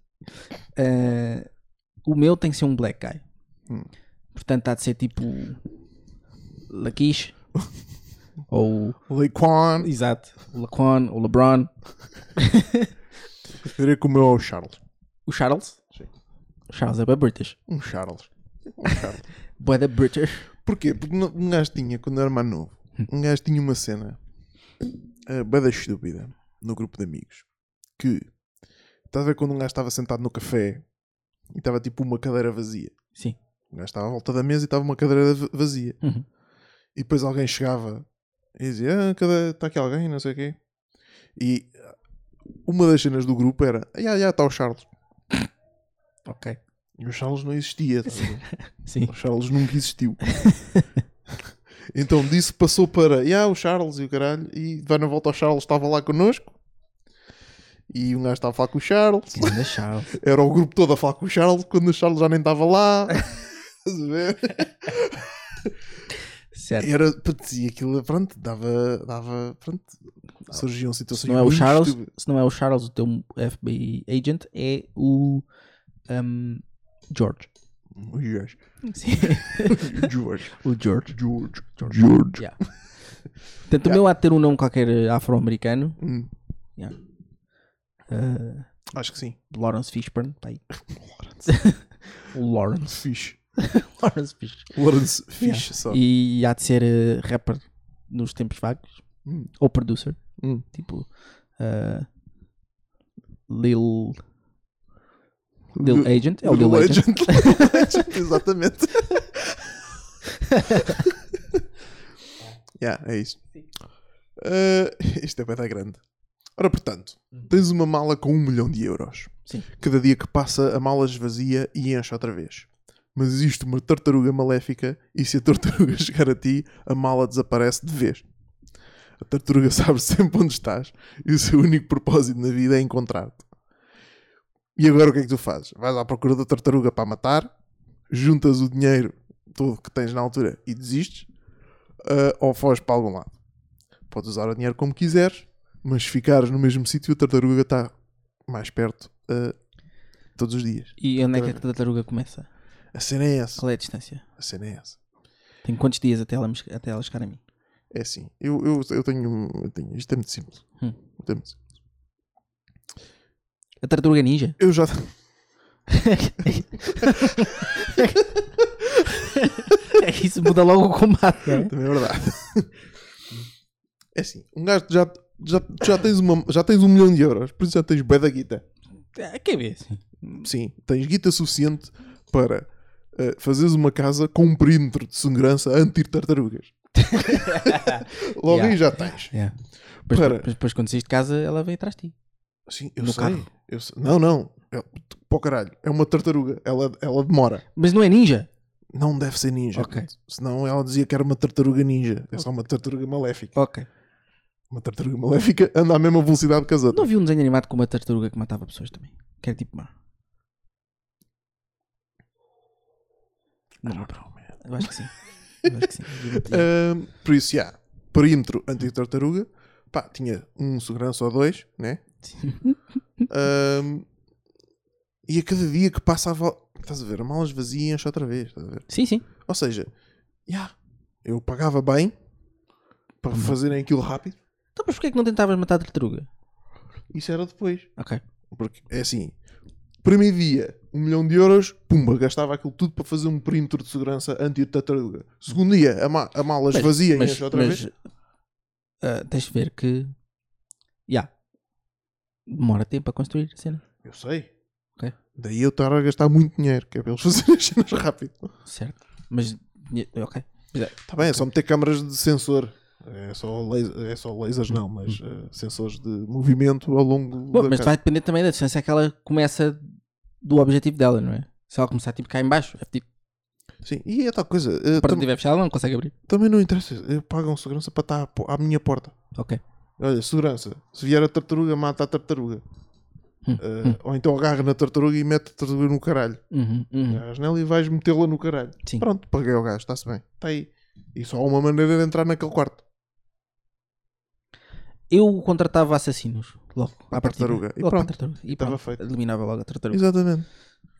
Speaker 2: Eh, o meu tem que ser um black guy.
Speaker 1: Hum.
Speaker 2: Portanto, há de ser tipo. Laquish. ou.
Speaker 1: Laquan,
Speaker 2: Exato. O Laquan, o LeBron.
Speaker 1: eu diria que o meu é o Charles.
Speaker 2: O Charles.
Speaker 1: Sim.
Speaker 2: O Charles é bem British.
Speaker 1: Um Charles. Um Charles.
Speaker 2: Boy da British.
Speaker 1: Porquê? Porque no- um gajo tinha, quando era mais novo, um gajo tinha uma cena uh, bada estúpida no grupo de amigos que estás a ver quando um gajo estava sentado no café e estava tipo uma cadeira vazia
Speaker 2: Sim.
Speaker 1: O gajo estava à volta da mesa e estava uma cadeira va- vazia.
Speaker 2: Uhum.
Speaker 1: E depois alguém chegava e dizia: Ah, cadê? Está aqui alguém? Não sei o quê. E eh, uma das cenas do grupo era: Ah, já, já, está o Charles.
Speaker 2: Ok.
Speaker 1: E o Charles não existia. estás a ver?
Speaker 2: Sim.
Speaker 1: O Charles nunca existiu. então disso passou para yeah, o Charles e o caralho. E vai na volta ao Charles, estava lá connosco. E um gajo estava a falar com o Charles.
Speaker 2: Ganda Charles.
Speaker 1: Era o grupo todo a falar com o Charles quando o Charles já nem estava lá. Estás a ver?
Speaker 2: Certo.
Speaker 1: Era, putz, e aquilo, pronto, dava, dava, pronto, surgiam
Speaker 2: Se
Speaker 1: situações
Speaker 2: não é o
Speaker 1: muito
Speaker 2: Charles,
Speaker 1: estúpidas.
Speaker 2: se não é o Charles, o teu FBI agent é o um, George.
Speaker 1: O Jorge.
Speaker 2: Sim.
Speaker 1: Jorge.
Speaker 2: o George.
Speaker 1: George. George.
Speaker 2: Yeah. Portanto, o meu há de ter um nome qualquer afro-americano.
Speaker 1: Hum,
Speaker 2: Uh,
Speaker 1: acho que sim.
Speaker 2: Lawrence Fishburne. Tá aí. o Lawrence.
Speaker 1: Fish.
Speaker 2: Lawrence Fishburne.
Speaker 1: Lawrence Fish, só.
Speaker 2: E há de ser eh, rapper nos tempos vagos.
Speaker 1: Hum.
Speaker 2: Ou producer.
Speaker 1: Hum.
Speaker 2: Tipo. eh, Lil.
Speaker 1: Lil-
Speaker 2: Lil Agent. É o
Speaker 1: Little
Speaker 2: Lil Agent.
Speaker 1: Legend. Little Legend, Exatamente. yeah, é isso. Ah, isto é bem da grande. Ora, portanto, tens uma mala com um milhão de euros.
Speaker 2: Sim.
Speaker 1: Cada dia que passa, a mala esvazia e enche outra vez. Mas existe uma tartaruga maléfica e se a tartaruga chegar a ti, a mala desaparece de vez. A tartaruga sabe sempre onde estás e o seu único propósito na vida é encontrar-te. E agora o que é que tu fazes? Vais à procura da tartaruga para a matar, juntas o dinheiro todo que tens na altura e desistes, ah, ou foges para algum lado. Podes usar o dinheiro como quiseres, mas se ficares no mesmo sítio, a tartaruga está mais perto ah, todos os dias.
Speaker 2: E onde é que a tartaruga começa?
Speaker 1: A cena é essa.
Speaker 2: Qual é a distância?
Speaker 1: A cena é essa.
Speaker 2: Tem quantos dias até ela, me che- até ela chegar a mim?
Speaker 1: É assim. Eu, eu, eu, tenho, eu tenho. Isto é muito simples.
Speaker 2: Hum.
Speaker 1: Isto é muito simples.
Speaker 2: A tartaruga ninja?
Speaker 1: Eu já.
Speaker 2: é que isso muda logo o combate. não é?
Speaker 1: Também é verdade. É assim, um gajo já, já, já, tens uma, já tens um milhão de euros, por isso já tens bué da guita.
Speaker 2: É, Quer ver? Sim.
Speaker 1: Sim, tens guita suficiente para eh, fazeres uma casa com um perímetro de segurança anti-tartarugas. Logo aí
Speaker 2: Yeah.
Speaker 1: já tens.
Speaker 2: Yeah. Depois,
Speaker 1: Para.
Speaker 2: depois, depois quando saís de casa, ela vem atrás de ti.
Speaker 1: Sim, eu
Speaker 2: No
Speaker 1: sei.
Speaker 2: carro.
Speaker 1: eu sei. Não, não. É, pô, caralho, é uma tartaruga. Ela, ela demora.
Speaker 2: Mas não é ninja?
Speaker 1: Não deve ser ninja.
Speaker 2: Ok.
Speaker 1: Senão ela dizia que era uma tartaruga ninja. É só uma tartaruga maléfica.
Speaker 2: Ok.
Speaker 1: Uma tartaruga maléfica anda à mesma velocidade que as outras.
Speaker 2: Não vi um desenho animado com uma tartaruga que matava pessoas também. Que era tipo má. Não, não, Eu acho que sim. Eu acho que sim.
Speaker 1: Ahm, por isso, já, perímetro anti-tartaruga. Pá, tinha um segurança ou dois, né?
Speaker 2: Sim.
Speaker 1: Ahm, e a cada dia que passava. Estás a ver? A mala esvazia e enche outra vez. Estás a ver?
Speaker 2: sim, sim.
Speaker 1: Ou seja, já, eu pagava bem para fazerem aquilo rápido.
Speaker 2: Então, mas porquê é que não tentavas matar a tartaruga?
Speaker 1: Isso era depois.
Speaker 2: Ok.
Speaker 1: Porque é assim: primeiro dia, um milhão de euros, pumba, gastava aquilo tudo para fazer um perímetro de segurança anti-tartaruga. Segundo dia, a, ma- a mala esvazia e
Speaker 2: mas,
Speaker 1: enche outra
Speaker 2: mas,
Speaker 1: vez.
Speaker 2: ah, tens de ver que. Já. Demora tempo a construir a cena.
Speaker 1: Eu sei.
Speaker 2: Ok.
Speaker 1: Daí eu estar a gastar muito dinheiro, que é para eles fazerem as cenas rápido.
Speaker 2: Certo. Mas. Ok.
Speaker 1: Está bem, é só meter câmaras de sensor. É só, laser, é só lasers, não, mas eh, sensores de movimento ao longo
Speaker 2: Hum. Bom,
Speaker 1: da
Speaker 2: mas
Speaker 1: ca-
Speaker 2: vai depender também da distância que ela começa do objetivo dela, não é? Se ela começar tipo cá em baixo, é tipo,
Speaker 1: Sim, e é tal coisa. eh,
Speaker 2: a porta
Speaker 1: tam-
Speaker 2: estiver fechada, ela não consegue abrir.
Speaker 1: Também não interessa. eh, Pagam segurança para estar à po- à minha porta.
Speaker 2: Ok.
Speaker 1: Olha, segurança. Se vier a tartaruga, mata a tartaruga.
Speaker 2: Hum,
Speaker 1: Eh, Ou então agarra na tartaruga e mete a tartaruga no caralho.
Speaker 2: Uhum, uhum.
Speaker 1: Agarras nela e vais metê-la no caralho.
Speaker 2: Sim.
Speaker 1: Pronto, paguei ao gajo, está-se bem. Está aí. E só há uma maneira de entrar naquele quarto.
Speaker 2: Eu contratava assassinos logo à
Speaker 1: Para a
Speaker 2: partida.
Speaker 1: tartaruga. E
Speaker 2: Logo para a
Speaker 1: pronto.
Speaker 2: tartaruga. E
Speaker 1: Estava
Speaker 2: pronto,
Speaker 1: feito.
Speaker 2: Eliminava logo a tartaruga.
Speaker 1: Exatamente.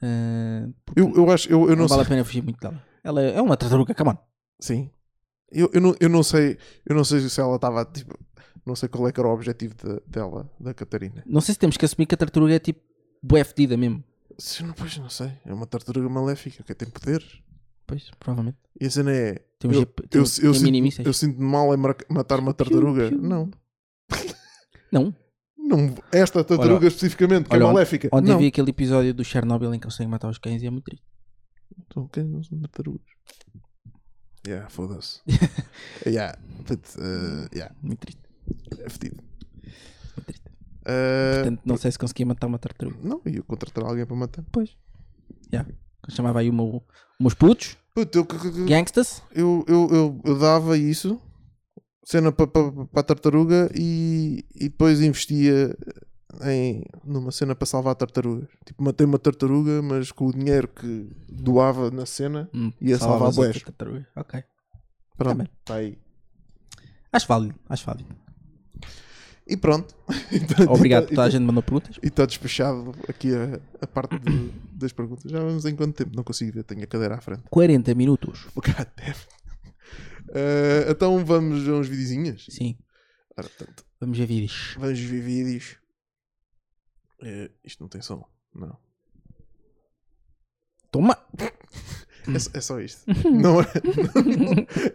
Speaker 2: Ah,
Speaker 1: Eu, eu acho, eu, eu
Speaker 2: não
Speaker 1: não sei.
Speaker 2: vale a pena fugir muito dela. Ela é uma tartaruga, come on.
Speaker 1: Sim. Eu, eu, não, eu não sei, eu não sei se ela estava tipo, não sei qual é que era o objetivo de- dela, da Catarina.
Speaker 2: Não sei se temos que assumir que a tartaruga é tipo bué fedida mesmo.
Speaker 1: Se eu não, pois não sei, é uma tartaruga maléfica que tem poderes.
Speaker 2: Pois, provavelmente.
Speaker 1: E a cena é,
Speaker 2: Tem um
Speaker 1: eu,
Speaker 2: jeep- tem
Speaker 1: eu,
Speaker 2: um- tem
Speaker 1: eu,
Speaker 2: um mini
Speaker 1: sinto,
Speaker 2: mísseis.
Speaker 1: eu sinto mal em mar- matar uma tartaruga.
Speaker 2: piu.
Speaker 1: Não.
Speaker 2: Não.
Speaker 1: não, esta tartaruga especificamente que
Speaker 2: olha,
Speaker 1: é maléfica.
Speaker 2: Ontem
Speaker 1: não.
Speaker 2: vi aquele episódio do Chernobyl em que eles têm que matar os cães e é muito triste.
Speaker 1: São quem? Não são tartarugas. Yeah, foda-se. yeah, but, uh, yeah,
Speaker 2: Muito triste.
Speaker 1: é fedido.
Speaker 2: Muito triste.
Speaker 1: Uh,
Speaker 2: Portanto, não sei se conseguia matar uma tartaruga.
Speaker 1: não, e eu contratar alguém para matar.
Speaker 2: Pois. Já. Eu Chamava aí o meu, os meus putos,
Speaker 1: Puto, eu,
Speaker 2: gangsters.
Speaker 1: eu, eu, eu, eu dava isso, cena para pa, pa a tartaruga, e, e depois investia em, numa cena para salvar tartarugas. Tipo, matei uma tartaruga, mas com o dinheiro que doava na cena,
Speaker 2: Hum,
Speaker 1: Ia salvar
Speaker 2: salvavas
Speaker 1: bués.
Speaker 2: outra tartaruga. Ok.
Speaker 1: pronto,
Speaker 2: bem.
Speaker 1: está aí.
Speaker 2: Acho válido, acho válido.
Speaker 1: E pronto. Então,
Speaker 2: Obrigado,
Speaker 1: e
Speaker 2: toda a
Speaker 1: tá-
Speaker 2: gente mandou perguntas.
Speaker 1: E está despachado aqui a, a parte de- das perguntas. Já vamos em quanto tempo? Não consigo ver, tenho a cadeira à frente.
Speaker 2: 40 minutos.
Speaker 1: God damn. Eh, então vamos a uns videozinhos.
Speaker 2: Sim,
Speaker 1: Ora, portanto,
Speaker 2: vamos ver vídeos.
Speaker 1: vamos ver vídeos. Eh, isto não tem som, não.
Speaker 2: Toma!
Speaker 1: É, só- é só isto. não é.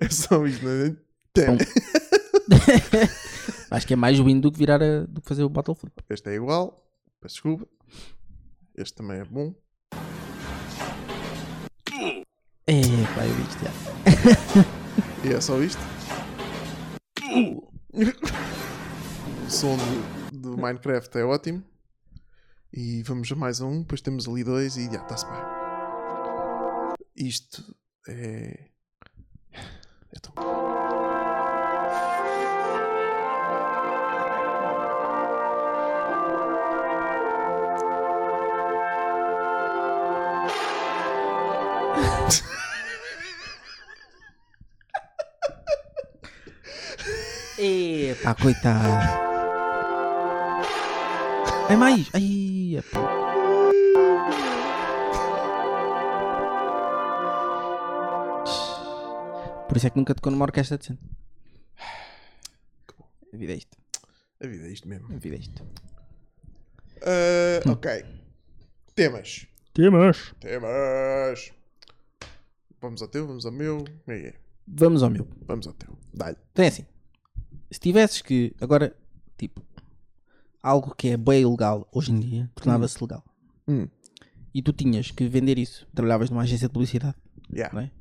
Speaker 1: é só isto, não é? Damn.
Speaker 2: Acho que é mais win do que virar a- do que fazer o bottle flip.
Speaker 1: Este é igual. Peço desculpa. Este também é bom.
Speaker 2: É, pá, eu vi isto já.
Speaker 1: E é só isto. O som do, do Minecraft é ótimo. E vamos a mais um, depois temos ali dois e já está-se bem. Isto é. É tão.
Speaker 2: É, pá, coitado. É mais! Ai, é pá. Por isso é que nunca tocou numa orquestra decente. A vida é isto.
Speaker 1: A vida é isto mesmo.
Speaker 2: A vida é isto.
Speaker 1: Ah, ok. Temas.
Speaker 2: Hum. Temas.
Speaker 1: Temas. Vamos ao teu, vamos ao meu. Como é que é?
Speaker 2: Vamos ao meu.
Speaker 1: Vamos ao teu. Dá-lhe.
Speaker 2: Então é assim. Se tivesses que. Agora, tipo. Algo que é bem ilegal hoje em dia tornava-se legal.
Speaker 1: Hum.
Speaker 2: E tu tinhas que vender isso. Trabalhavas numa agência de publicidade.
Speaker 1: Yeah.
Speaker 2: não é?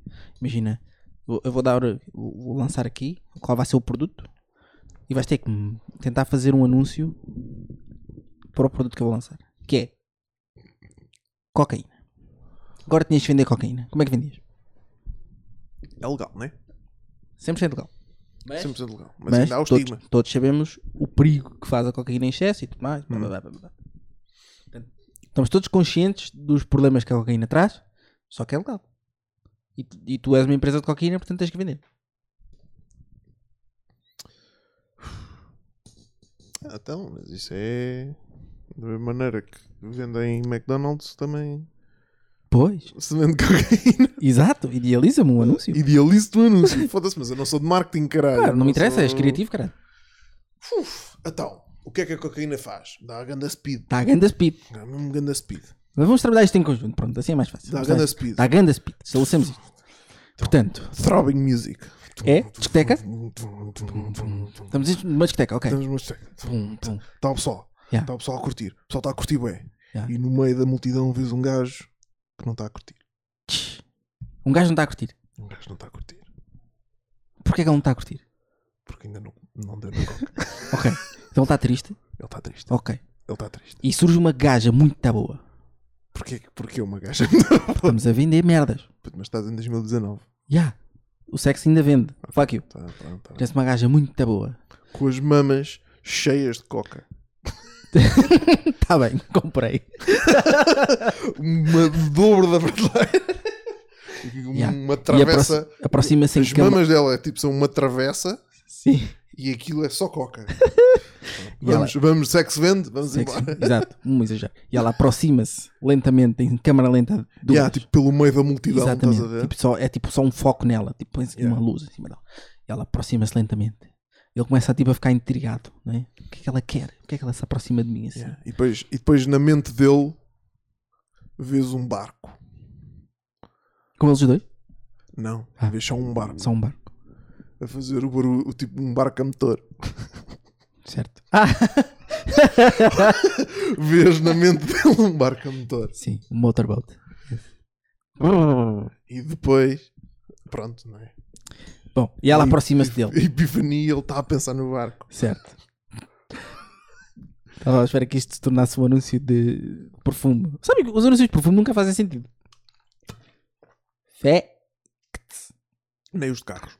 Speaker 2: Imagina, vou- eu vou dar, vou- vou lançar aqui qual vai ser o produto e vais ter que hum, tentar fazer um anúncio para o produto que eu vou lançar, que é cocaína. Agora tinhas de vender cocaína. Como é que vendias?
Speaker 1: É legal, não é?
Speaker 2: 100% legal.
Speaker 1: 100% legal. Mas,
Speaker 2: Mas
Speaker 1: ainda há o
Speaker 2: todos,
Speaker 1: estigma.
Speaker 2: todos sabemos o perigo que faz a cocaína em excesso e tudo mais. blá,
Speaker 1: Hum.
Speaker 2: blá, blá, blá, blá. Portanto, Estamos todos conscientes dos problemas que a cocaína traz, só que é legal. E tu, e tu és uma empresa de cocaína, portanto tens que vender.
Speaker 1: Ah, então, mas isso é. Da mesma maneira que vendem McDonald's, também
Speaker 2: Pois.
Speaker 1: se vende cocaína.
Speaker 2: Exato, idealiza-me um anúncio.
Speaker 1: Idealizo o anúncio. Foda-se, mas eu não sou de marketing, caralho.
Speaker 2: Claro,
Speaker 1: Eu
Speaker 2: não me interessa, é és
Speaker 1: sou-
Speaker 2: criativo, cara.
Speaker 1: Uf, então, o que é que a cocaína faz? Dá a ganda speed.
Speaker 2: Dá Tá a ganda speed.
Speaker 1: Dá mesmo ganda speed.
Speaker 2: Mas vamos trabalhar isto em conjunto, pronto, assim é mais fácil.
Speaker 1: Dá a
Speaker 2: Percebes?
Speaker 1: ganda speed.
Speaker 2: Tipo, Dá a ganda speed, estabelecemos isto. Portanto,
Speaker 1: Throbbing music.
Speaker 2: é discoteca?
Speaker 1: Estamos
Speaker 2: Estamos numa discoteca, ok.
Speaker 1: numa discoteca.
Speaker 2: Pum, pum.
Speaker 1: Está o pessoal.
Speaker 2: Yeah.
Speaker 1: Está o pessoal a curtir. O pessoal está a curtir bem.
Speaker 2: Yeah.
Speaker 1: E no meio da multidão vês um gajo que não está a curtir.
Speaker 2: Tch. Um gajo não está a curtir.
Speaker 1: Um gajo não está a curtir.
Speaker 2: Porquê que ele não está a curtir?
Speaker 1: Porque ainda não, não deu na coca.
Speaker 2: Ok, então ele está triste,
Speaker 1: Ele está triste.
Speaker 2: ok.
Speaker 1: Ele está triste.
Speaker 2: E surge uma gaja muito tá boa.
Speaker 1: Porquê, porquê uma gaja?
Speaker 2: Estamos a vender merdas.
Speaker 1: Puto, mas estás em 2019.
Speaker 2: Já. O sexo ainda vende. Fuck you.
Speaker 1: Tá, tá, tá.
Speaker 2: Parece uma gaja muito tá boa.
Speaker 1: Com as mamas cheias de coca.
Speaker 2: Está Tá bem, comprei.
Speaker 1: Uma dobra da prateleira. Uma
Speaker 2: Yeah.
Speaker 1: travessa.
Speaker 2: E apro- aproxima-se em
Speaker 1: as
Speaker 2: cama-
Speaker 1: mamas dela tipo, são uma travessa
Speaker 2: Sim.
Speaker 1: e aquilo é só coca.
Speaker 2: E ela-
Speaker 1: vamos, vamos, sexo vende, vamos
Speaker 2: Sexo.
Speaker 1: embora.
Speaker 2: Exato, um exagero. E ela aproxima-se lentamente, em câmara lenta. do
Speaker 1: Yeah, tipo, pelo meio da multidão,
Speaker 2: Exatamente.
Speaker 1: estás a ver?
Speaker 2: Tipo, só, é tipo só um foco nela, tipo põe-se
Speaker 1: Yeah.
Speaker 2: uma luz em cima dela. E ela aproxima-se lentamente. Ele começa tipo, a ficar intrigado, não é? O que é que ela quer? O que é que ela se aproxima de mim assim?
Speaker 1: Yeah. E, depois, e depois na mente dele vês um barco.
Speaker 2: Com eles os dois?
Speaker 1: Não,
Speaker 2: Ah.
Speaker 1: vês só um barco.
Speaker 2: Só um barco,
Speaker 1: A fazer o barulho, tipo um barco a motor.
Speaker 2: certo? Ah,
Speaker 1: Vês na mente dele um barco a motor.
Speaker 2: sim, um motorboat.
Speaker 1: E depois, pronto, não é?
Speaker 2: Bom, e ela
Speaker 1: E-
Speaker 2: aproxima-se dele.
Speaker 1: E Epifania, ele está a pensar no barco.
Speaker 2: Certo. Estava à espera que isto se tornasse um anúncio de perfume. Sabe que os anúncios de perfume nunca fazem sentido. Fé.
Speaker 1: Nem os de carros.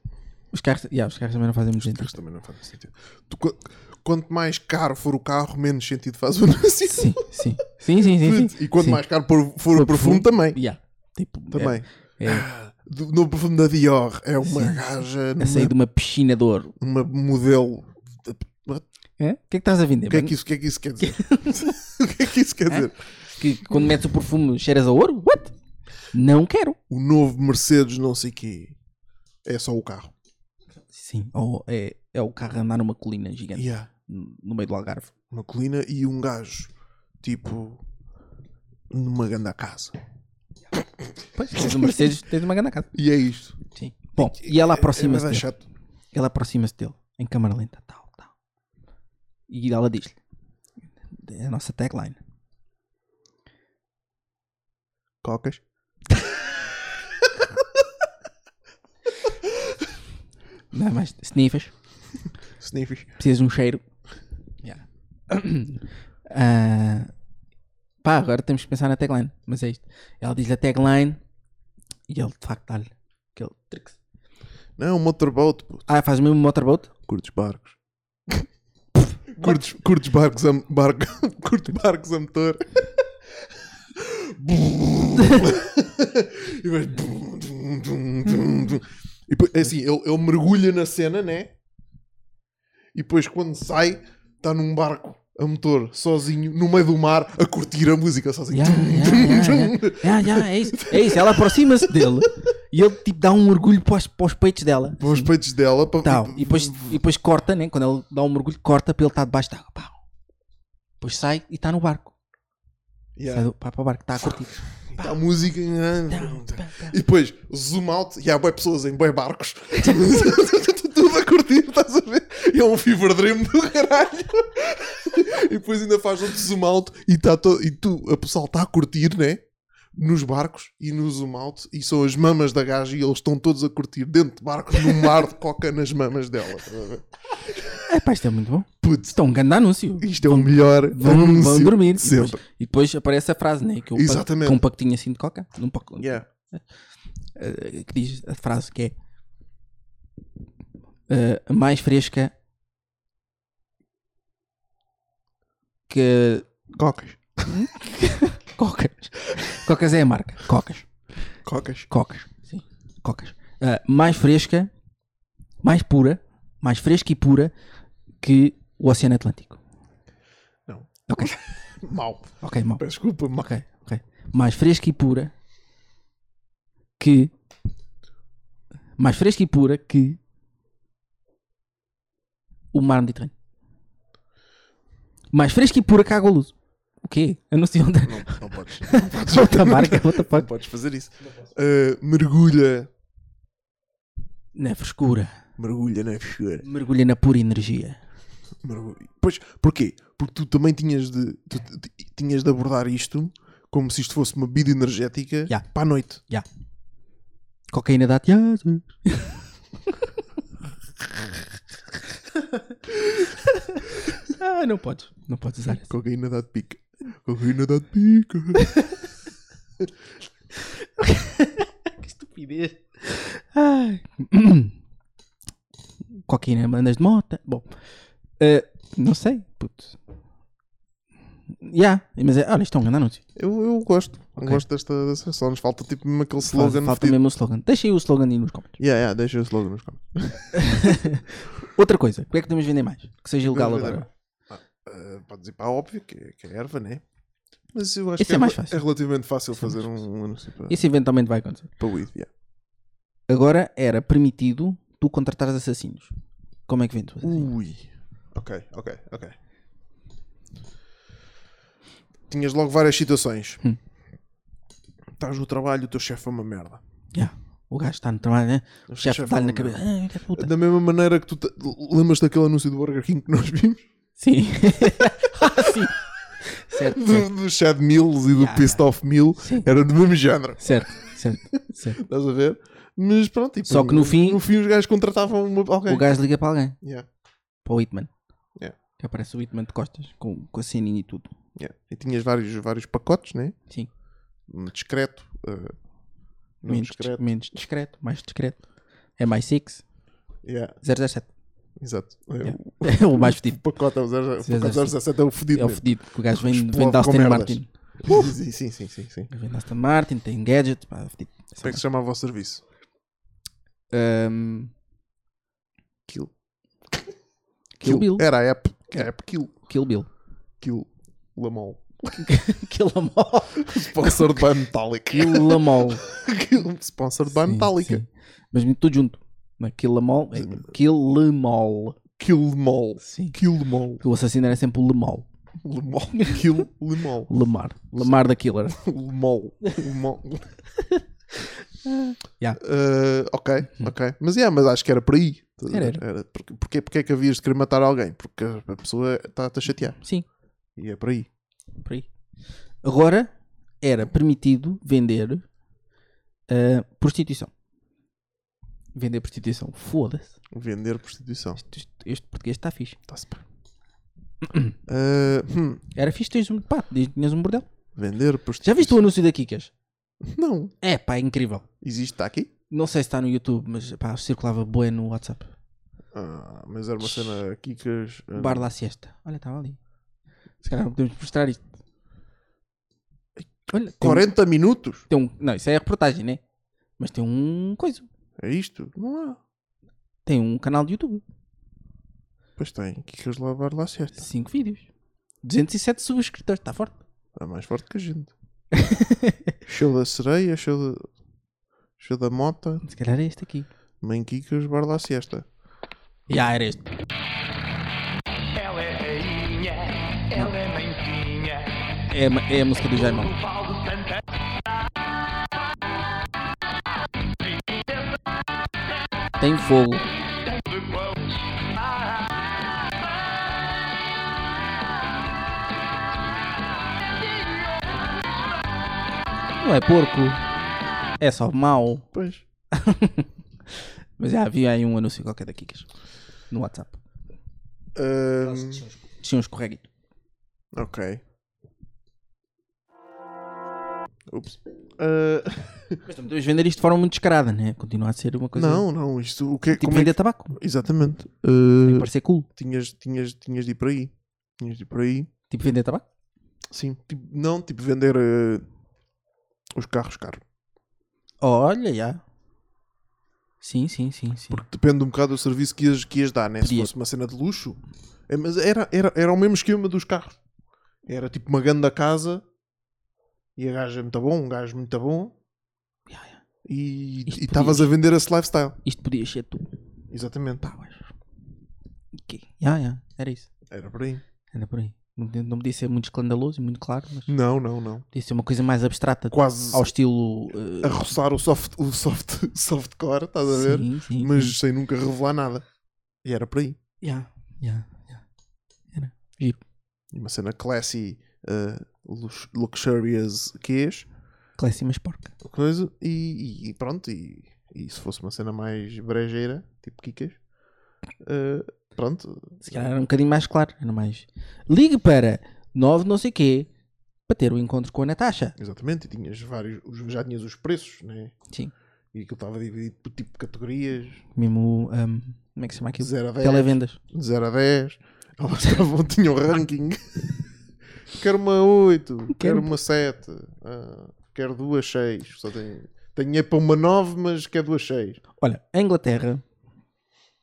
Speaker 2: Os carros, yeah, os carros também não fazem muito sentido.
Speaker 1: Carros também não fazem sentido. Tu qu- quanto mais caro for o carro, menos sentido faz o anúncio.
Speaker 2: Sim, sim. Sim, sim, sim. sim.
Speaker 1: E quanto
Speaker 2: Sim.
Speaker 1: mais caro por- for, o perfume, também.
Speaker 2: Yeah. Tipo, é-
Speaker 1: Também. Ah,
Speaker 2: É,
Speaker 1: Do- No perfume da Dior, é uma
Speaker 2: Sim.
Speaker 1: gaja,
Speaker 2: a é sair de uma piscina de ouro.
Speaker 1: uma, uma modelo.
Speaker 2: É? O que é que estás a vender?
Speaker 1: O que, é
Speaker 2: mano?
Speaker 1: que isso, o que é que isso quer dizer? o que é que isso quer dizer?
Speaker 2: que quando metes o perfume cheiras a ouro? What? Não quero.
Speaker 1: O novo Mercedes, não sei quê, é só o carro.
Speaker 2: Sim. Ou é, é o carro a andar numa colina gigante
Speaker 1: Yeah.
Speaker 2: no meio do Algarve.
Speaker 1: Uma colina e um gajo, tipo, numa grande casa.
Speaker 2: Pois, tens um Mercedes, tens uma grande casa.
Speaker 1: E é isto.
Speaker 2: Sim. Bom, e ela aproxima-se dele.
Speaker 1: É, mas é chato.
Speaker 2: Ela aproxima-se dele em câmara lenta. Tal, tal. E ela diz-lhe: É a nossa tagline.
Speaker 1: Cocas.
Speaker 2: Não é mais sniffas.
Speaker 1: Sniffs.
Speaker 2: precisas de um cheiro. Yeah. Ah, pá, agora temos que pensar na tagline. Mas é isto. Ela diz-lhe a tagline e ele de facto dá-lhe aquele tricks.
Speaker 1: Não, é um motorboat, pô.
Speaker 2: Ah, faz mesmo um motorboat?
Speaker 1: Curtes barcos. curtes, curtes barcos a, barco, curtes barcos a motor. e vais. E depois, é assim, ele, ele mergulha na cena, né? E depois, quando sai, está num barco a motor, sozinho, no meio do mar, a curtir a música, sozinho.
Speaker 2: Yeah, yeah, yeah, yeah. Yeah, yeah, é isso. É isso. Ela aproxima-se dele e ele tipo dá um orgulho para os, para os peitos dela.
Speaker 1: Para os peitos dela. Para...
Speaker 2: Tal. E, depois, e depois corta, né? quando ele dá um mergulho, corta para ele estar debaixo d'água. Pá. Depois sai e está no barco.
Speaker 1: Yeah.
Speaker 2: Sai do, pá, para o barco, está a curtir.
Speaker 1: Tá a música.
Speaker 2: pá, pá.
Speaker 1: E depois, zoom out, e há boé pessoas em boé barcos. Tudo- Tudo a curtir, estás a ver? E é um fever dream do caralho. E depois ainda faz outro zoom out e, tá to... e tu, a pessoal está a curtir, né? Nos barcos e no zoom out, e são as mamas da gaja e eles estão todos a curtir dentro de barcos, num mar de coca nas mamas dela. estás a ver?
Speaker 2: É, pá, isto é muito bom.
Speaker 1: Putz,
Speaker 2: Isto é um grande anúncio.
Speaker 1: isto é o melhor
Speaker 2: vão, vão
Speaker 1: anúncio
Speaker 2: dormir. E
Speaker 1: de
Speaker 2: depois,
Speaker 1: sempre.
Speaker 2: e depois aparece a frase, né? Que eu
Speaker 1: Exatamente.
Speaker 2: Com um pacotinho assim de coca. Num pacote,
Speaker 1: Yeah.
Speaker 2: eh, que diz a frase que é eh, mais fresca que
Speaker 1: Cocas.
Speaker 2: cocas. Cocas é a marca. Cocas.
Speaker 1: Cocas.
Speaker 2: Cocas. Sim. Cocas. Eh, mais fresca, mais pura, mais fresca e pura que o Oceano Atlântico.
Speaker 1: Não.
Speaker 2: Ok.
Speaker 1: Mal.
Speaker 2: Ok, mau.
Speaker 1: Peço desculpa, mal.
Speaker 2: Ok, ok. Mais fresca e pura que. Mais fresca e pura que. O mar Mediterrâneo. Mais fresca e pura que a água luz. O quê? Eu não sei onde. é.
Speaker 1: Não, não podes.
Speaker 2: Outra marca, outra
Speaker 1: Não
Speaker 2: parte.
Speaker 1: podes fazer isso. Ah, mergulha.
Speaker 2: Na frescura.
Speaker 1: Mergulha na fechura.
Speaker 2: Mergulha na pura energia.
Speaker 1: Mergulha. Pois, porquê? Porque tu também tinhas de, tu- tu- tu- tinhas de abordar isto como se isto fosse uma bebida energética
Speaker 2: Já.
Speaker 1: para a noite.
Speaker 2: Já. Cocaína dá-te asas. ah, não podes. Não podes usar isso.
Speaker 1: Cocaína dá de pica. Cocaína dá de pica.
Speaker 2: Que estupidez. Ai. é Coquina mandas de mota. Bom, eh, não sei, puto. Yeah, mas é, olha, isto é um grande anúncio.
Speaker 1: Eu, eu gosto. Eu
Speaker 2: Ok.
Speaker 1: Gosto desta, desta. Só nos falta tipo mesmo aquele slogan.
Speaker 2: Falta
Speaker 1: fedido.
Speaker 2: mesmo o slogan. Deixa aí o slogan aí nos comentários.
Speaker 1: Yeah, yeah, deixa o slogan nos comentários.
Speaker 2: Outra coisa, o que é que podemos vender mais? Que seja ilegal
Speaker 1: Podemos
Speaker 2: agora.
Speaker 1: Ah, podes ir para a óbvio, que, é- que é erva, né? Mas eu acho
Speaker 2: Isso
Speaker 1: que
Speaker 2: é mais
Speaker 1: rel-
Speaker 2: fácil.
Speaker 1: é relativamente fácil
Speaker 2: Isso é
Speaker 1: fazer
Speaker 2: mais
Speaker 1: um, um anúncio para,
Speaker 2: Isso eventualmente vai acontecer.
Speaker 1: para weed. yeah.
Speaker 2: Agora era permitido tu contratares assassinos. Como é que vendes?
Speaker 1: Ui. Ok, ok, ok. Tinhas logo várias situações.
Speaker 2: Hum.
Speaker 1: Estás no trabalho, o teu chefe é uma merda.
Speaker 2: Yeah. O gajo está no trabalho, né? O chefe
Speaker 1: chefe
Speaker 2: está-lhe na
Speaker 1: não, não.
Speaker 2: cabeça. Ah, que puta.
Speaker 1: Da mesma maneira que tu te- lembras daquele anúncio do Burger King que nós vimos,
Speaker 2: Sim. ah, sim. Certo, certo.
Speaker 1: do, do Chad Mills e do
Speaker 2: Yeah,
Speaker 1: Pissed Off Mill,
Speaker 2: Sim.
Speaker 1: era do mesmo género.
Speaker 2: Certo. Certo, certo.
Speaker 1: Estás a ver? Mas pronto, tipo,
Speaker 2: Só que no fim-
Speaker 1: no fim os gajos contratavam uma- alguém.
Speaker 2: O gajo liga para alguém,
Speaker 1: Yeah,
Speaker 2: para o Hitman.
Speaker 1: Yeah.
Speaker 2: Que aparece o Hitman de costas, com, com a ceninha e tudo.
Speaker 1: yeah. E tinhas vários, vários pacotes, né?
Speaker 2: Sim.
Speaker 1: Um Discreto. uh, não
Speaker 2: Menos,
Speaker 1: discreto.
Speaker 2: menos discreto, mais discreto. É mais 6,
Speaker 1: Yeah,
Speaker 2: 007.
Speaker 1: exato. É,
Speaker 2: Yeah. É o mais fedido.
Speaker 1: O pacote é o 0, o
Speaker 2: Sim,
Speaker 1: pacote
Speaker 2: sim.
Speaker 1: 017 é o fedido.
Speaker 2: É o
Speaker 1: mesmo.
Speaker 2: fedido, que o gajo vem,
Speaker 1: Explode
Speaker 2: vem da
Speaker 1: com
Speaker 2: Aston
Speaker 1: merdas.
Speaker 2: Martin.
Speaker 1: Sim, sim, sim, sim, sim.
Speaker 2: Vem da Aston Martin, tem gadget, pá, fedido.
Speaker 1: Como é que se chama o vosso serviço?
Speaker 2: Ahm,
Speaker 1: Kill.
Speaker 2: Kill Bill.
Speaker 1: Era a app. A app Kill.
Speaker 2: Kill Bill.
Speaker 1: Kill. Lamol.
Speaker 2: Kill Lamol.
Speaker 1: Sponsored by Metallica.
Speaker 2: Kill Lamol.
Speaker 1: Kill. Sponsored by
Speaker 2: Sim,
Speaker 1: Metallica.
Speaker 2: sim. Mas tudo junto. Não é? Kill Lamol. É Kill Lemol.
Speaker 1: Kill Lemol.
Speaker 2: Sim.
Speaker 1: Kill Lemol.
Speaker 2: O assassino era sempre o Lemol.
Speaker 1: Lemol. Kill Lemol.
Speaker 2: Lemar. Lemar da Killer.
Speaker 1: Lemol. Lemol.
Speaker 2: Yeah. Hum.
Speaker 1: Uh, ok, ok. Mas, yeah, mas acho que era por aí.
Speaker 2: Era, era.
Speaker 1: porque, porque, porque é que havias de querer matar alguém? Porque a pessoa está-te a chatear.
Speaker 2: Sim.
Speaker 1: E é por aí.
Speaker 2: Por aí. Agora era permitido vender ah, prostituição. Vender prostituição. Foda-se.
Speaker 1: Vender prostituição.
Speaker 2: Isto- Este português está fixe.
Speaker 1: Está-se bem. Uh, hum,
Speaker 2: Era fixe, tens um, pá, tinhas um bordel.
Speaker 1: vender prostituição.
Speaker 2: Já viste o anúncio da Kikas?
Speaker 1: Não.
Speaker 2: É, pá, é incrível.
Speaker 1: Existe, está aqui.
Speaker 2: Não sei se está no YouTube, mas pá, circulava bué no WhatsApp.
Speaker 1: Ah, mas era uma cena aqui que. as-
Speaker 2: Bar lá Siesta. Olha, estava ali. Se calhar não podemos mostrar isto. Olha, tem, um-
Speaker 1: 40 minutos?
Speaker 2: tem um. Não, isso é a reportagem, né? Mas tem um coisa.
Speaker 1: É isto? Não há.
Speaker 2: Tem um canal de YouTube.
Speaker 1: Pois tem, que queres lavar lá certo.
Speaker 2: 5 vídeos. 207 subscritores. Está forte.
Speaker 1: Está É mais forte que a gente. show da sereia, show da. Show da mota,
Speaker 2: Se calhar é este aqui.
Speaker 1: mãe Kikas, bar lá siesta.
Speaker 2: Já era este.
Speaker 3: Ela é rainha, ela é mãezinha,
Speaker 2: É, a ma- é a música do Jaimão.
Speaker 3: o Paulo Santana.
Speaker 2: Tem fogo. Não é porco. É só mau.
Speaker 1: Pois.
Speaker 2: Mas já havia aí um anúncio qualquer da Kikas. No WhatsApp.
Speaker 1: Ahm,
Speaker 2: Tinha um escorreguito.
Speaker 1: ok. Ups. Ah,
Speaker 2: Mas também podemos vender isto de forma muito descarada, né? Continua a ser uma coisa.
Speaker 1: não, não, isto. O que, é-
Speaker 2: Tipo
Speaker 1: como é
Speaker 2: vender
Speaker 1: que...
Speaker 2: tabaco.
Speaker 1: Exatamente. Ah,
Speaker 2: Tem que parecer cool.
Speaker 1: tinhas, tinhas, tinhas de ir por aí. Tinhas de ir por aí.
Speaker 2: Tipo vender tabaco.
Speaker 1: Sim, tipo, não, tipo vender eh, os carros caros.
Speaker 2: Olha, já. Sim, sim, sim, sim.
Speaker 1: Depende um bocado do serviço que ias, que ias dar, né? Se
Speaker 2: Podia.
Speaker 1: fosse uma cena de luxo. É, mas era, era, era o mesmo esquema dos carros. Era tipo uma grande casa e a gaja é muito bom, um gajo muito bom
Speaker 2: Já, já.
Speaker 1: e
Speaker 2: Isto
Speaker 1: e estavas a vender esse lifestyle.
Speaker 2: Isto podias ser tu.
Speaker 1: Exatamente.
Speaker 2: Pá, mas... Ok. Já, já. Era isso.
Speaker 1: Era por aí.
Speaker 2: Era por aí. Não, podia- não podia ser muito escandaloso e muito claro, mas
Speaker 1: Não, não, não.
Speaker 2: podia ser uma coisa mais abstrata.
Speaker 1: Hum. Quase
Speaker 2: Ao estilo. eh,
Speaker 1: a roçar o soft, o soft, softcore, estás a ver?
Speaker 2: sim, sim. sim.
Speaker 1: Mas sem nunca revelar nada. E era por aí.
Speaker 2: Já, já, já. Era.
Speaker 1: Uma cena classy, eh, lux- luxurious que és.
Speaker 2: Classy, mas porca.
Speaker 1: coisa e, e- e pronto e, e se fosse uma cena mais brejeira tipo Kikas eh, pronto
Speaker 2: Se calhar era um bocadinho mais claro. Era mais. Ligue para 9 não sei quê para ter o encontro com a Natasha.
Speaker 1: exatamente e tinhas vários os- já tinhas os preços né
Speaker 2: Sim.
Speaker 1: e aquilo estava dividido por tipo de categorias
Speaker 2: Mesmo. ahm, como é que se chama aquilo?
Speaker 1: Zero a dez.
Speaker 2: Televendas.
Speaker 1: de 0 a 10 elas estavam, tinham um ranking quero uma 8 quero,
Speaker 2: Quero-
Speaker 1: uma 7 ah, quero duas 6 só tenho, tenho dinheiro para uma 9 mas quero duas 6
Speaker 2: Olha, a Inglaterra.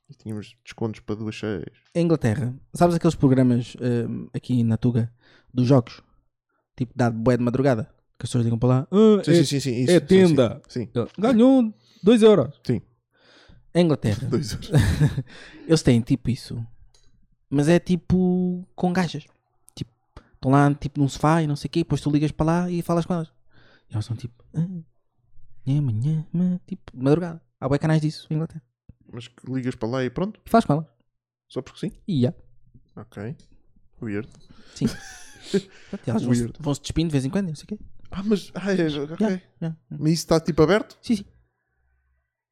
Speaker 1: e tínhamos descontos para duas 6
Speaker 2: A Inglaterra. Sabes aqueles programas ahm, aqui na Tuga dos jogos? Tipo, dado boé de madrugada. Que as pessoas ligam para lá. "Ah,
Speaker 1: sim,
Speaker 2: é-
Speaker 1: sim, sim, sim, isso,
Speaker 2: é
Speaker 1: sim,
Speaker 2: tenda.
Speaker 1: sim, sim.
Speaker 2: Ganhou 2 euros.
Speaker 1: Sim.
Speaker 2: A Inglaterra.
Speaker 1: Dois euros.
Speaker 2: Eles têm tipo isso. Mas é tipo com gajas. Tipo, estão lá tipo num sofá e não sei o quê. Depois tu ligas para lá e falas com elas. E elas são tipo. "Ah, é amanhã, ma-", tipo, de madrugada. Há bem canais disso em Inglaterra.
Speaker 1: mas que ligas para lá e pronto
Speaker 2: E falas com elas.
Speaker 1: Só porque sim?
Speaker 2: E já.
Speaker 1: Ok. Weird.
Speaker 2: Sim. Pronto, e elas vão-se
Speaker 1: Weird.
Speaker 2: vão-se despindo de vez em quando, e não sei o quê.
Speaker 1: Ah, mas. Ah, é, ok.
Speaker 2: Yeah, yeah, yeah.
Speaker 1: Mas isso está tipo aberto?
Speaker 2: Sim, sim.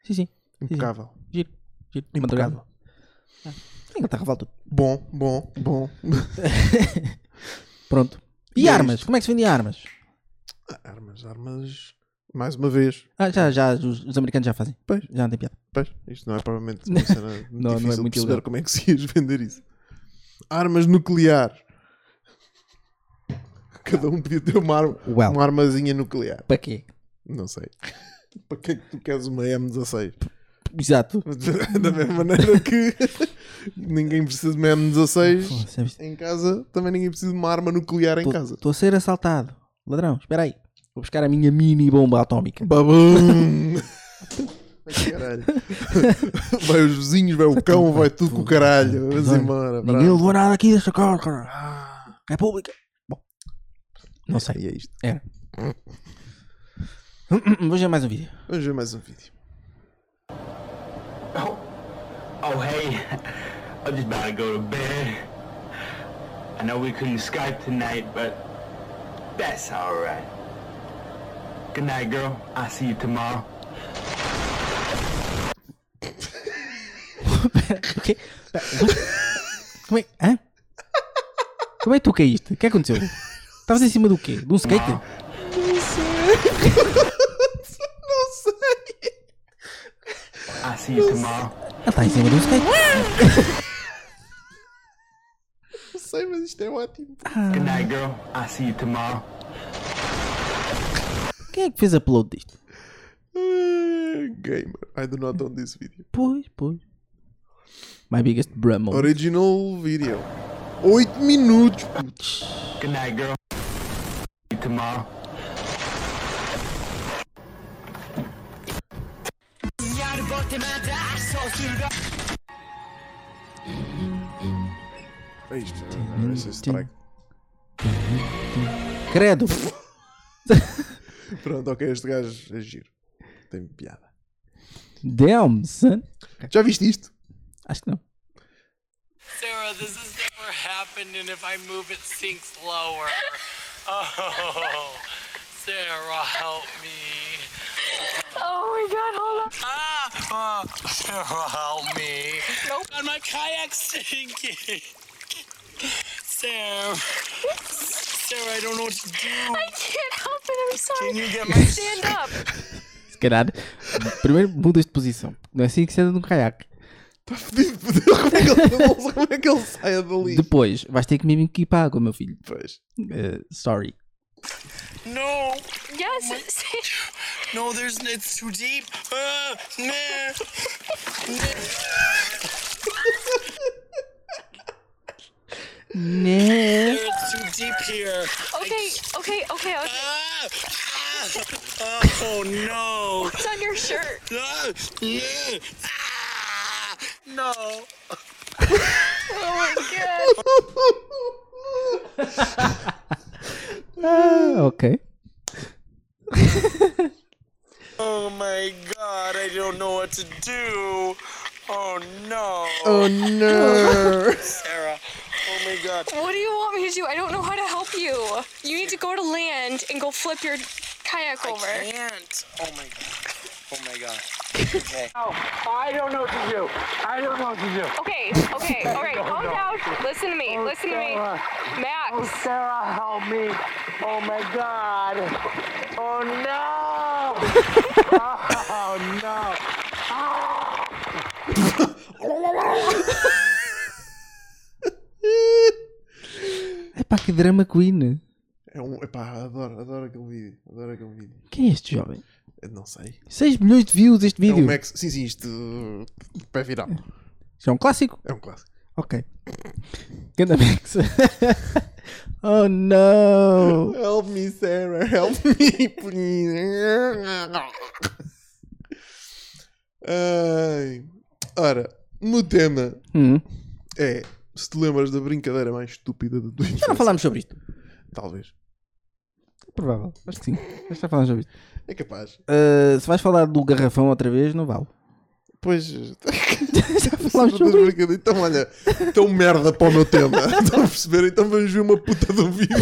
Speaker 2: Sim, sim. Tá
Speaker 1: Impecável.
Speaker 2: Giro. Giro. Madrugada.
Speaker 1: Impecável.
Speaker 2: Ah, Inglaterra vale tudo.
Speaker 1: Bom, bom, bom.
Speaker 2: Hum. Pronto. E,
Speaker 1: E é
Speaker 2: armas?
Speaker 1: isto.
Speaker 2: Como é que se vendem armas?
Speaker 1: armas, armas. Mais uma vez.
Speaker 2: Ah, já, já, os, os americanos já fazem.
Speaker 1: Pois.
Speaker 2: Já não tem piada.
Speaker 1: Pois, isto não é provavelmente uma cena muito
Speaker 2: Não, não é
Speaker 1: difícil de
Speaker 2: muito
Speaker 1: perceber
Speaker 2: ilegal.
Speaker 1: como é que se ias vender isso. Armas nucleares. Cada um podia ter uma, arma,
Speaker 2: Well.
Speaker 1: uma armazinha nuclear.
Speaker 2: Para quê?
Speaker 1: Não sei. Para que é que tu queres uma M16?
Speaker 2: Exato.
Speaker 1: da mesma maneira que ninguém precisa de uma M16 em casa, também ninguém precisa de uma arma nuclear em casa.
Speaker 2: Estou a ser assaltado. Ladrão, espera aí. Vou buscar a minha mini bomba atómica.
Speaker 1: Babum! caralho. Vai os vizinhos, vai o cão, vai tudo com o caralho. Vamos embora.
Speaker 2: Ninguém
Speaker 1: bravo.
Speaker 2: levou nada aqui desta casa, cara.
Speaker 1: Ah,
Speaker 2: É pública. Bom. Não sei.
Speaker 1: e é isto.
Speaker 2: Era. Vou ver mais um vídeo.
Speaker 1: Vamos ver mais um vídeo.
Speaker 4: Oh, oh, hey. I'm just about to go to bed. I know we couldn't Skype tonight, but that's all right. Good night, girl. I'll see you tomorrow.
Speaker 2: O quê? Como é? Hã? Como é que tu caíste? O que é que aconteceu? Estavas em cima do quê? De um skater?
Speaker 1: Não sei.
Speaker 4: I'll see you tomorrow.
Speaker 2: Ele está em cima de um skater.
Speaker 1: Não sei, mas isto é ótimo.
Speaker 4: Good night, girl. I'll see you tomorrow.
Speaker 2: Quem é que fez upload disto?
Speaker 1: Ah, Gamer. I do not own this video.
Speaker 2: Pois, pois. My biggest bramble.
Speaker 1: Original video. 8 minutos. puto.
Speaker 4: Good night, girl. See you tomorrow.
Speaker 1: É isto. Agora esse strike.
Speaker 2: Credo.
Speaker 1: Pronto, ok. Este gajo é giro. Tem piada.
Speaker 2: Damn, son.
Speaker 1: Já viste isto?
Speaker 2: Acho que não.
Speaker 5: Sarah, this has never happened, and if I move, it sinks lower. Oh, Sarah, help me. Oh my god, hold on. Ah, oh, Sarah, help me. Nope. And my kayak's sinking. Sarah, Sarah, I don't know what to do.
Speaker 6: I can't help it. I'm sorry.
Speaker 5: Can you get my
Speaker 6: Stand up.
Speaker 2: Se calhar. Primeiro mudas de posição. Não é assim que se anda num caiaque.
Speaker 1: Está fedido. Como é que ele- como é que ele sai dali?
Speaker 2: Depois, vais ter que me equipar com o meu filho.
Speaker 1: Depois.
Speaker 2: Eh, sorry.
Speaker 5: No,
Speaker 6: Yes.
Speaker 5: Oh
Speaker 6: stand-
Speaker 5: no, there's it's too deep. Uh, meh.
Speaker 2: Né?
Speaker 5: It's too deep here.
Speaker 6: okay. Okay. Okay. okay.
Speaker 5: Ah, ah, oh no.
Speaker 6: It's on your shirt.
Speaker 5: Ah, yeah. Ah, No.
Speaker 6: Oh my god.
Speaker 2: Ah, ok.
Speaker 5: Oh my god, I don't know what to do. Oh no.
Speaker 1: Oh, não.
Speaker 5: Sarah. Oh my god.
Speaker 6: What do you want me to do? I don't know how to help you. You need to go to land and go flip your kayak over.
Speaker 5: I can't. Oh my god. Oh my god.
Speaker 6: Okay. Okay. All right. Calm down. Listen to me.
Speaker 5: Oh,
Speaker 6: Listen to me. Max.
Speaker 5: Sarah, help me. Oh my god. Oh no. oh no.
Speaker 2: É pá, que drama queen.
Speaker 1: É um. Epá, adoro, adoro aquele vídeo. Adoro aquele vídeo.
Speaker 2: Quem é este jovem?
Speaker 1: Eu não sei.
Speaker 2: 6 milhões de views este
Speaker 1: É um
Speaker 2: vídeo.
Speaker 1: Max. Sim, sim, isto. uh, Pé viral.
Speaker 2: Isto é um clássico?
Speaker 1: É um clássico.
Speaker 2: Ok. Ganda Max. oh no.
Speaker 1: Help me, Sarah. Help me, please. Ai. Ora, no tema
Speaker 2: Hum.
Speaker 1: é. Se te lembras da brincadeira mais estúpida do
Speaker 2: Já não
Speaker 1: infância,
Speaker 2: falámos sobre isto.
Speaker 1: talvez.
Speaker 2: É provável. Acho que sim. Mas já falámos sobre isto.
Speaker 1: É capaz.
Speaker 2: Ah, se vais falar do garrafão outra vez, não vale.
Speaker 1: Pois. Já
Speaker 2: já falámos sobre isto.
Speaker 1: Então, olha, tão merda para o meu tema. Estão a perceber? Então vamos ver uma puta do vídeo.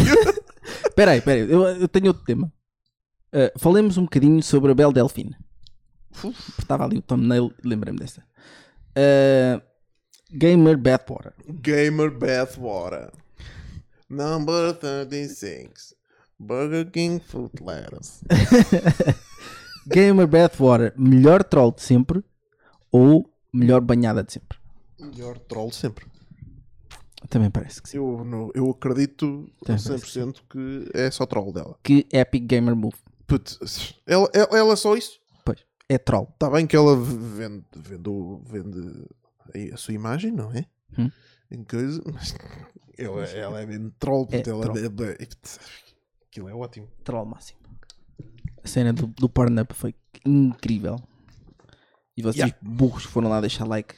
Speaker 2: Espera aí, espera aí. Eu, eu tenho outro tema. Uh, falemos um bocadinho sobre a Belle Delphine. Estava ali o thumbnail, lembrei-me desta. Uh, Gamer Badwater.
Speaker 1: Gamer Bathwater. Number 36. Burger King Food Lettuce.
Speaker 2: Gamer Badwater, melhor troll de sempre ou melhor banhada de sempre?
Speaker 1: Melhor troll sempre.
Speaker 2: Também parece que sim.
Speaker 1: Eu, não- eu acredito
Speaker 2: Tem
Speaker 1: 100% que é só troll dela.
Speaker 2: Que epic gamer move.
Speaker 1: Putz, ela, ela, ela é só isso.
Speaker 2: Pois, é troll.
Speaker 1: Está Tá bem que ela vende, vende, o- vende a- a sua imagem, não é?
Speaker 2: Hum.
Speaker 1: Em coisa, mas ela, ela é mesmo troll.
Speaker 2: É
Speaker 1: puto, ela,
Speaker 2: troll.
Speaker 1: é- é- aquilo é ótimo.
Speaker 2: Troll máximo. assim. A cena do, do Pornhub foi incrível. E vocês
Speaker 1: Yeah.
Speaker 2: burros que foram lá deixar like.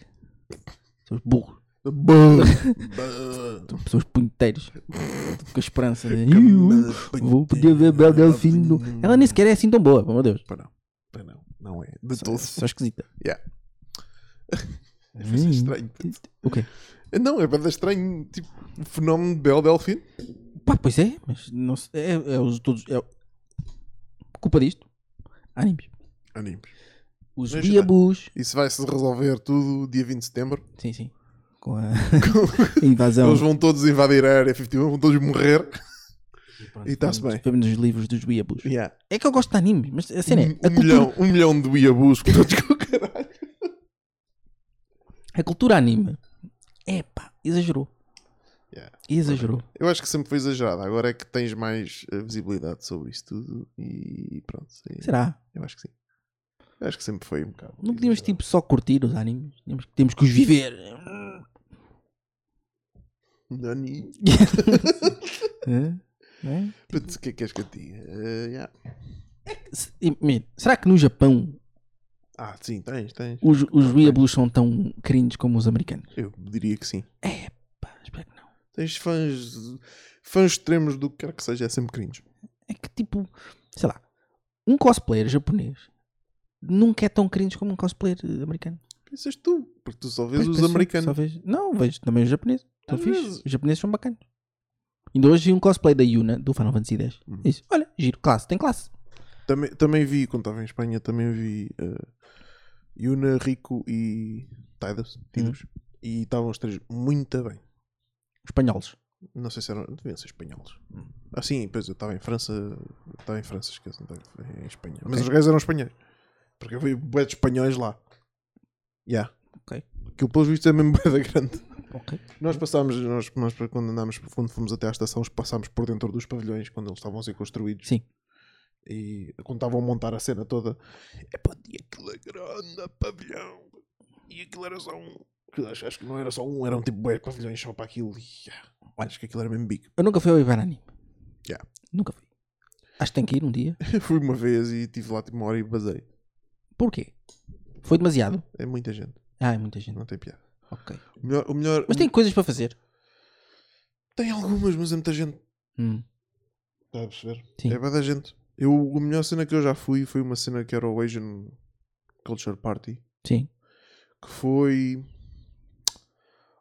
Speaker 2: Seus burros.
Speaker 1: Bum, bum.
Speaker 2: pessoas punteiros com a esperança de "Iu, vou poder ver a Bel Delfim no-" Ela nem sequer é assim tão boa, pelo amor de Deus.
Speaker 1: Pá, não, pá, não, não é de
Speaker 2: Só,
Speaker 1: todo.
Speaker 2: só esquisita.
Speaker 1: Yeah. É bastante estranho. puto.
Speaker 2: O quê?
Speaker 1: Não, é bastante estranho. Tipo, o fenómeno de Bel Delfim.
Speaker 2: Pá, pois é, mas não se- é, é os todos. É, culpa disto. Animes.
Speaker 1: Animes.
Speaker 2: Os
Speaker 1: Deixa-
Speaker 2: Biabus.
Speaker 1: Isso vai-se resolver tudo dia 20 de setembro.
Speaker 2: Sim, sim. Com a invasão.
Speaker 1: Eles vão todos invadir a Área 51, vão todos morrer. e está-se bem.
Speaker 2: Vemos nos livros dos Biabus.
Speaker 1: Yeah.
Speaker 2: É que eu gosto de animes, mas a cena é.
Speaker 1: Um,
Speaker 2: A
Speaker 1: um
Speaker 2: cultura,
Speaker 1: milhão, um milhão de Iabus com todos com o caralho.
Speaker 2: a cultura anime. É pá, exagerou.
Speaker 1: Yeah.
Speaker 2: Exagerou.
Speaker 1: Eu acho que sempre foi exagerado. Agora é que tens mais eh, visibilidade sobre isso tudo e pronto. é-
Speaker 2: Será?
Speaker 1: Eu acho que sim. Eu acho que sempre foi um bocado.
Speaker 2: Não podíamos tipo só curtir os animes, temos, temos que os viver.
Speaker 1: Nani.
Speaker 2: Hã? Não é?
Speaker 1: Putz, o que é que queres que eu te diga? Eh, yeah.
Speaker 2: Se- e, mira, será que no Japão
Speaker 1: Ah, sim, tens, tens.
Speaker 2: os, os weeaboos são tão cringe como os americanos?
Speaker 1: Eu diria que sim.
Speaker 2: É pá, espero que não.
Speaker 1: Tens fãs. Fãs extremos do que quer que seja, é sempre cringe.
Speaker 2: É que tipo, sei lá, um cosplayer japonês nunca é tão cringe como um cosplayer eh, americano.
Speaker 1: Pensas tu, porque tu só vês
Speaker 2: Pois,
Speaker 1: os
Speaker 2: penso,
Speaker 1: americanos.
Speaker 2: só vejo- não, vejo também os japoneses. Estão
Speaker 1: Às
Speaker 2: fixe.
Speaker 1: vezes.
Speaker 2: Os japoneses são bacanas. Ainda hoje vi um cosplay da Yuna do Final Fantasy X.
Speaker 1: Uhum.
Speaker 2: Disse, olha, giro, classe, tem classe.
Speaker 1: Também, também vi, quando estava em Espanha, também vi eh, Yuna, Rico e Tidus.
Speaker 2: Uhum.
Speaker 1: Tidus. E estavam os três muito bem.
Speaker 2: Espanholos.
Speaker 1: Não sei se eram. Deviam ser espanhóis. Ah, sim, pois eu estava em França. Estava em França, esqueço, não estava em Espanha. Mas os gajos eram espanhóis. Porque eu vi bué de espanhóis lá. Já. Yeah.
Speaker 2: Ok.
Speaker 1: Aquilo, pelos vistos, é mesmo bué da grande.
Speaker 2: Ok.
Speaker 1: Nós passámos, nós, nós quando andámos, quando fomos até à estação, passámos por dentro dos pavilhões quando eles estavam a ser construídos.
Speaker 2: Sim.
Speaker 1: E quando estavam a montar a cena toda, é pá, e aquilo é grande pavilhão. E aquilo era só um. aquilo Acho, acho que não era só um, eram tipo bué pavilhões só para aquilo. E, ah, acho que aquilo era mesmo big.
Speaker 2: Eu nunca fui ao Ibaranime.
Speaker 1: Já.
Speaker 2: Nunca fui. Acho que tenho que ir um dia.
Speaker 1: Fui uma vez e estive lá tipo uma hora e basei.
Speaker 2: Porquê? Foi demasiado.
Speaker 1: É muita gente,
Speaker 2: Ah, é muita gente.
Speaker 1: não tem piada.
Speaker 2: Ok.
Speaker 1: O melhor. O melhor
Speaker 2: Mas tem coisas para fazer.
Speaker 1: tem algumas, mas é muita gente.
Speaker 2: Hum.
Speaker 1: Está a perceber?
Speaker 2: Sim.
Speaker 1: É bué da gente. Eu, a melhor cena que eu já fui foi uma cena que era o Asian Culture Party.
Speaker 2: Sim.
Speaker 1: que foi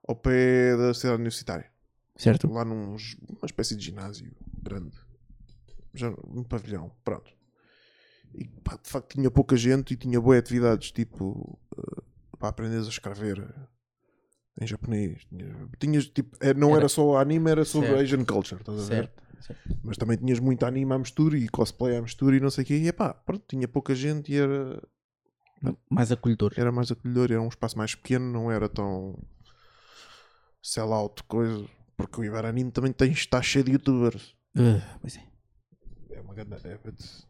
Speaker 1: ao pé da cidade universitária,
Speaker 2: Certo.
Speaker 1: lá numa espécie de ginásio grande, já um pavilhão, pronto. E pá, de facto tinha pouca gente e tinha boas atividades, tipo eh, para aprenderes a escrever em japonês. Tinhas, tinhas, tipo, eh, não era,
Speaker 2: Era-
Speaker 1: só anime, era sobre
Speaker 2: Certo.
Speaker 1: Asian culture, estás a ver?
Speaker 2: Certo. certo.
Speaker 1: Mas também tinhas muito anime à mistura e cosplay à mistura e não sei o quê. E pá, pronto, tinha pouca gente e era
Speaker 2: Mais acolhedor.
Speaker 1: era mais acolhedor, era um espaço mais pequeno, não era tão sell-out coisa, porque o Iberanime também tem, está cheio de youtubers.
Speaker 2: Ah, pois é.
Speaker 1: É uma grande. é, putz.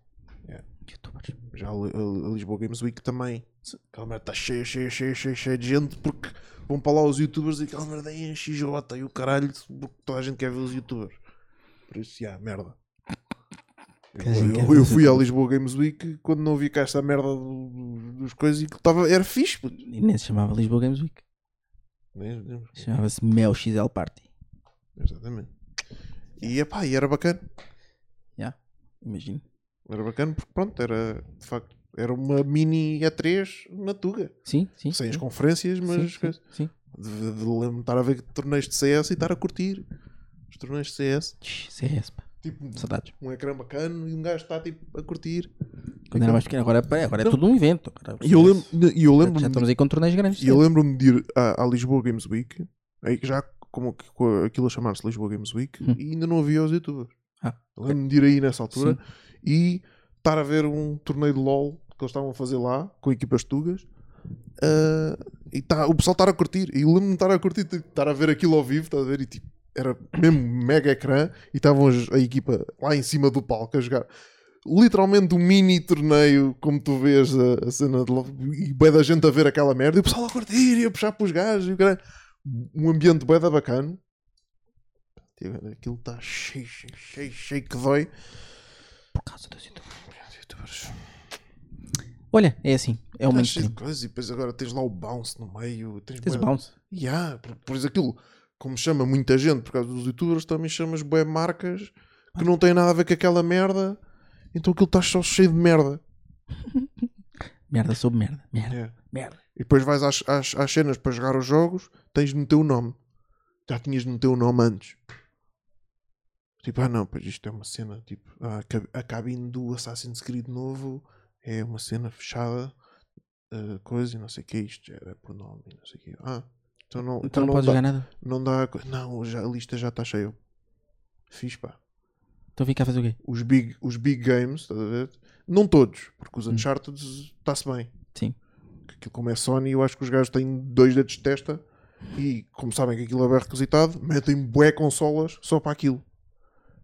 Speaker 2: Youtubers.
Speaker 1: já a, Li- a Lisboa Games Week também. Aquela merda está cheia, cheia, cheia, cheia, cheia de gente, porque vão para lá os youtubers e aquela merda aí enche jota e o caralho, porque toda a gente quer ver os youtubers. Por isso, já, merda. Eu, eu- eu fui à Lisboa Games Week quando não vi cá esta merda do- do- dos coisas e que estava. Era fixe, puto.
Speaker 2: E nem se chamava Lisboa Games Week.
Speaker 1: Nem- nem-
Speaker 2: Chamava-se Mel XL Party.
Speaker 1: Exatamente. E, epá, e era bacana.
Speaker 2: Já. Imagino.
Speaker 1: Era bacana porque, pronto, era de facto, era uma mini E3 na Tuga.
Speaker 2: Sim, sim.
Speaker 1: Sem as
Speaker 2: sim.
Speaker 1: conferências, mas
Speaker 2: Sim, sim, sim.
Speaker 1: de, de, de lembro-me de estar a ver torneios de CS e estar a curtir os torneios de CS.
Speaker 2: Tch, CS, pá.
Speaker 1: Tipo,
Speaker 2: Saudades.
Speaker 1: um ecrã bacana e um gajo está tipo a curtir.
Speaker 2: Quando era mais pequeno, agora, é- agora é tudo um evento. Agora,
Speaker 1: E eu lembro-me eu
Speaker 2: já
Speaker 1: lembro
Speaker 2: estamos aí com torneios grandes.
Speaker 1: E eu lembro-me de ir à, à Lisboa Games Week, aí que já como que- com aquilo a chamar-se Lisboa Games Week, e ainda não havia os youtubers.
Speaker 2: Ah,
Speaker 1: Eu lembro-me de ir aí nessa altura e estar a ver um torneio de LOL que eles estavam a fazer lá, com equipas tugas, ah, e tá, o pessoal estar a curtir. E eu lembro-me de estar a curtir, tipo, estar a ver aquilo ao vivo, estar a ver, e tipo, era mesmo mega ecrã, e estavam as- a equipa lá em cima do palco a jogar literalmente um mini torneio, como tu vês a, a cena de logo, e bué da gente a ver aquela merda, e o pessoal a curtir e a puxar para os gajos, e o caralho. um ambiente bué da bacana. E agora Aquilo está cheio, cheio, cheio, cheio que dói.
Speaker 2: Por causa dos youtubers. Olha, é assim. É o
Speaker 1: Está
Speaker 2: momento. que
Speaker 1: Tá cheio de
Speaker 2: tem.
Speaker 1: coisa, e depois agora tens lá o bounce no meio. Tens,
Speaker 2: Tens o
Speaker 1: bué-
Speaker 2: bounce.
Speaker 1: Yeah, por, por isso aquilo, como chama muita gente por causa dos youtubers, também chamas bué marcas
Speaker 2: Ah.
Speaker 1: que não têm nada a ver com aquela merda. Então aquilo está só cheio de merda.
Speaker 2: Merda sobre merda. Merda.
Speaker 1: Yeah.
Speaker 2: Merda.
Speaker 1: E depois vais às, às, às cenas para jogar os jogos, tens de meter o nome. Já tinhas de meter o nome antes. Tipo, ah não, pois isto é uma cena. Tipo, a, ca- a cabine do Assassin's Creed novo é uma cena fechada, eh, coisa e não sei o que. Isto era por nome e não sei o que. Ah, então não,
Speaker 2: Então
Speaker 1: então
Speaker 2: não,
Speaker 1: não,
Speaker 2: podes
Speaker 1: dá,
Speaker 2: jogar nada.
Speaker 1: não dá. co- Não, já, a lista já está cheia. Fiz pá.
Speaker 2: Então vem cá fazer o quê?
Speaker 1: Os big, os big games, estás a ver? Não todos, porque os Uncharted está-se bem
Speaker 2: Hum. Sim.
Speaker 1: que aquilo como é Sony, eu acho que os gajos têm dois dedos de testa e, como sabem que aquilo é bem requisitado, metem bué consolas só para aquilo.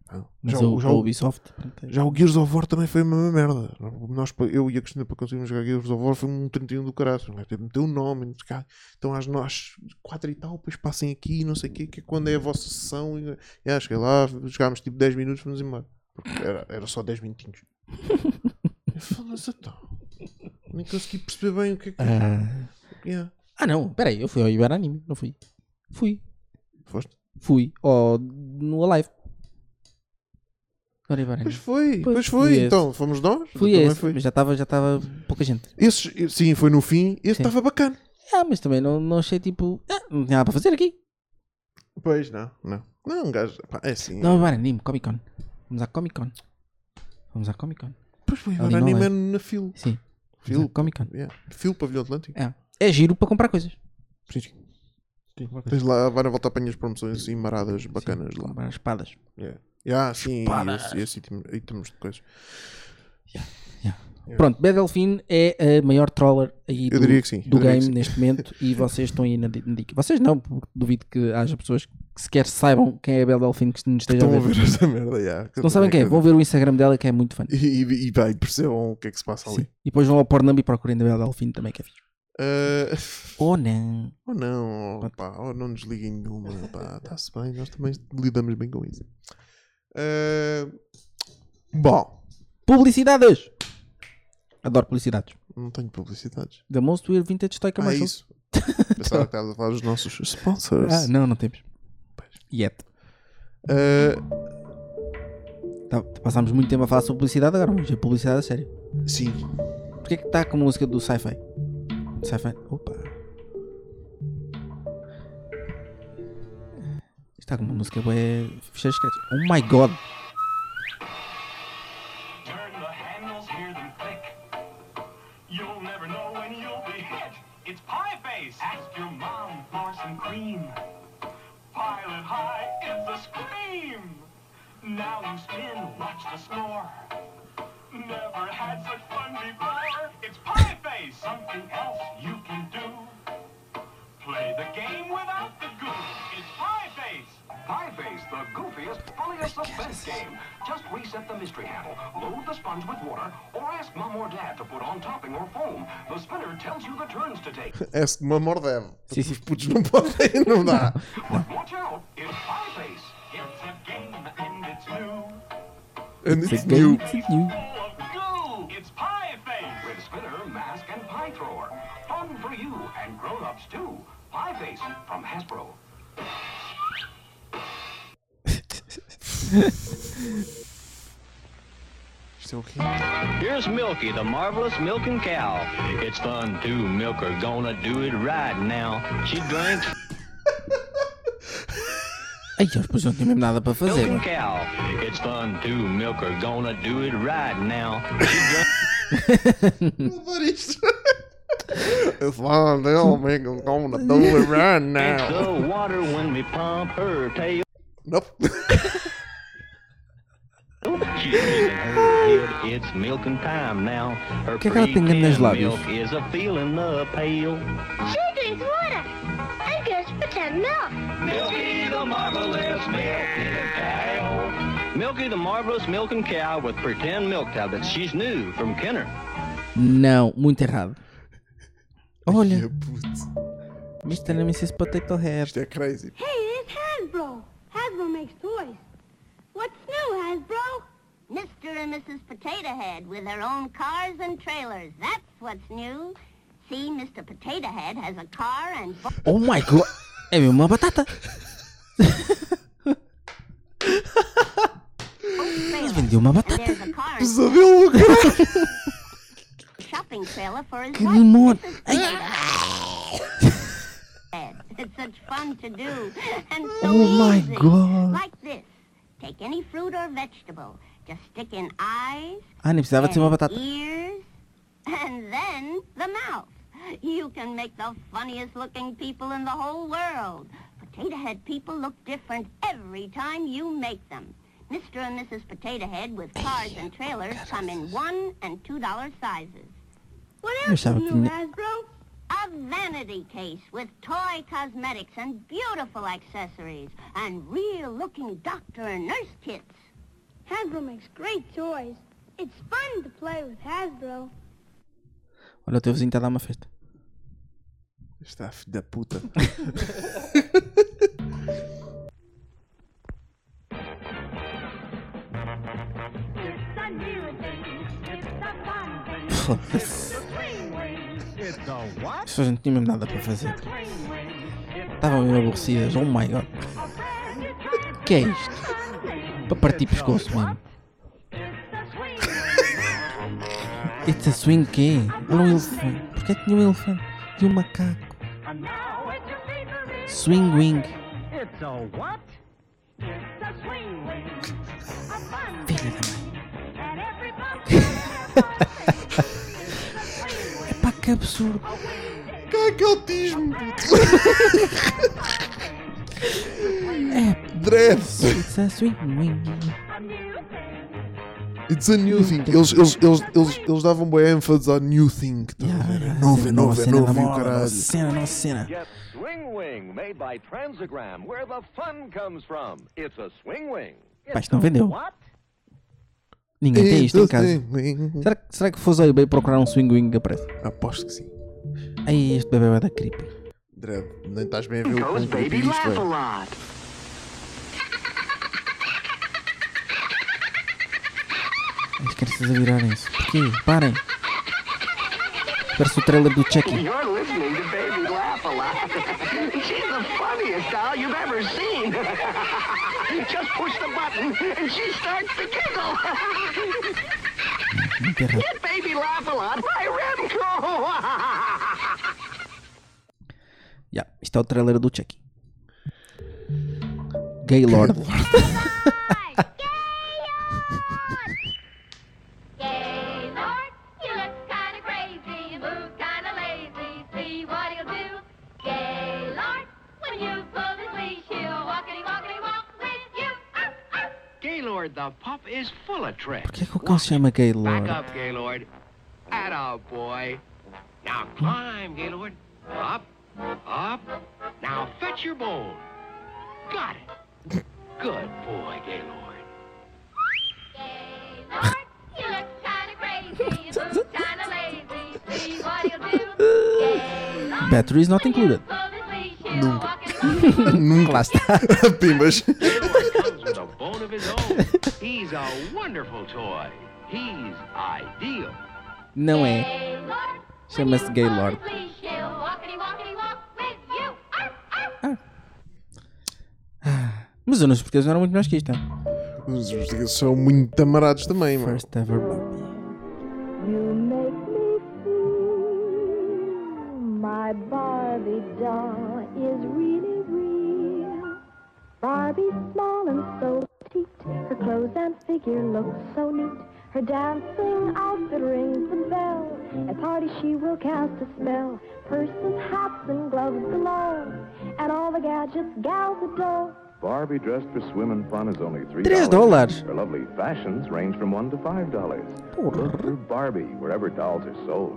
Speaker 1: Ah,
Speaker 2: Mas
Speaker 1: Já,
Speaker 2: o,
Speaker 1: o, já,
Speaker 2: a
Speaker 1: o,
Speaker 2: Ubisoft. pronto, é-
Speaker 1: já o Gears of War também foi a mesma merda. Nós, pa- eu e a Cristina para conseguirmos jogar Gears of War foi um 31 do caralho. Meteu o nome, não sei o quê. então às, no- às 4 e tal, depois passem aqui não sei o quê, que é quando é a vossa sessão. E, e ah, cheguei lá, jogámos tipo 10 minutos, fomos embora. Porque era, era só 10 minutinhos. Eu falo-se então. Nem consegui perceber bem o que é que.
Speaker 2: Ah.
Speaker 1: Yeah.
Speaker 2: Ah, não. Pera aí. Eu fui ao Iberanime. Não fui. Fui.
Speaker 1: Foste?
Speaker 2: Fui. Ó, no Alive. Agora Iberanime.
Speaker 1: Pois foi,
Speaker 2: Pois
Speaker 1: pois
Speaker 2: fui
Speaker 1: foi.
Speaker 2: esse.
Speaker 1: Então, fomos nós?
Speaker 2: Fui
Speaker 1: Eu também
Speaker 2: esse.
Speaker 1: fui.
Speaker 2: Mas já estava já tava pouca gente.
Speaker 1: Esses- sim, foi no fim. Esse
Speaker 2: Sim.
Speaker 1: estava bacana.
Speaker 2: Ah, mas também não, não achei tipo. Ah, não tinha nada para fazer aqui.
Speaker 1: Pois, não, não. Não, um gajo. pá, é assim.
Speaker 2: Não, Iberanime. Comic Con. Vamos à Comic Con. Vamos à Comic Con.
Speaker 1: Pois foi,
Speaker 2: Ali
Speaker 1: agora
Speaker 2: não
Speaker 1: anime
Speaker 2: vai.
Speaker 1: é na filo.
Speaker 2: Sim. Vamos à
Speaker 1: Filo.
Speaker 2: Comic Con.
Speaker 1: Yeah. Filo Pavilhão Atlântico.
Speaker 2: É. É giro para comprar coisas.
Speaker 1: Sim, sim. Tens lá, vai na volta apanhas promoções e maradas bacanas lá.
Speaker 2: Comprar espadas.
Speaker 1: Yeah. Yeah, sim, e esse, esse item- itens de coisas.
Speaker 2: Pronto, Battlefield é a maior troller aí
Speaker 1: Eu
Speaker 2: do,
Speaker 1: diria que sim, eu
Speaker 2: do
Speaker 1: diria
Speaker 2: game
Speaker 1: que sim.
Speaker 2: neste momento e vocês estão aí na, di- na dica. Vocês não, porque duvido que haja pessoas que sequer saibam quem é a Battlefield que nos esteja
Speaker 1: Estão
Speaker 2: a
Speaker 1: a
Speaker 2: ver.
Speaker 1: ver esta merda, yeah.
Speaker 2: Não sabem quem é, vão ver o Instagram dela que é muito fã.
Speaker 1: E, e, e, pá, e percebam o que é que se passa ali.
Speaker 2: E depois vão ao Pornhub e procurem da Battlefield também que é fixe.
Speaker 1: Ah,
Speaker 2: Ou não.
Speaker 1: ou oh, não, ou, pá, ou não desliguem nenhuma, pá, está-se bem, nós também lidamos bem com isso. Ah, bom,
Speaker 2: Publicidades! Adoro publicidades.
Speaker 1: não tenho publicidades.
Speaker 2: The Most Weird Vintage Toy
Speaker 1: Ah, é
Speaker 2: Commercial.
Speaker 1: isso. Pensava que estavas a falar dos nossos sponsors.
Speaker 2: Ah, não, não temos. Yet.
Speaker 1: Ah,
Speaker 2: Tá- passámos muito tempo a falar sobre publicidade, agora vamos ver publicidade a sério.
Speaker 1: sim,
Speaker 2: Porquê é que está com a música do Sci-Fi? Sci-Fi. Opa! Está com uma música boa. Fechar escrito. Oh my god!
Speaker 3: Turn the handles, hear them click. You'll never know when you'll be hit. It's Pie Face. Ask your mom for some cream. Pilot high, it's a scream. Now you spin, watch the score. Never had such fun before. It's Pie Face. Something else you can do. Play the game without the goof. It's Pie Face.
Speaker 7: Pie Face, the goofiest, funniest, the best game. Just reset the mystery handle, load the sponge with water, or ask mom or dad to put on topping or foam. The spinner tells you the turns to take.
Speaker 1: ask me É, mordeve.
Speaker 2: Sim, sim.
Speaker 1: Os putos não podem, não dá.
Speaker 7: But watch out, it's Pie Face.
Speaker 3: It's a game and it's new.
Speaker 1: And it's
Speaker 2: It's
Speaker 1: new.
Speaker 2: new. It's new.
Speaker 3: full of goo. It's Pie Face.
Speaker 7: With spinner, mask, and pie thrower. Fun for you and grown-ups too. Pie Face from Hasbro.
Speaker 1: Isto é o quê?
Speaker 8: Here's Milky, the marvelous milking cow. It's fun to milk her, gonna do it right now. She drinks
Speaker 2: Ai, eu depois não tinha mesmo nada para fazer.
Speaker 8: Milking
Speaker 2: mano.
Speaker 8: Cow. It's fun to milk her, gonna do it right now.
Speaker 1: Levar isto. "Ah, It's one little nigga gonna do it right
Speaker 8: It's
Speaker 1: now.
Speaker 8: the water when we pump her tail.
Speaker 1: Nope.
Speaker 8: She's shaking her head, it's milking time now. Her
Speaker 2: Que aquela pinga nos
Speaker 8: pretend
Speaker 2: lábios.
Speaker 8: milk is a feeling the pail.
Speaker 9: Sugar is water. I guess pretend milk.
Speaker 8: Milky the marvelous milking cow. Milky the marvelous milking cow with pretend milk tablets. She's new from Kenner.
Speaker 2: Não, muito errado. Olha,
Speaker 1: Yeah, puto.
Speaker 2: Mr. and Mrs. Potato Head.
Speaker 1: Isto é crazy.
Speaker 9: Hey, it's Hasbro. Hasbro makes toys. What's new, Hasbro? Mr. and Mrs. Potato Head with their own cars and trailers. That's what's new. See, Mr. Potato Head has a car and
Speaker 2: Oh my god, é mesmo uma batata.
Speaker 9: trailer.
Speaker 2: Vendeu uma
Speaker 9: And
Speaker 2: batata.
Speaker 9: there's a car and
Speaker 1: Pesadelo, cara.
Speaker 9: shopping trailer for his
Speaker 2: Que
Speaker 9: wife,
Speaker 2: demônio.
Speaker 9: Mrs.
Speaker 2: Ai.
Speaker 9: Potato Head. It's such fun to do. And so
Speaker 2: Oh my
Speaker 9: easy.
Speaker 2: God.
Speaker 9: Like this. Take any fruit or vegetable. Just stick in eyes,
Speaker 2: Ah, nem precisava de ser uma
Speaker 9: and
Speaker 2: batata.
Speaker 9: ears, and then the mouth. You can make the funniest looking people in the whole world. Potato Head people look different every time you make them. Mr. and Mrs. Potato Head with cars and trailers come in one and two dollar sizes. What
Speaker 2: else is new,
Speaker 9: Hasbro? A vanity case with toy cosmetics and beautiful accessories and real-looking doctor and nurse kits. Hasbro makes great toys. It's fun to play with Hasbro.
Speaker 2: Olha, o teu vizinho está a dar uma festa.
Speaker 1: Isto é filho da puta.
Speaker 2: Foda-se. As pessoas não tinham mesmo nada para fazer. Estavam mesmo aborrecidas. Oh my god. O que é isto? Para partir pescoço mesmo. It's a swing quê? Olha um elefante. Porquê que tinha um elefante? E um macaco. Swing wing. Filha da mãe. É Pá, que absurdo.
Speaker 1: Cara, que autismo, puto. Dreads.
Speaker 2: It's a swing wing.
Speaker 1: It's a new thing. Eles, eles, eles, eles, eles davam boa ênfase ao new thing. Tá a ver? É Novo, é novo, é
Speaker 2: cena da
Speaker 1: novo, e o
Speaker 2: moda, Nova
Speaker 1: caralho.
Speaker 2: cena, nova cena.
Speaker 8: Get Swing Wing, made by Transigram, where the fun comes from. It's a swing wing.
Speaker 2: Pá, isto não vendeu.
Speaker 8: What?
Speaker 2: Ninguém tem isto em casa.
Speaker 1: Então, Sim.
Speaker 2: Será que, será que fosse ao eBay procurar um swing wing que aparece?
Speaker 1: Aposto que sim.
Speaker 2: Ai, este bebê vai dar creepy.
Speaker 1: Dread, nem estás bem a ver
Speaker 10: Então
Speaker 1: o
Speaker 7: Goes
Speaker 1: quão creepy
Speaker 7: Baby
Speaker 1: isto é.
Speaker 7: Laugh-A-Lot.
Speaker 2: As crianças a virarem-se. Porquê? Parem. Parece o trailer do Chucky.
Speaker 7: You're listening to Baby Laugh-A-Lot. She's the funniest doll you've ever seen. Just push the button and she starts to giggle.
Speaker 2: Muito errado.
Speaker 7: Baby Laugh-A-Lot, my Remco.
Speaker 2: Yeah, isto é o trailer do Chucky. Gaylord.
Speaker 9: Gaylord, you look kind of crazy, you move kind of lazy. See what he'll do, Gaylord. When you pull his leash, he'll walkity walkity walk with you. Arf, arf.
Speaker 7: Gaylord the pup is full of tricks.
Speaker 2: Porquê que o cão se chama
Speaker 7: Back
Speaker 2: Gaylord?
Speaker 7: up, Gaylord. That up, boy. Now climb, Gaylord. Up, up. Now fetch your bowl. Got it. Good boy, Gaylord.
Speaker 9: Gaylord, you look kind of crazy, you move kind of lazy. See what he'll do, Gaylord.
Speaker 2: Battery is not included.
Speaker 9: Pull his leash, he'll walkity walkity walk
Speaker 2: Nunca lá está.
Speaker 1: Pimbas.
Speaker 7: Gaylord comes with a bone of his own. He's a wonderful toy. He's ideal.
Speaker 2: Não é. Chama-se Gaylord. Ah. Mas eu não sei porque eles não eram muito melhores que isto. não.
Speaker 1: Os portugueses são muito tamarados também, mano.
Speaker 2: First ever Barbie.
Speaker 9: You make me feel my Barbie doll is really real.
Speaker 11: Barbie's small and so petite. Her clothes and figure look so neat. Her dancing outfit rings the bell. At parties she will cast a spell. Purses, hats, and gloves galore. And all the gadgets gals adore.
Speaker 12: Barbie dressed for swim and fun is only three
Speaker 2: Tres dólares.
Speaker 12: Her lovely fashions range from one to five dollars. Look for Barbie wherever dolls are sold.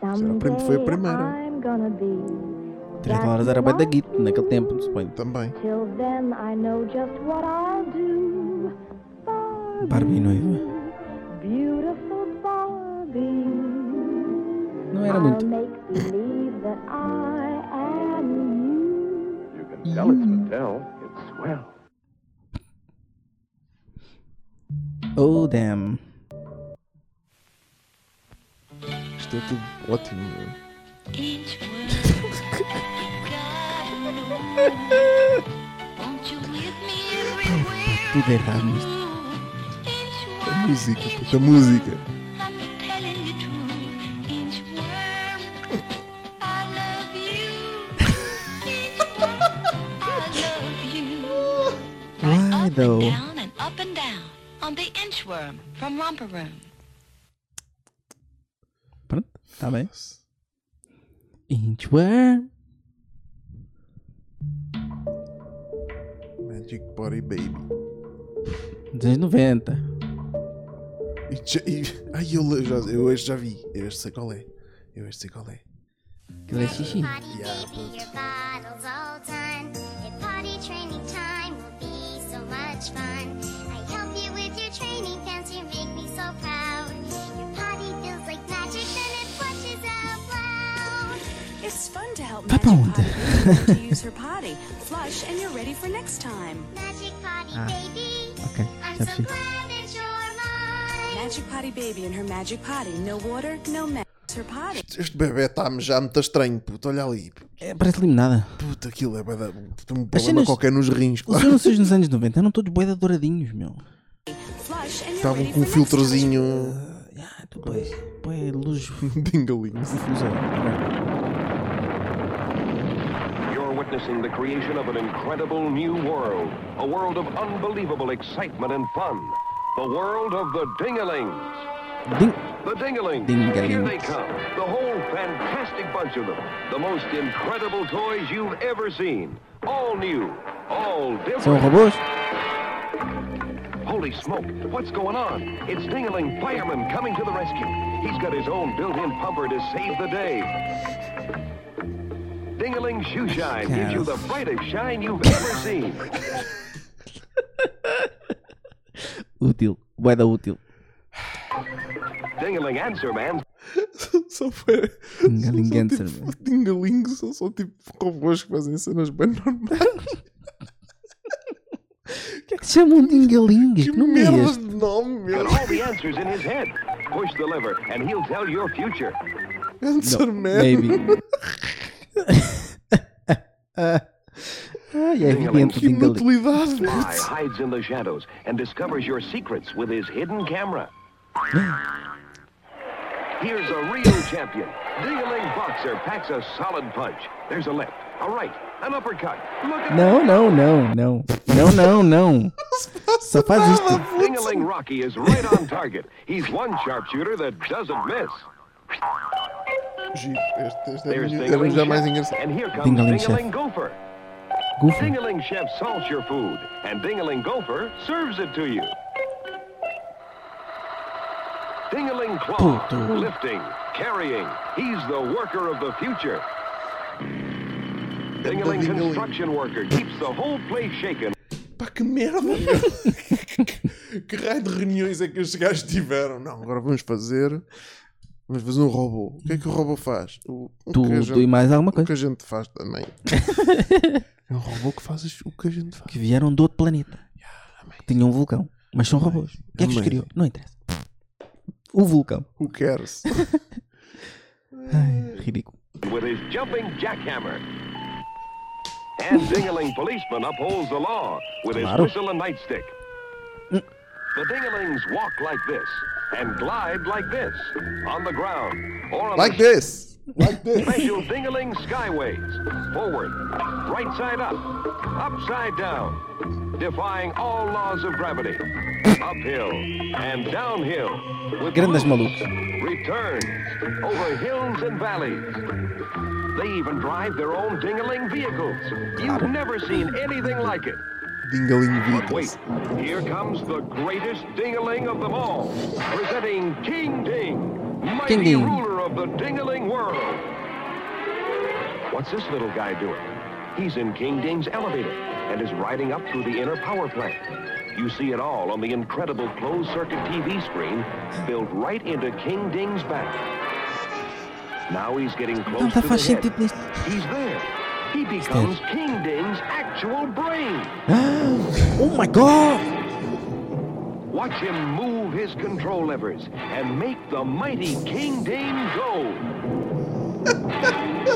Speaker 11: Someday
Speaker 12: prim- foi o primeiro.
Speaker 11: I'm gonna be.
Speaker 2: 3 dólares era bué da guita naquele tempo, suponho.
Speaker 1: Também.
Speaker 11: Till then I know just what I'll do.
Speaker 2: Barbie noiva.
Speaker 11: Beautiful Barbie.
Speaker 2: Não era
Speaker 11: I'll
Speaker 2: muito.
Speaker 11: make believe that I am
Speaker 12: You can tell it's Mattel. It's swell.
Speaker 2: Oh, damn.
Speaker 1: Isto é tudo ótimo. meu.
Speaker 2: Tudo errado nisto.
Speaker 1: A música, puta, a música.
Speaker 2: Why though?
Speaker 13: Down and up and down on the inchworm from Romper Room.
Speaker 2: Pronto, tá bem. Inchworm.
Speaker 1: Magic Body Baby.
Speaker 2: 290.
Speaker 1: E, já- e, ai, eu, le- já, eu este já vi. Eu este sei qual é. Eu este sei qual é.
Speaker 2: Aquilo é xixi.
Speaker 1: Yeah, puto.
Speaker 14: bottles all done. If potty training time will be so much fun. I help you with your training pants, you make me so proud. Your potty feels like magic, then it flushes out loud.
Speaker 15: It's fun to help
Speaker 2: Vai pra onde?
Speaker 15: Magic use her potty, flush, and you're ready for next time.
Speaker 14: Magic potty
Speaker 2: Ah.
Speaker 14: baby,
Speaker 2: ok,
Speaker 14: I'm so
Speaker 2: já percebi.
Speaker 14: glad that you're mine.
Speaker 15: Magic potty baby and her magic potty. No water, no mess. Her potty.
Speaker 1: Este bebê está já muito estranho, puto. Olha ali.
Speaker 2: É, parece limonada.
Speaker 1: Puta, aquilo é bué da- tem um
Speaker 2: As
Speaker 1: problema
Speaker 2: cenas-
Speaker 1: qualquer nos rins.
Speaker 2: Os
Speaker 1: claro.
Speaker 2: anúncios nos anos 90 eram todos boeda douradinhos, meu.
Speaker 15: Flush, and you're
Speaker 9: é
Speaker 1: Estavam
Speaker 15: ready
Speaker 1: com um
Speaker 15: for next time.
Speaker 1: filtrozinho.
Speaker 2: Ah, Põe luz.
Speaker 1: Dingalinho.
Speaker 10: You're witnessing the creation of an incredible new world, a world of unbelievable excitement and fun. The world of the Dingalings.
Speaker 2: Ding.
Speaker 10: The Dingalings.
Speaker 2: Dingalings.
Speaker 10: Here they come. The whole fantastic bunch of them. The most incredible toys you've ever seen. All new. All
Speaker 2: São
Speaker 10: different.
Speaker 2: robôs.
Speaker 10: Holy smoke, what's going on? It's Dingaling Fireman coming to the rescue. He's got his own built-in pumper to save the day. Dingaling Shoe Shine gives you the brightest shine you've ever seen.
Speaker 2: Útil. Boeda útil.
Speaker 10: Dingaling Answer Man.
Speaker 1: Só foi.
Speaker 2: Dingaling answer,
Speaker 1: Tipo, dingalingos são só tipo robôs que fazem cenas bem normais.
Speaker 2: que é que se chama um dingaling? Que nome é
Speaker 1: merda
Speaker 2: este?
Speaker 1: de nome,
Speaker 10: Got
Speaker 1: meu.
Speaker 10: all the answers in his head. Push the lever, and he'll tell your future.
Speaker 1: Answer
Speaker 2: No,
Speaker 1: man.
Speaker 2: maybe. Ah, ai, é evidente o dingaling.
Speaker 10: Spy hides in the shadows and discovers your secrets with his hidden camera. Here's a real champion. Dingaling Boxer packs a solid punch. There's a left, a right, an uppercut. Look at
Speaker 2: Não, não, não, não. Não, não, não. Só faz isto.
Speaker 10: Dingaling Rocky is right on target. He's one sharpshooter that doesn't miss.
Speaker 1: Giro, este, este
Speaker 10: There's
Speaker 1: era, era
Speaker 10: Dingaling
Speaker 1: já mais
Speaker 10: Chef,
Speaker 1: engraçado.
Speaker 10: and here comes
Speaker 2: Dingaling Chef.
Speaker 10: Dingaling Gopher.
Speaker 2: Goofy.
Speaker 10: Dingaling Chef salts your food, and Dingaling Gopher serves it to you. Dingaling Claw,
Speaker 2: Puto.
Speaker 10: lifting, carrying. He's the worker of the future. Dingaling construction worker keeps the whole place shaken.
Speaker 1: Pá, que merda, meu. que raio de reuniões é que estes gajos tiveram? Não, agora vamos fazer. Vamos fazer um robô. O que é que o robô faz? O, o que a
Speaker 2: Tudo
Speaker 1: gente-
Speaker 2: e mais alguma
Speaker 1: O que
Speaker 2: coisa.
Speaker 1: a gente faz também. é um robô que faz o que a gente faz.
Speaker 2: Que vieram do outro planeta. Tinham um vulcão. Mas são robôs. O que é que os
Speaker 1: Amazing.
Speaker 2: criou? Não interessa. O vulcão.
Speaker 1: Who cares?
Speaker 2: Ai, ridículo.
Speaker 10: with his jumping jackhammer. And Dingaling policeman upholds the law with his
Speaker 2: Claro.
Speaker 10: whistle and nightstick.
Speaker 2: Mm.
Speaker 10: The Dingalings walk like this and glide like this on the ground or on
Speaker 1: like
Speaker 10: the
Speaker 1: this!
Speaker 10: Like this. Special ding-a-ling skyways. Forward, right side up, upside down. Defying all laws of gravity. Uphill and downhill. With
Speaker 2: Grandes malucos.
Speaker 10: returns over hills and valleys. They even drive their own ding-a-ling vehicles. You've never seen anything like it.
Speaker 1: Dingaling
Speaker 10: But wait, here comes the greatest ding-a-ling of them all, presenting King Ding, mighty
Speaker 2: King Ding.
Speaker 10: ruler of the ding-a-ling world. What's this little guy doing? He's in King Ding's elevator and is riding up through the inner power plant. You see it all on the incredible closed-circuit TV screen built right into King Ding's back. Now he's getting close
Speaker 2: Nada
Speaker 10: to the
Speaker 2: tá faz
Speaker 10: head.
Speaker 2: sentido nisto.
Speaker 10: He's there. He becomes King Ding's actual brain.
Speaker 2: Oh my god!
Speaker 10: Watch him move his control levers and make the mighty King Dane go.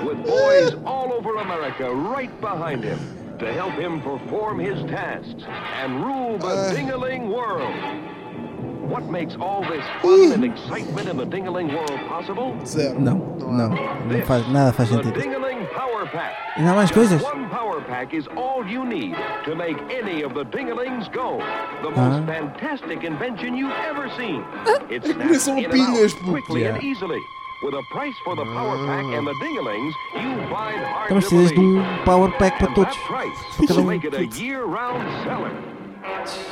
Speaker 10: With boys all over America right behind him to help him perform his tasks and rule the ding-a-ling world. What makes all this fun and excitement in the ding-a-ling world possible?
Speaker 2: Não, não, não faz, nada faz sentido.
Speaker 10: Ding-a-ling Power Pack.
Speaker 2: Ainda há mais coisas?
Speaker 10: One Power Pack is all you need to make any of the ding-a-lings go. The most
Speaker 2: Ah.
Speaker 10: fantastic invention you've ever seen. It
Speaker 1: Ainda
Speaker 10: snaps
Speaker 1: são
Speaker 10: in and
Speaker 1: pilhas,
Speaker 10: out
Speaker 1: puto.
Speaker 10: quickly and
Speaker 1: Yeah.
Speaker 10: easily. With a price for the Power Pack and the ding-a-lings, you find hard
Speaker 2: Então mas
Speaker 10: to
Speaker 2: precisas de
Speaker 10: believe.
Speaker 2: um power pack para
Speaker 10: And
Speaker 2: todos.
Speaker 10: That price
Speaker 2: Para cada
Speaker 10: will
Speaker 2: um.
Speaker 10: make it a year-round seller.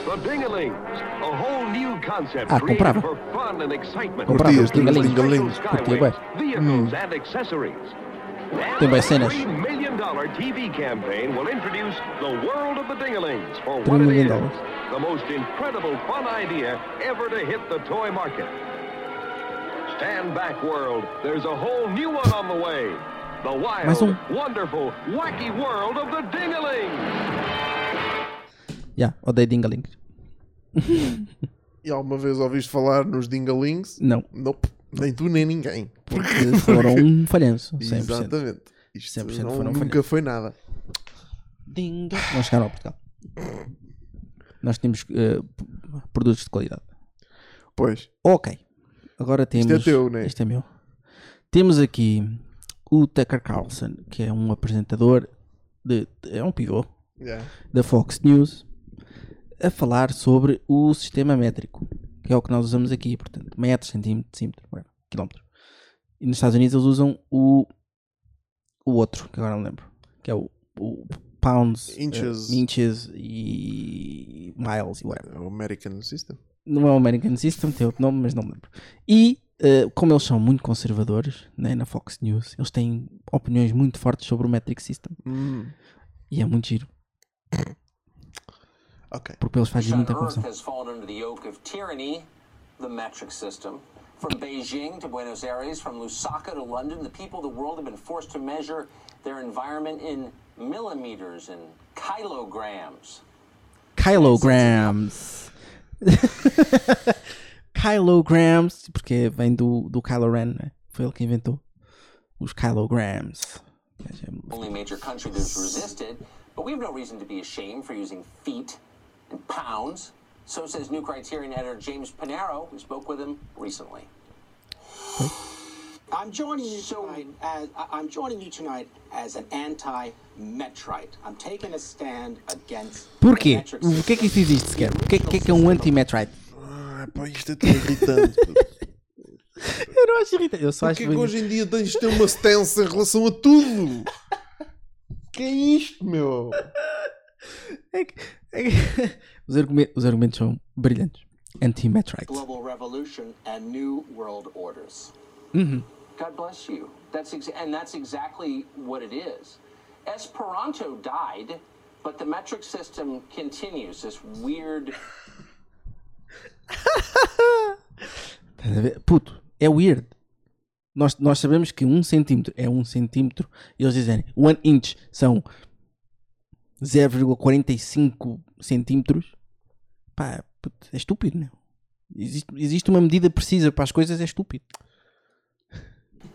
Speaker 10: The ding-a-lings, a whole new concept
Speaker 2: Ah,
Speaker 10: created
Speaker 2: comprava.
Speaker 10: for fun and excitement.
Speaker 2: Comprava os
Speaker 10: Created with
Speaker 2: Dingalings. Mm.
Speaker 10: special
Speaker 2: Curtia bué.
Speaker 10: skyways, Vehicles and accessories.
Speaker 2: Tem bué cenas.
Speaker 10: Three million dollar TV campaign will introduce the world of the dingalings for
Speaker 2: Three
Speaker 10: what it
Speaker 2: million
Speaker 10: is.
Speaker 2: dollars.
Speaker 10: The most incredible fun idea ever to hit the toy market. Stand back, world. There's a whole new one on the way. The
Speaker 2: Mais um.
Speaker 10: wild, wonderful, wacky world of the dingalings.
Speaker 2: Já, odeio Dingaling.
Speaker 1: E alguma vez ouviste falar nos Dingalings?
Speaker 2: Não.
Speaker 1: Nope. Nem tu, nem ninguém.
Speaker 2: Porque foram um falhanço, 100%.
Speaker 1: Exatamente. Isto
Speaker 2: 100%
Speaker 1: não-
Speaker 2: foram um
Speaker 1: nunca
Speaker 2: falhanço.
Speaker 1: foi nada.
Speaker 2: Dinga. Não chegaram a Portugal. Nós temos eh, p- produtos de qualidade.
Speaker 1: Pois.
Speaker 2: Ok. Agora temos.
Speaker 1: é teu, né?
Speaker 2: Este é meu. Temos aqui o Tucker Carlson, que é um apresentador de. É um pivô
Speaker 1: Yeah.
Speaker 2: da Fox News, a falar sobre o sistema métrico, que é o que nós usamos aqui, portanto, metros, centímetro, decímetro, whatever, quilómetro. E nos Estados Unidos eles usam o, o outro, que agora não lembro, que é o, o pounds, eh,
Speaker 1: Inches.
Speaker 2: inches e miles e whatever.
Speaker 1: É O American System.
Speaker 2: Não é o American System, tem outro nome, mas não me lembro. E eh, como eles são muito conservadores né, na Fox News, eles têm opiniões muito fortes sobre o metric system.
Speaker 1: Hum.
Speaker 2: E é muito giro.
Speaker 1: Ok.
Speaker 2: Porque eles
Speaker 9: é
Speaker 2: fazem muita
Speaker 16: Earth
Speaker 2: confusão.
Speaker 16: has fallen under the yoke of tyranny, the metric system. From Beijing to Buenos Aires, from Lusaka to London, the people of the world have been forced to measure their environment in millimeters and kilograms.
Speaker 2: Kylograms. Kylograms, porque vem do, do Kylo Ren, né? Foi ele que inventou os Kylograms.
Speaker 16: Only major country that's resisted, but we have no reason to be ashamed for using feet and pounds. So says new criterion editor James Panero. We spoke with him recently.
Speaker 17: I'm joining you tonight as I- I'm joining you tonight as an anti-metrite. I'm taking a stand against.
Speaker 2: Porquê? O que é que isso existe sequer? O que é que é, que é um anti-metrite?
Speaker 1: Ah, pá, isto é tão irritante.
Speaker 2: Eu não acho irritante. Eu só acho
Speaker 1: Porquê que
Speaker 2: bonito.
Speaker 1: hoje em dia tens de ter uma stance em relação a tudo? que é isto, meu?
Speaker 2: É Os, argumen- os argumentos são brilhantes. Anti-metrite.
Speaker 17: Global revolution and new world orders.
Speaker 2: Uhum.
Speaker 16: God bless you. That's ex- and that's exactly what it is. Esperanto died, but the metric system continues. This weird.
Speaker 2: Estás a ver? Puto, é weird. Nós, nós sabemos que um centímetro é um centímetro. E eles dizem one inch são 0,45 centímetros. Pá, puto, é estúpido, não Existe, existe uma medida precisa para as coisas, é estúpido.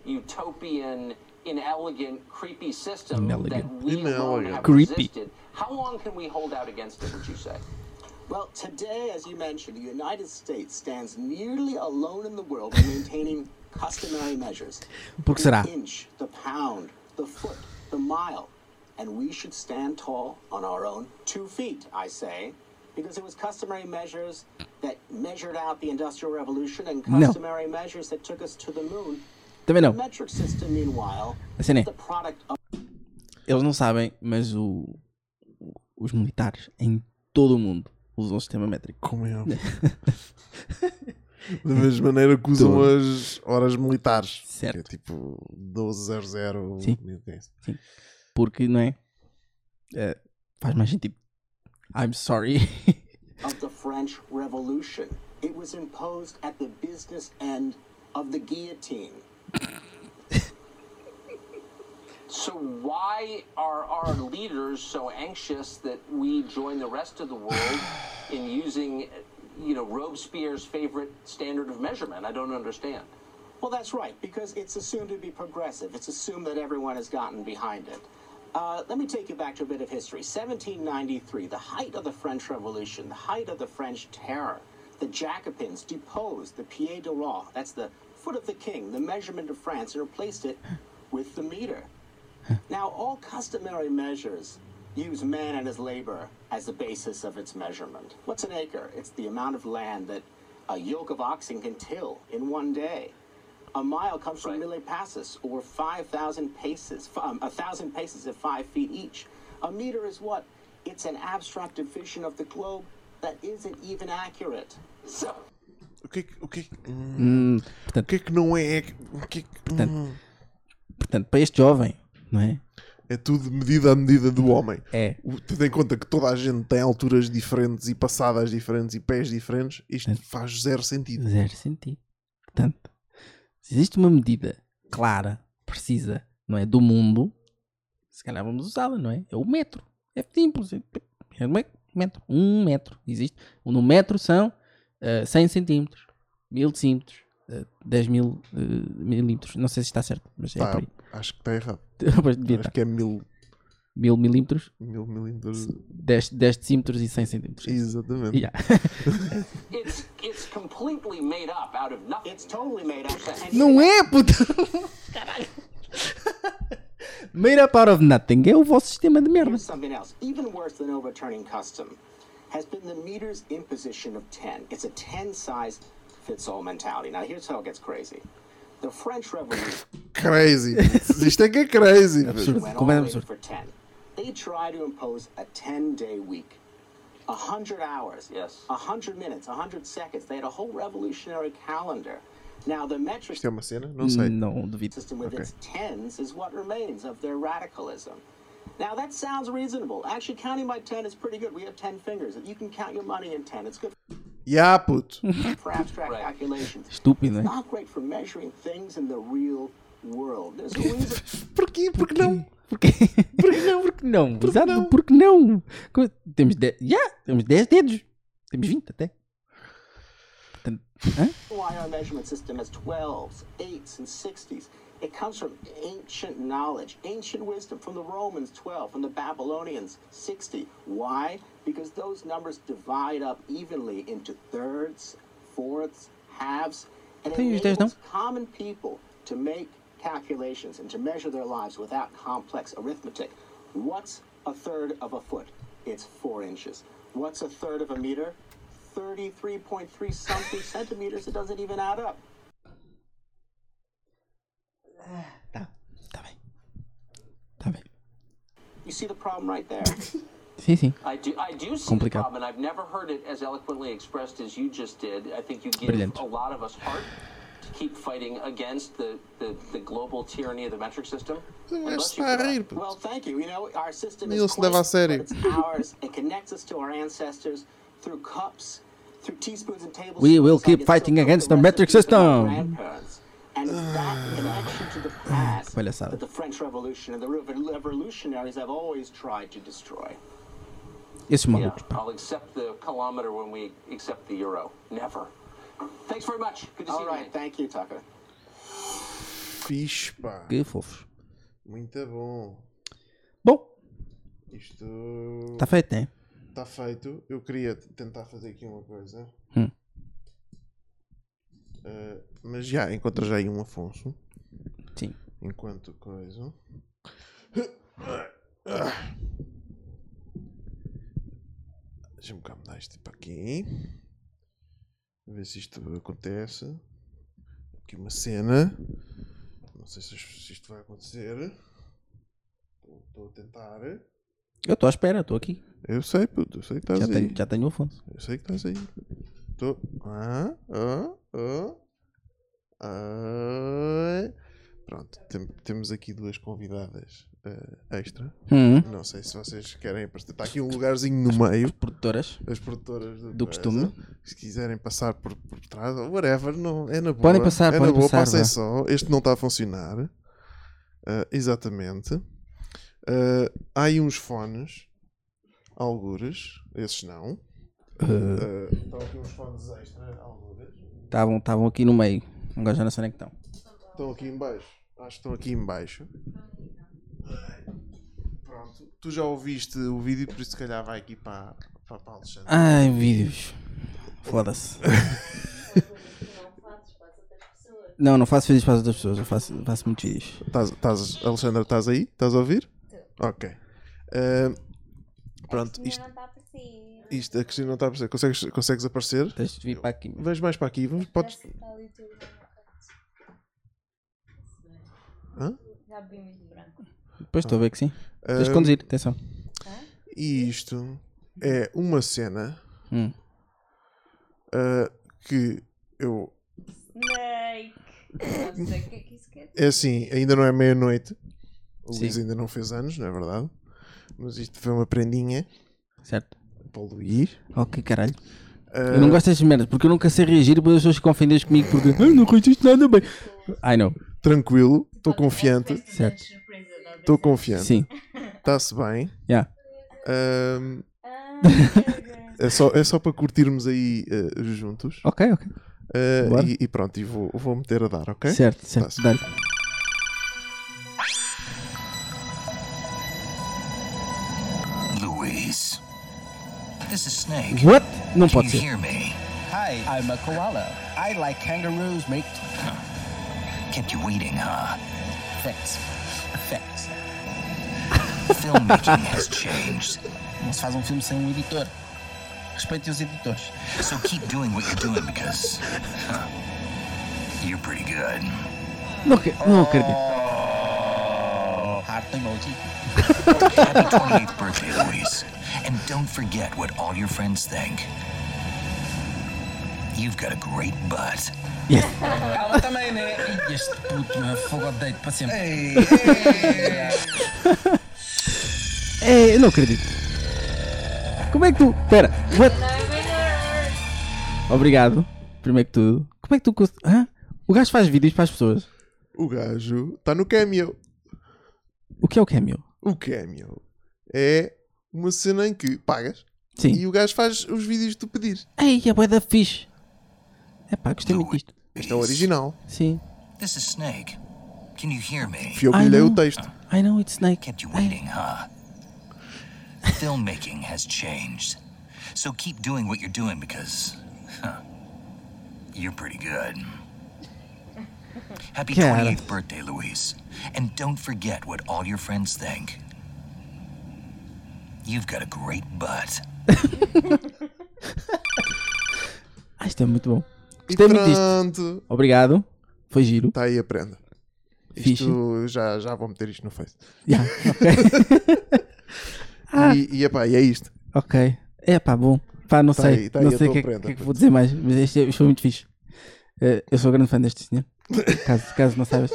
Speaker 16: utopian, inelegant, creepy system
Speaker 2: Inelegant.
Speaker 16: that we alone
Speaker 2: Inelegant.
Speaker 16: have
Speaker 2: Creepy.
Speaker 16: resisted. How long can we hold out against it? Would you say?
Speaker 17: Well, today, as you mentioned, the United States stands nearly alone in the world in maintaining customary measures.
Speaker 2: Por que será?
Speaker 17: The inch, the pound, the foot, the mile. And we should stand tall on our own two feet, I say, because it was customary measures that measured out the Industrial Revolution and
Speaker 2: No.
Speaker 17: customary measures that took us to the moon.
Speaker 2: Também não.
Speaker 17: The metric system, meanwhile,
Speaker 2: Assim, né?
Speaker 17: is the product of
Speaker 2: Eles não sabem, mas o, o- os militares em todo o mundo usam o sistema métrico.
Speaker 1: Como é? Da mesma maneira que usam as horas militares.
Speaker 2: Certo.
Speaker 1: Que é tipo 1200.
Speaker 2: Sim. Sim. Porque, não é? É, faz mais sentido. I'm sorry.
Speaker 17: of the French Revolution. It was imposed at the business end of the guillotine.
Speaker 16: So why are our leaders so anxious that we join the rest of the world in using, you know, Robespierre's favorite standard of measurement? I don't understand.
Speaker 17: Well, that's right, because it's assumed to be progressive. It's assumed that everyone has gotten behind it. Uh, let me take you back to a bit of history. 1793, the height of the French Revolution, the height of the French Terror. The Jacobins deposed the Pied de Roi, that's the foot of the king, the measurement of France, and replaced it with the meter. Now, all customary measures use man and his labor as the basis of its measurement. What's an acre? It's the amount of land that a yoke of oxen can till in one day. A mile comes from mille passes, or 5,000 paces, f- um, 1,000 paces at 5 feet each. A meter is what? It's an abstract division of the globe that isn't even accurate. So,
Speaker 1: O que é que. O que, é que-
Speaker 2: Hum, portanto,
Speaker 1: o que é que não é? O que é que-
Speaker 2: Portanto,
Speaker 1: hum.
Speaker 2: portanto, para este jovem, não é?
Speaker 1: É tudo medida à medida do homem.
Speaker 2: É.
Speaker 1: O- Tendo em conta que toda a gente tem alturas diferentes e passadas diferentes e pés diferentes, isto faz zero sentido.
Speaker 2: Zero sentido. Portanto, se existe uma medida clara, precisa, não é? Do mundo, se calhar vamos usá-la, não é? É o metro. É simples. É é um metro. Um metro. Existe. No metro são ah, 100 centímetros, 1000 decímetros, ah, 10 mil ah, milímetros. Não sei se está certo, mas é
Speaker 1: Tá,
Speaker 2: por aí.
Speaker 1: acho que está errado.
Speaker 2: Pois devia
Speaker 1: acho
Speaker 2: estar.
Speaker 1: que é mil,
Speaker 2: Mil milímetros,
Speaker 1: mil milímetros.
Speaker 2: 10, 10 decímetros e 100 centímetros.
Speaker 1: Exatamente.
Speaker 2: Yeah.
Speaker 16: It's it's completely made up out of nothing. It's
Speaker 17: totally made up.
Speaker 2: Não é, puta! Made up out of nothing. É o vosso sistema de merda.
Speaker 17: Here's something else, even worse than overturning custom, has been the meter's imposition of 10. It's a 10 size fits all mentality. Now, here's how it gets crazy. The French Revolution.
Speaker 1: Crazy. Isto é que é crazy.
Speaker 17: Went
Speaker 1: puto.
Speaker 17: all the way for 10. They try to impose a 10 day week. A hundred hours. Yes. A hundred minutes, a hundred seconds. They had a whole revolutionary calendar. Now the metric
Speaker 1: Isto é uma cena?
Speaker 2: Hum.
Speaker 1: Não sei.
Speaker 2: Não, duvido.
Speaker 17: system with
Speaker 1: Ok.
Speaker 17: its tens is what remains of their radicalism. Now that sounds reasonable. Actually, counting by ten is pretty good. We have ten fingers. You can count your money in ten. It's good
Speaker 1: Ya, puto.
Speaker 17: for abstract calculations. It's
Speaker 2: Estúpido, é?
Speaker 17: not great for measuring things in the real world. There's a reason.
Speaker 1: Porquê? Porque não?
Speaker 2: Porque não? Porque não? Exato, porque não? Como- é? Temos 10 yeah, temos 10 dedos. Temos 20 até. Portanto, hã?
Speaker 17: why our measurement system has 12s, 8s, and 60s. It comes from ancient knowledge, ancient wisdom, from the Romans 12, from the Babylonians 60. Why? Because those numbers divide up evenly into thirds, fourths, halves, and it
Speaker 2: Please, there's no-
Speaker 17: enables common people to make calculations and to measure their lives without complex arithmetic. What's a third of a foot? It's four inches. What's a third of a meter? 33.3 something centimeters. It doesn't even add up.
Speaker 2: Tá
Speaker 17: You see the problem right there.
Speaker 2: Sim, sim.
Speaker 16: I do, I do see the
Speaker 2: Complicado.
Speaker 16: problem, and I've never heard it as eloquently expressed as you just did. I think you give
Speaker 2: Brilliant.
Speaker 16: a lot of us heart to keep fighting against the, the, the global tyranny of the metric system.
Speaker 1: Não
Speaker 16: And
Speaker 1: é
Speaker 16: bless you
Speaker 1: só
Speaker 16: for that.
Speaker 1: rir, puto.
Speaker 17: well, thank you. You know, our system
Speaker 1: Neil
Speaker 17: is
Speaker 1: se leva a sério.
Speaker 17: but it's ours. It connects us to our ancestors through cups, through teaspoons and tablespoons.
Speaker 2: We will
Speaker 17: It's like
Speaker 2: keep
Speaker 17: it's
Speaker 2: fighting
Speaker 17: still
Speaker 2: against
Speaker 17: the
Speaker 2: the metric
Speaker 17: recipes of our
Speaker 2: system.
Speaker 17: grandparents. And it's that connection to the past
Speaker 2: palhaçada.
Speaker 17: that the French Revolution and the revo- revolutionaries have always tried to destroy.
Speaker 2: Esses malucos.
Speaker 16: I'll accept the kilometer when we accept the euro. Never. Thanks very much. Good to see
Speaker 17: All
Speaker 16: you.
Speaker 17: right,
Speaker 16: man.
Speaker 17: thank you, Tucker.
Speaker 1: Fixe, pá.
Speaker 2: Que fofos.
Speaker 1: Muito bom.
Speaker 2: Bom,
Speaker 1: Isto.
Speaker 2: está
Speaker 1: tá
Speaker 2: feito, é?
Speaker 1: Está Hum. feito. Eu queria t- tentar fazer aqui uma coisa.
Speaker 2: Hum.
Speaker 1: Eh, mas já, encontras aí um Afonso.
Speaker 2: Sim.
Speaker 1: Enquanto coisa. Deixa-me cá mudar isto para aqui. A ver se isto acontece. Aqui uma cena. Não sei se isto se isto vai acontecer. Estou- Estou a tentar.
Speaker 2: Eu estou à espera, estou aqui.
Speaker 1: Eu sei, puto, eu sei que estás
Speaker 2: já
Speaker 1: aí.
Speaker 2: Tenho, já tenho o Afonso.
Speaker 1: Eu sei que estás aí. Tô... Ah, ah, ah. Ah. Pronto, tem- temos aqui duas convidadas eh, extra.
Speaker 2: Uhum.
Speaker 1: Não sei se vocês querem. participar. Está aqui um lugarzinho no meio. As
Speaker 2: produtoras.
Speaker 1: As produtoras do,
Speaker 2: Do costume.
Speaker 1: coisa. Se quiserem passar por, por trás, ou whatever, não, é na boa.
Speaker 2: Podem passar,
Speaker 1: é
Speaker 2: podem
Speaker 1: na boa,
Speaker 2: passar,
Speaker 1: Passem
Speaker 2: vá.
Speaker 1: só. Este não está a funcionar. Ah, exatamente. Ah, há aí uns fones. Algures. Esses não.
Speaker 2: Ah.
Speaker 1: Ah, Estão aqui uns fones extra. Algures.
Speaker 2: Estavam estavam aqui no meio. Agora já não sei onde é que estão.
Speaker 1: Estão aqui em baixo. Acho que estão aqui em baixo. Pronto. Tu já ouviste o vídeo, por isso se calhar vai aqui para, para, para Alexandre.
Speaker 2: Ai, vídeos. Foda-se. não, não faço vídeos para as outras pessoas. Eu faço, faço muitos vídeos.
Speaker 1: Estás, estás, Alexandra, estás aí? Estás a ouvir? Ok. Ah, pronto, isto, isto. A Cristina não está a aparecer. Consegues, consegues aparecer?
Speaker 2: Tens de vir para aqui.
Speaker 1: Vens mais para aqui. Vamos, podes... Hã?
Speaker 18: Já vi muito branco.
Speaker 2: Depois estou a ver que sim.
Speaker 1: Ah,
Speaker 2: Tens de conduzir, atenção.
Speaker 1: E isto é uma cena
Speaker 2: Hum.
Speaker 1: ah, que eu.
Speaker 18: Snake! Não sei o que é que isso quer dizer.
Speaker 1: É assim, ainda não é meia-noite. O
Speaker 2: Sim.
Speaker 1: Luís ainda não fez anos, não é verdade? Mas isto foi uma prendinha.
Speaker 2: Certo.
Speaker 1: Para o Luís.
Speaker 2: Ok, caralho.
Speaker 1: Ah.
Speaker 2: Eu não gosto destas merdas, porque eu nunca sei reagir e depois as pessoas ficam ofendidas comigo porque "Ai, não reagiste nada bem. I know.
Speaker 1: Tranquilo, estou confiante.
Speaker 2: Certo.
Speaker 1: Estou confiante.
Speaker 2: Sim.
Speaker 1: Está-se bem.
Speaker 2: Yeah.
Speaker 1: Ahm, é, só, é só para curtirmos aí eh, juntos.
Speaker 2: Ok, ok.
Speaker 1: Ah,
Speaker 2: Bora.
Speaker 1: e, e pronto, e vou, vou meter a dar, ok? Tá,
Speaker 2: Certo, Tá certo.
Speaker 1: Tá-se
Speaker 2: Dá-lhe.
Speaker 19: Luis. This is Snake.
Speaker 2: What? Não pode
Speaker 19: Can
Speaker 2: ser.
Speaker 19: you hear me? Hi, I'm a koala. I like kangaroos, mate. Kept you waiting, huh? Thanks. Thanks. Filmmaking has changed. Não se faz um filme sem um editor. Respeitem os editores. So keep doing what you're doing because huh, you're pretty good.
Speaker 2: Não, acre- não acredito.
Speaker 19: Heart emoji. Happy 28th birthday, Luis. And don't forget what all your friends think. You've got a great butt.
Speaker 2: Yes.
Speaker 19: Ela também, né? Este puto, meu fogo deito para sempre.
Speaker 2: É, eu não acredito. Como é que tu. Pera, what? Obrigado. Primeiro que tudo. Como é que tu. cons- Hã? O gajo faz vídeos para as pessoas.
Speaker 1: O gajo está no Cameo.
Speaker 2: O que é o cameo?
Speaker 1: O Cameo é uma cena em que pagas e o gajo faz os vídeos que tu pedires.
Speaker 2: Ei, é bué da fixe. É pá, gostei muito disto.
Speaker 1: Este é o original.
Speaker 2: Sim.
Speaker 19: This is Snake. Can you hear me?
Speaker 1: Fui eu que lhe dei o texto.
Speaker 2: I know it's Snake.
Speaker 19: Kept you waiting, huh? Filmmaking has changed. So keep doing what you're doing because huh, you're pretty good. Happy
Speaker 2: Cara.
Speaker 19: 28th birthday, Luis. And don't forget what all your friends think. You've got a great butt.
Speaker 2: Ah, isto é muito bom.
Speaker 1: E
Speaker 2: Gostei muito
Speaker 1: pronto.
Speaker 2: disto. Obrigado. Foi giro.
Speaker 1: Está aí a prenda.
Speaker 2: Fixe.
Speaker 1: Isto, já, já vou meter isto no Face.
Speaker 2: Ya, ok. Ah.
Speaker 1: E, e, epá, e é isto.
Speaker 2: Ok. É pá, bom. Pá, não
Speaker 1: Tá
Speaker 2: sei.
Speaker 1: aí, tá
Speaker 2: não
Speaker 1: aí a
Speaker 2: sei o
Speaker 1: tua
Speaker 2: que, é que-
Speaker 1: prenda,
Speaker 2: que é que
Speaker 1: puto.
Speaker 2: vou dizer mais, mas este, é, este foi muito fixe. Eh, eu sou grande fã deste senhor. Caso, caso não saibas.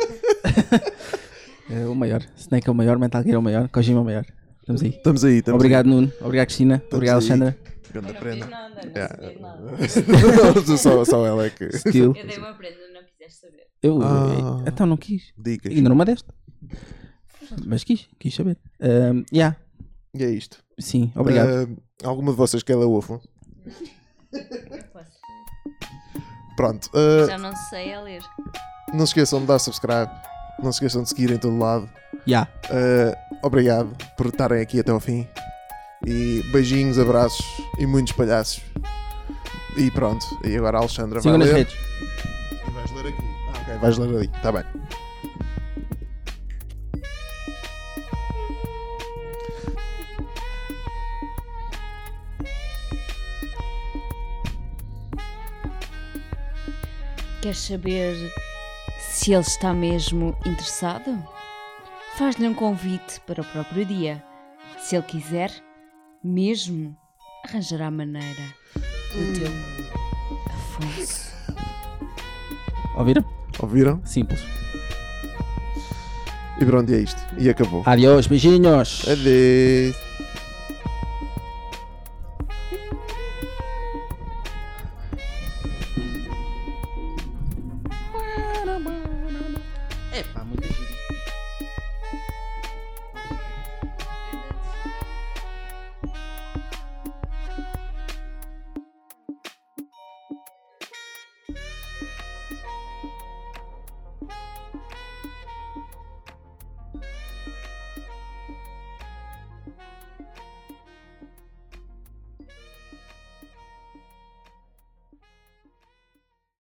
Speaker 2: Eh, o maior. Snake é o maior, Mental Gear é o maior, Kojima é o maior. Estamos aí.
Speaker 1: Estamos aí, estamos
Speaker 2: Obrigado,
Speaker 1: aí.
Speaker 2: Nuno. Obrigado, Cristina. obrigado,
Speaker 1: aí.
Speaker 2: Alexandra.
Speaker 1: Grande prenda.
Speaker 18: sabia de
Speaker 1: Yeah. só, só ela é que.
Speaker 2: Still.
Speaker 18: Eu dei uma prenda, não quiseste saber.
Speaker 2: Eu,
Speaker 1: Ah.
Speaker 2: então não quis.
Speaker 1: Dicas.
Speaker 2: Ainda não me deste. Mas quis, quis saber. Ahm, yeah.
Speaker 1: E é isto.
Speaker 2: Sim, obrigado.
Speaker 1: Ah, alguma de vocês quer ler o Afonso? Pronto. ah,
Speaker 18: Já não sei a ler.
Speaker 1: Não se esqueçam de dar subscribe. Não se esqueçam de seguir em todo lado.
Speaker 2: Ya.
Speaker 1: Eh, obrigado por estarem aqui até ao fim. E beijinhos, abraços e muitos palhaços. E pronto. E agora a Alexandra
Speaker 2: Sigam
Speaker 1: vai
Speaker 2: nas
Speaker 1: ler. Ah,
Speaker 2: redes.
Speaker 1: ok, vais ler ali, está bem.
Speaker 20: Queres saber se ele está mesmo interessado? Faz-lhe um convite para o próprio dia. Se ele quiser, mesmo, arranjará maneira. O teu Afonso.
Speaker 2: Ouviram?
Speaker 1: Ouviram?
Speaker 2: Simples.
Speaker 1: E pronto, e é isto. E acabou.
Speaker 2: Adiós, beijinhos.
Speaker 1: Adeus.
Speaker 2: É pá, muita gente.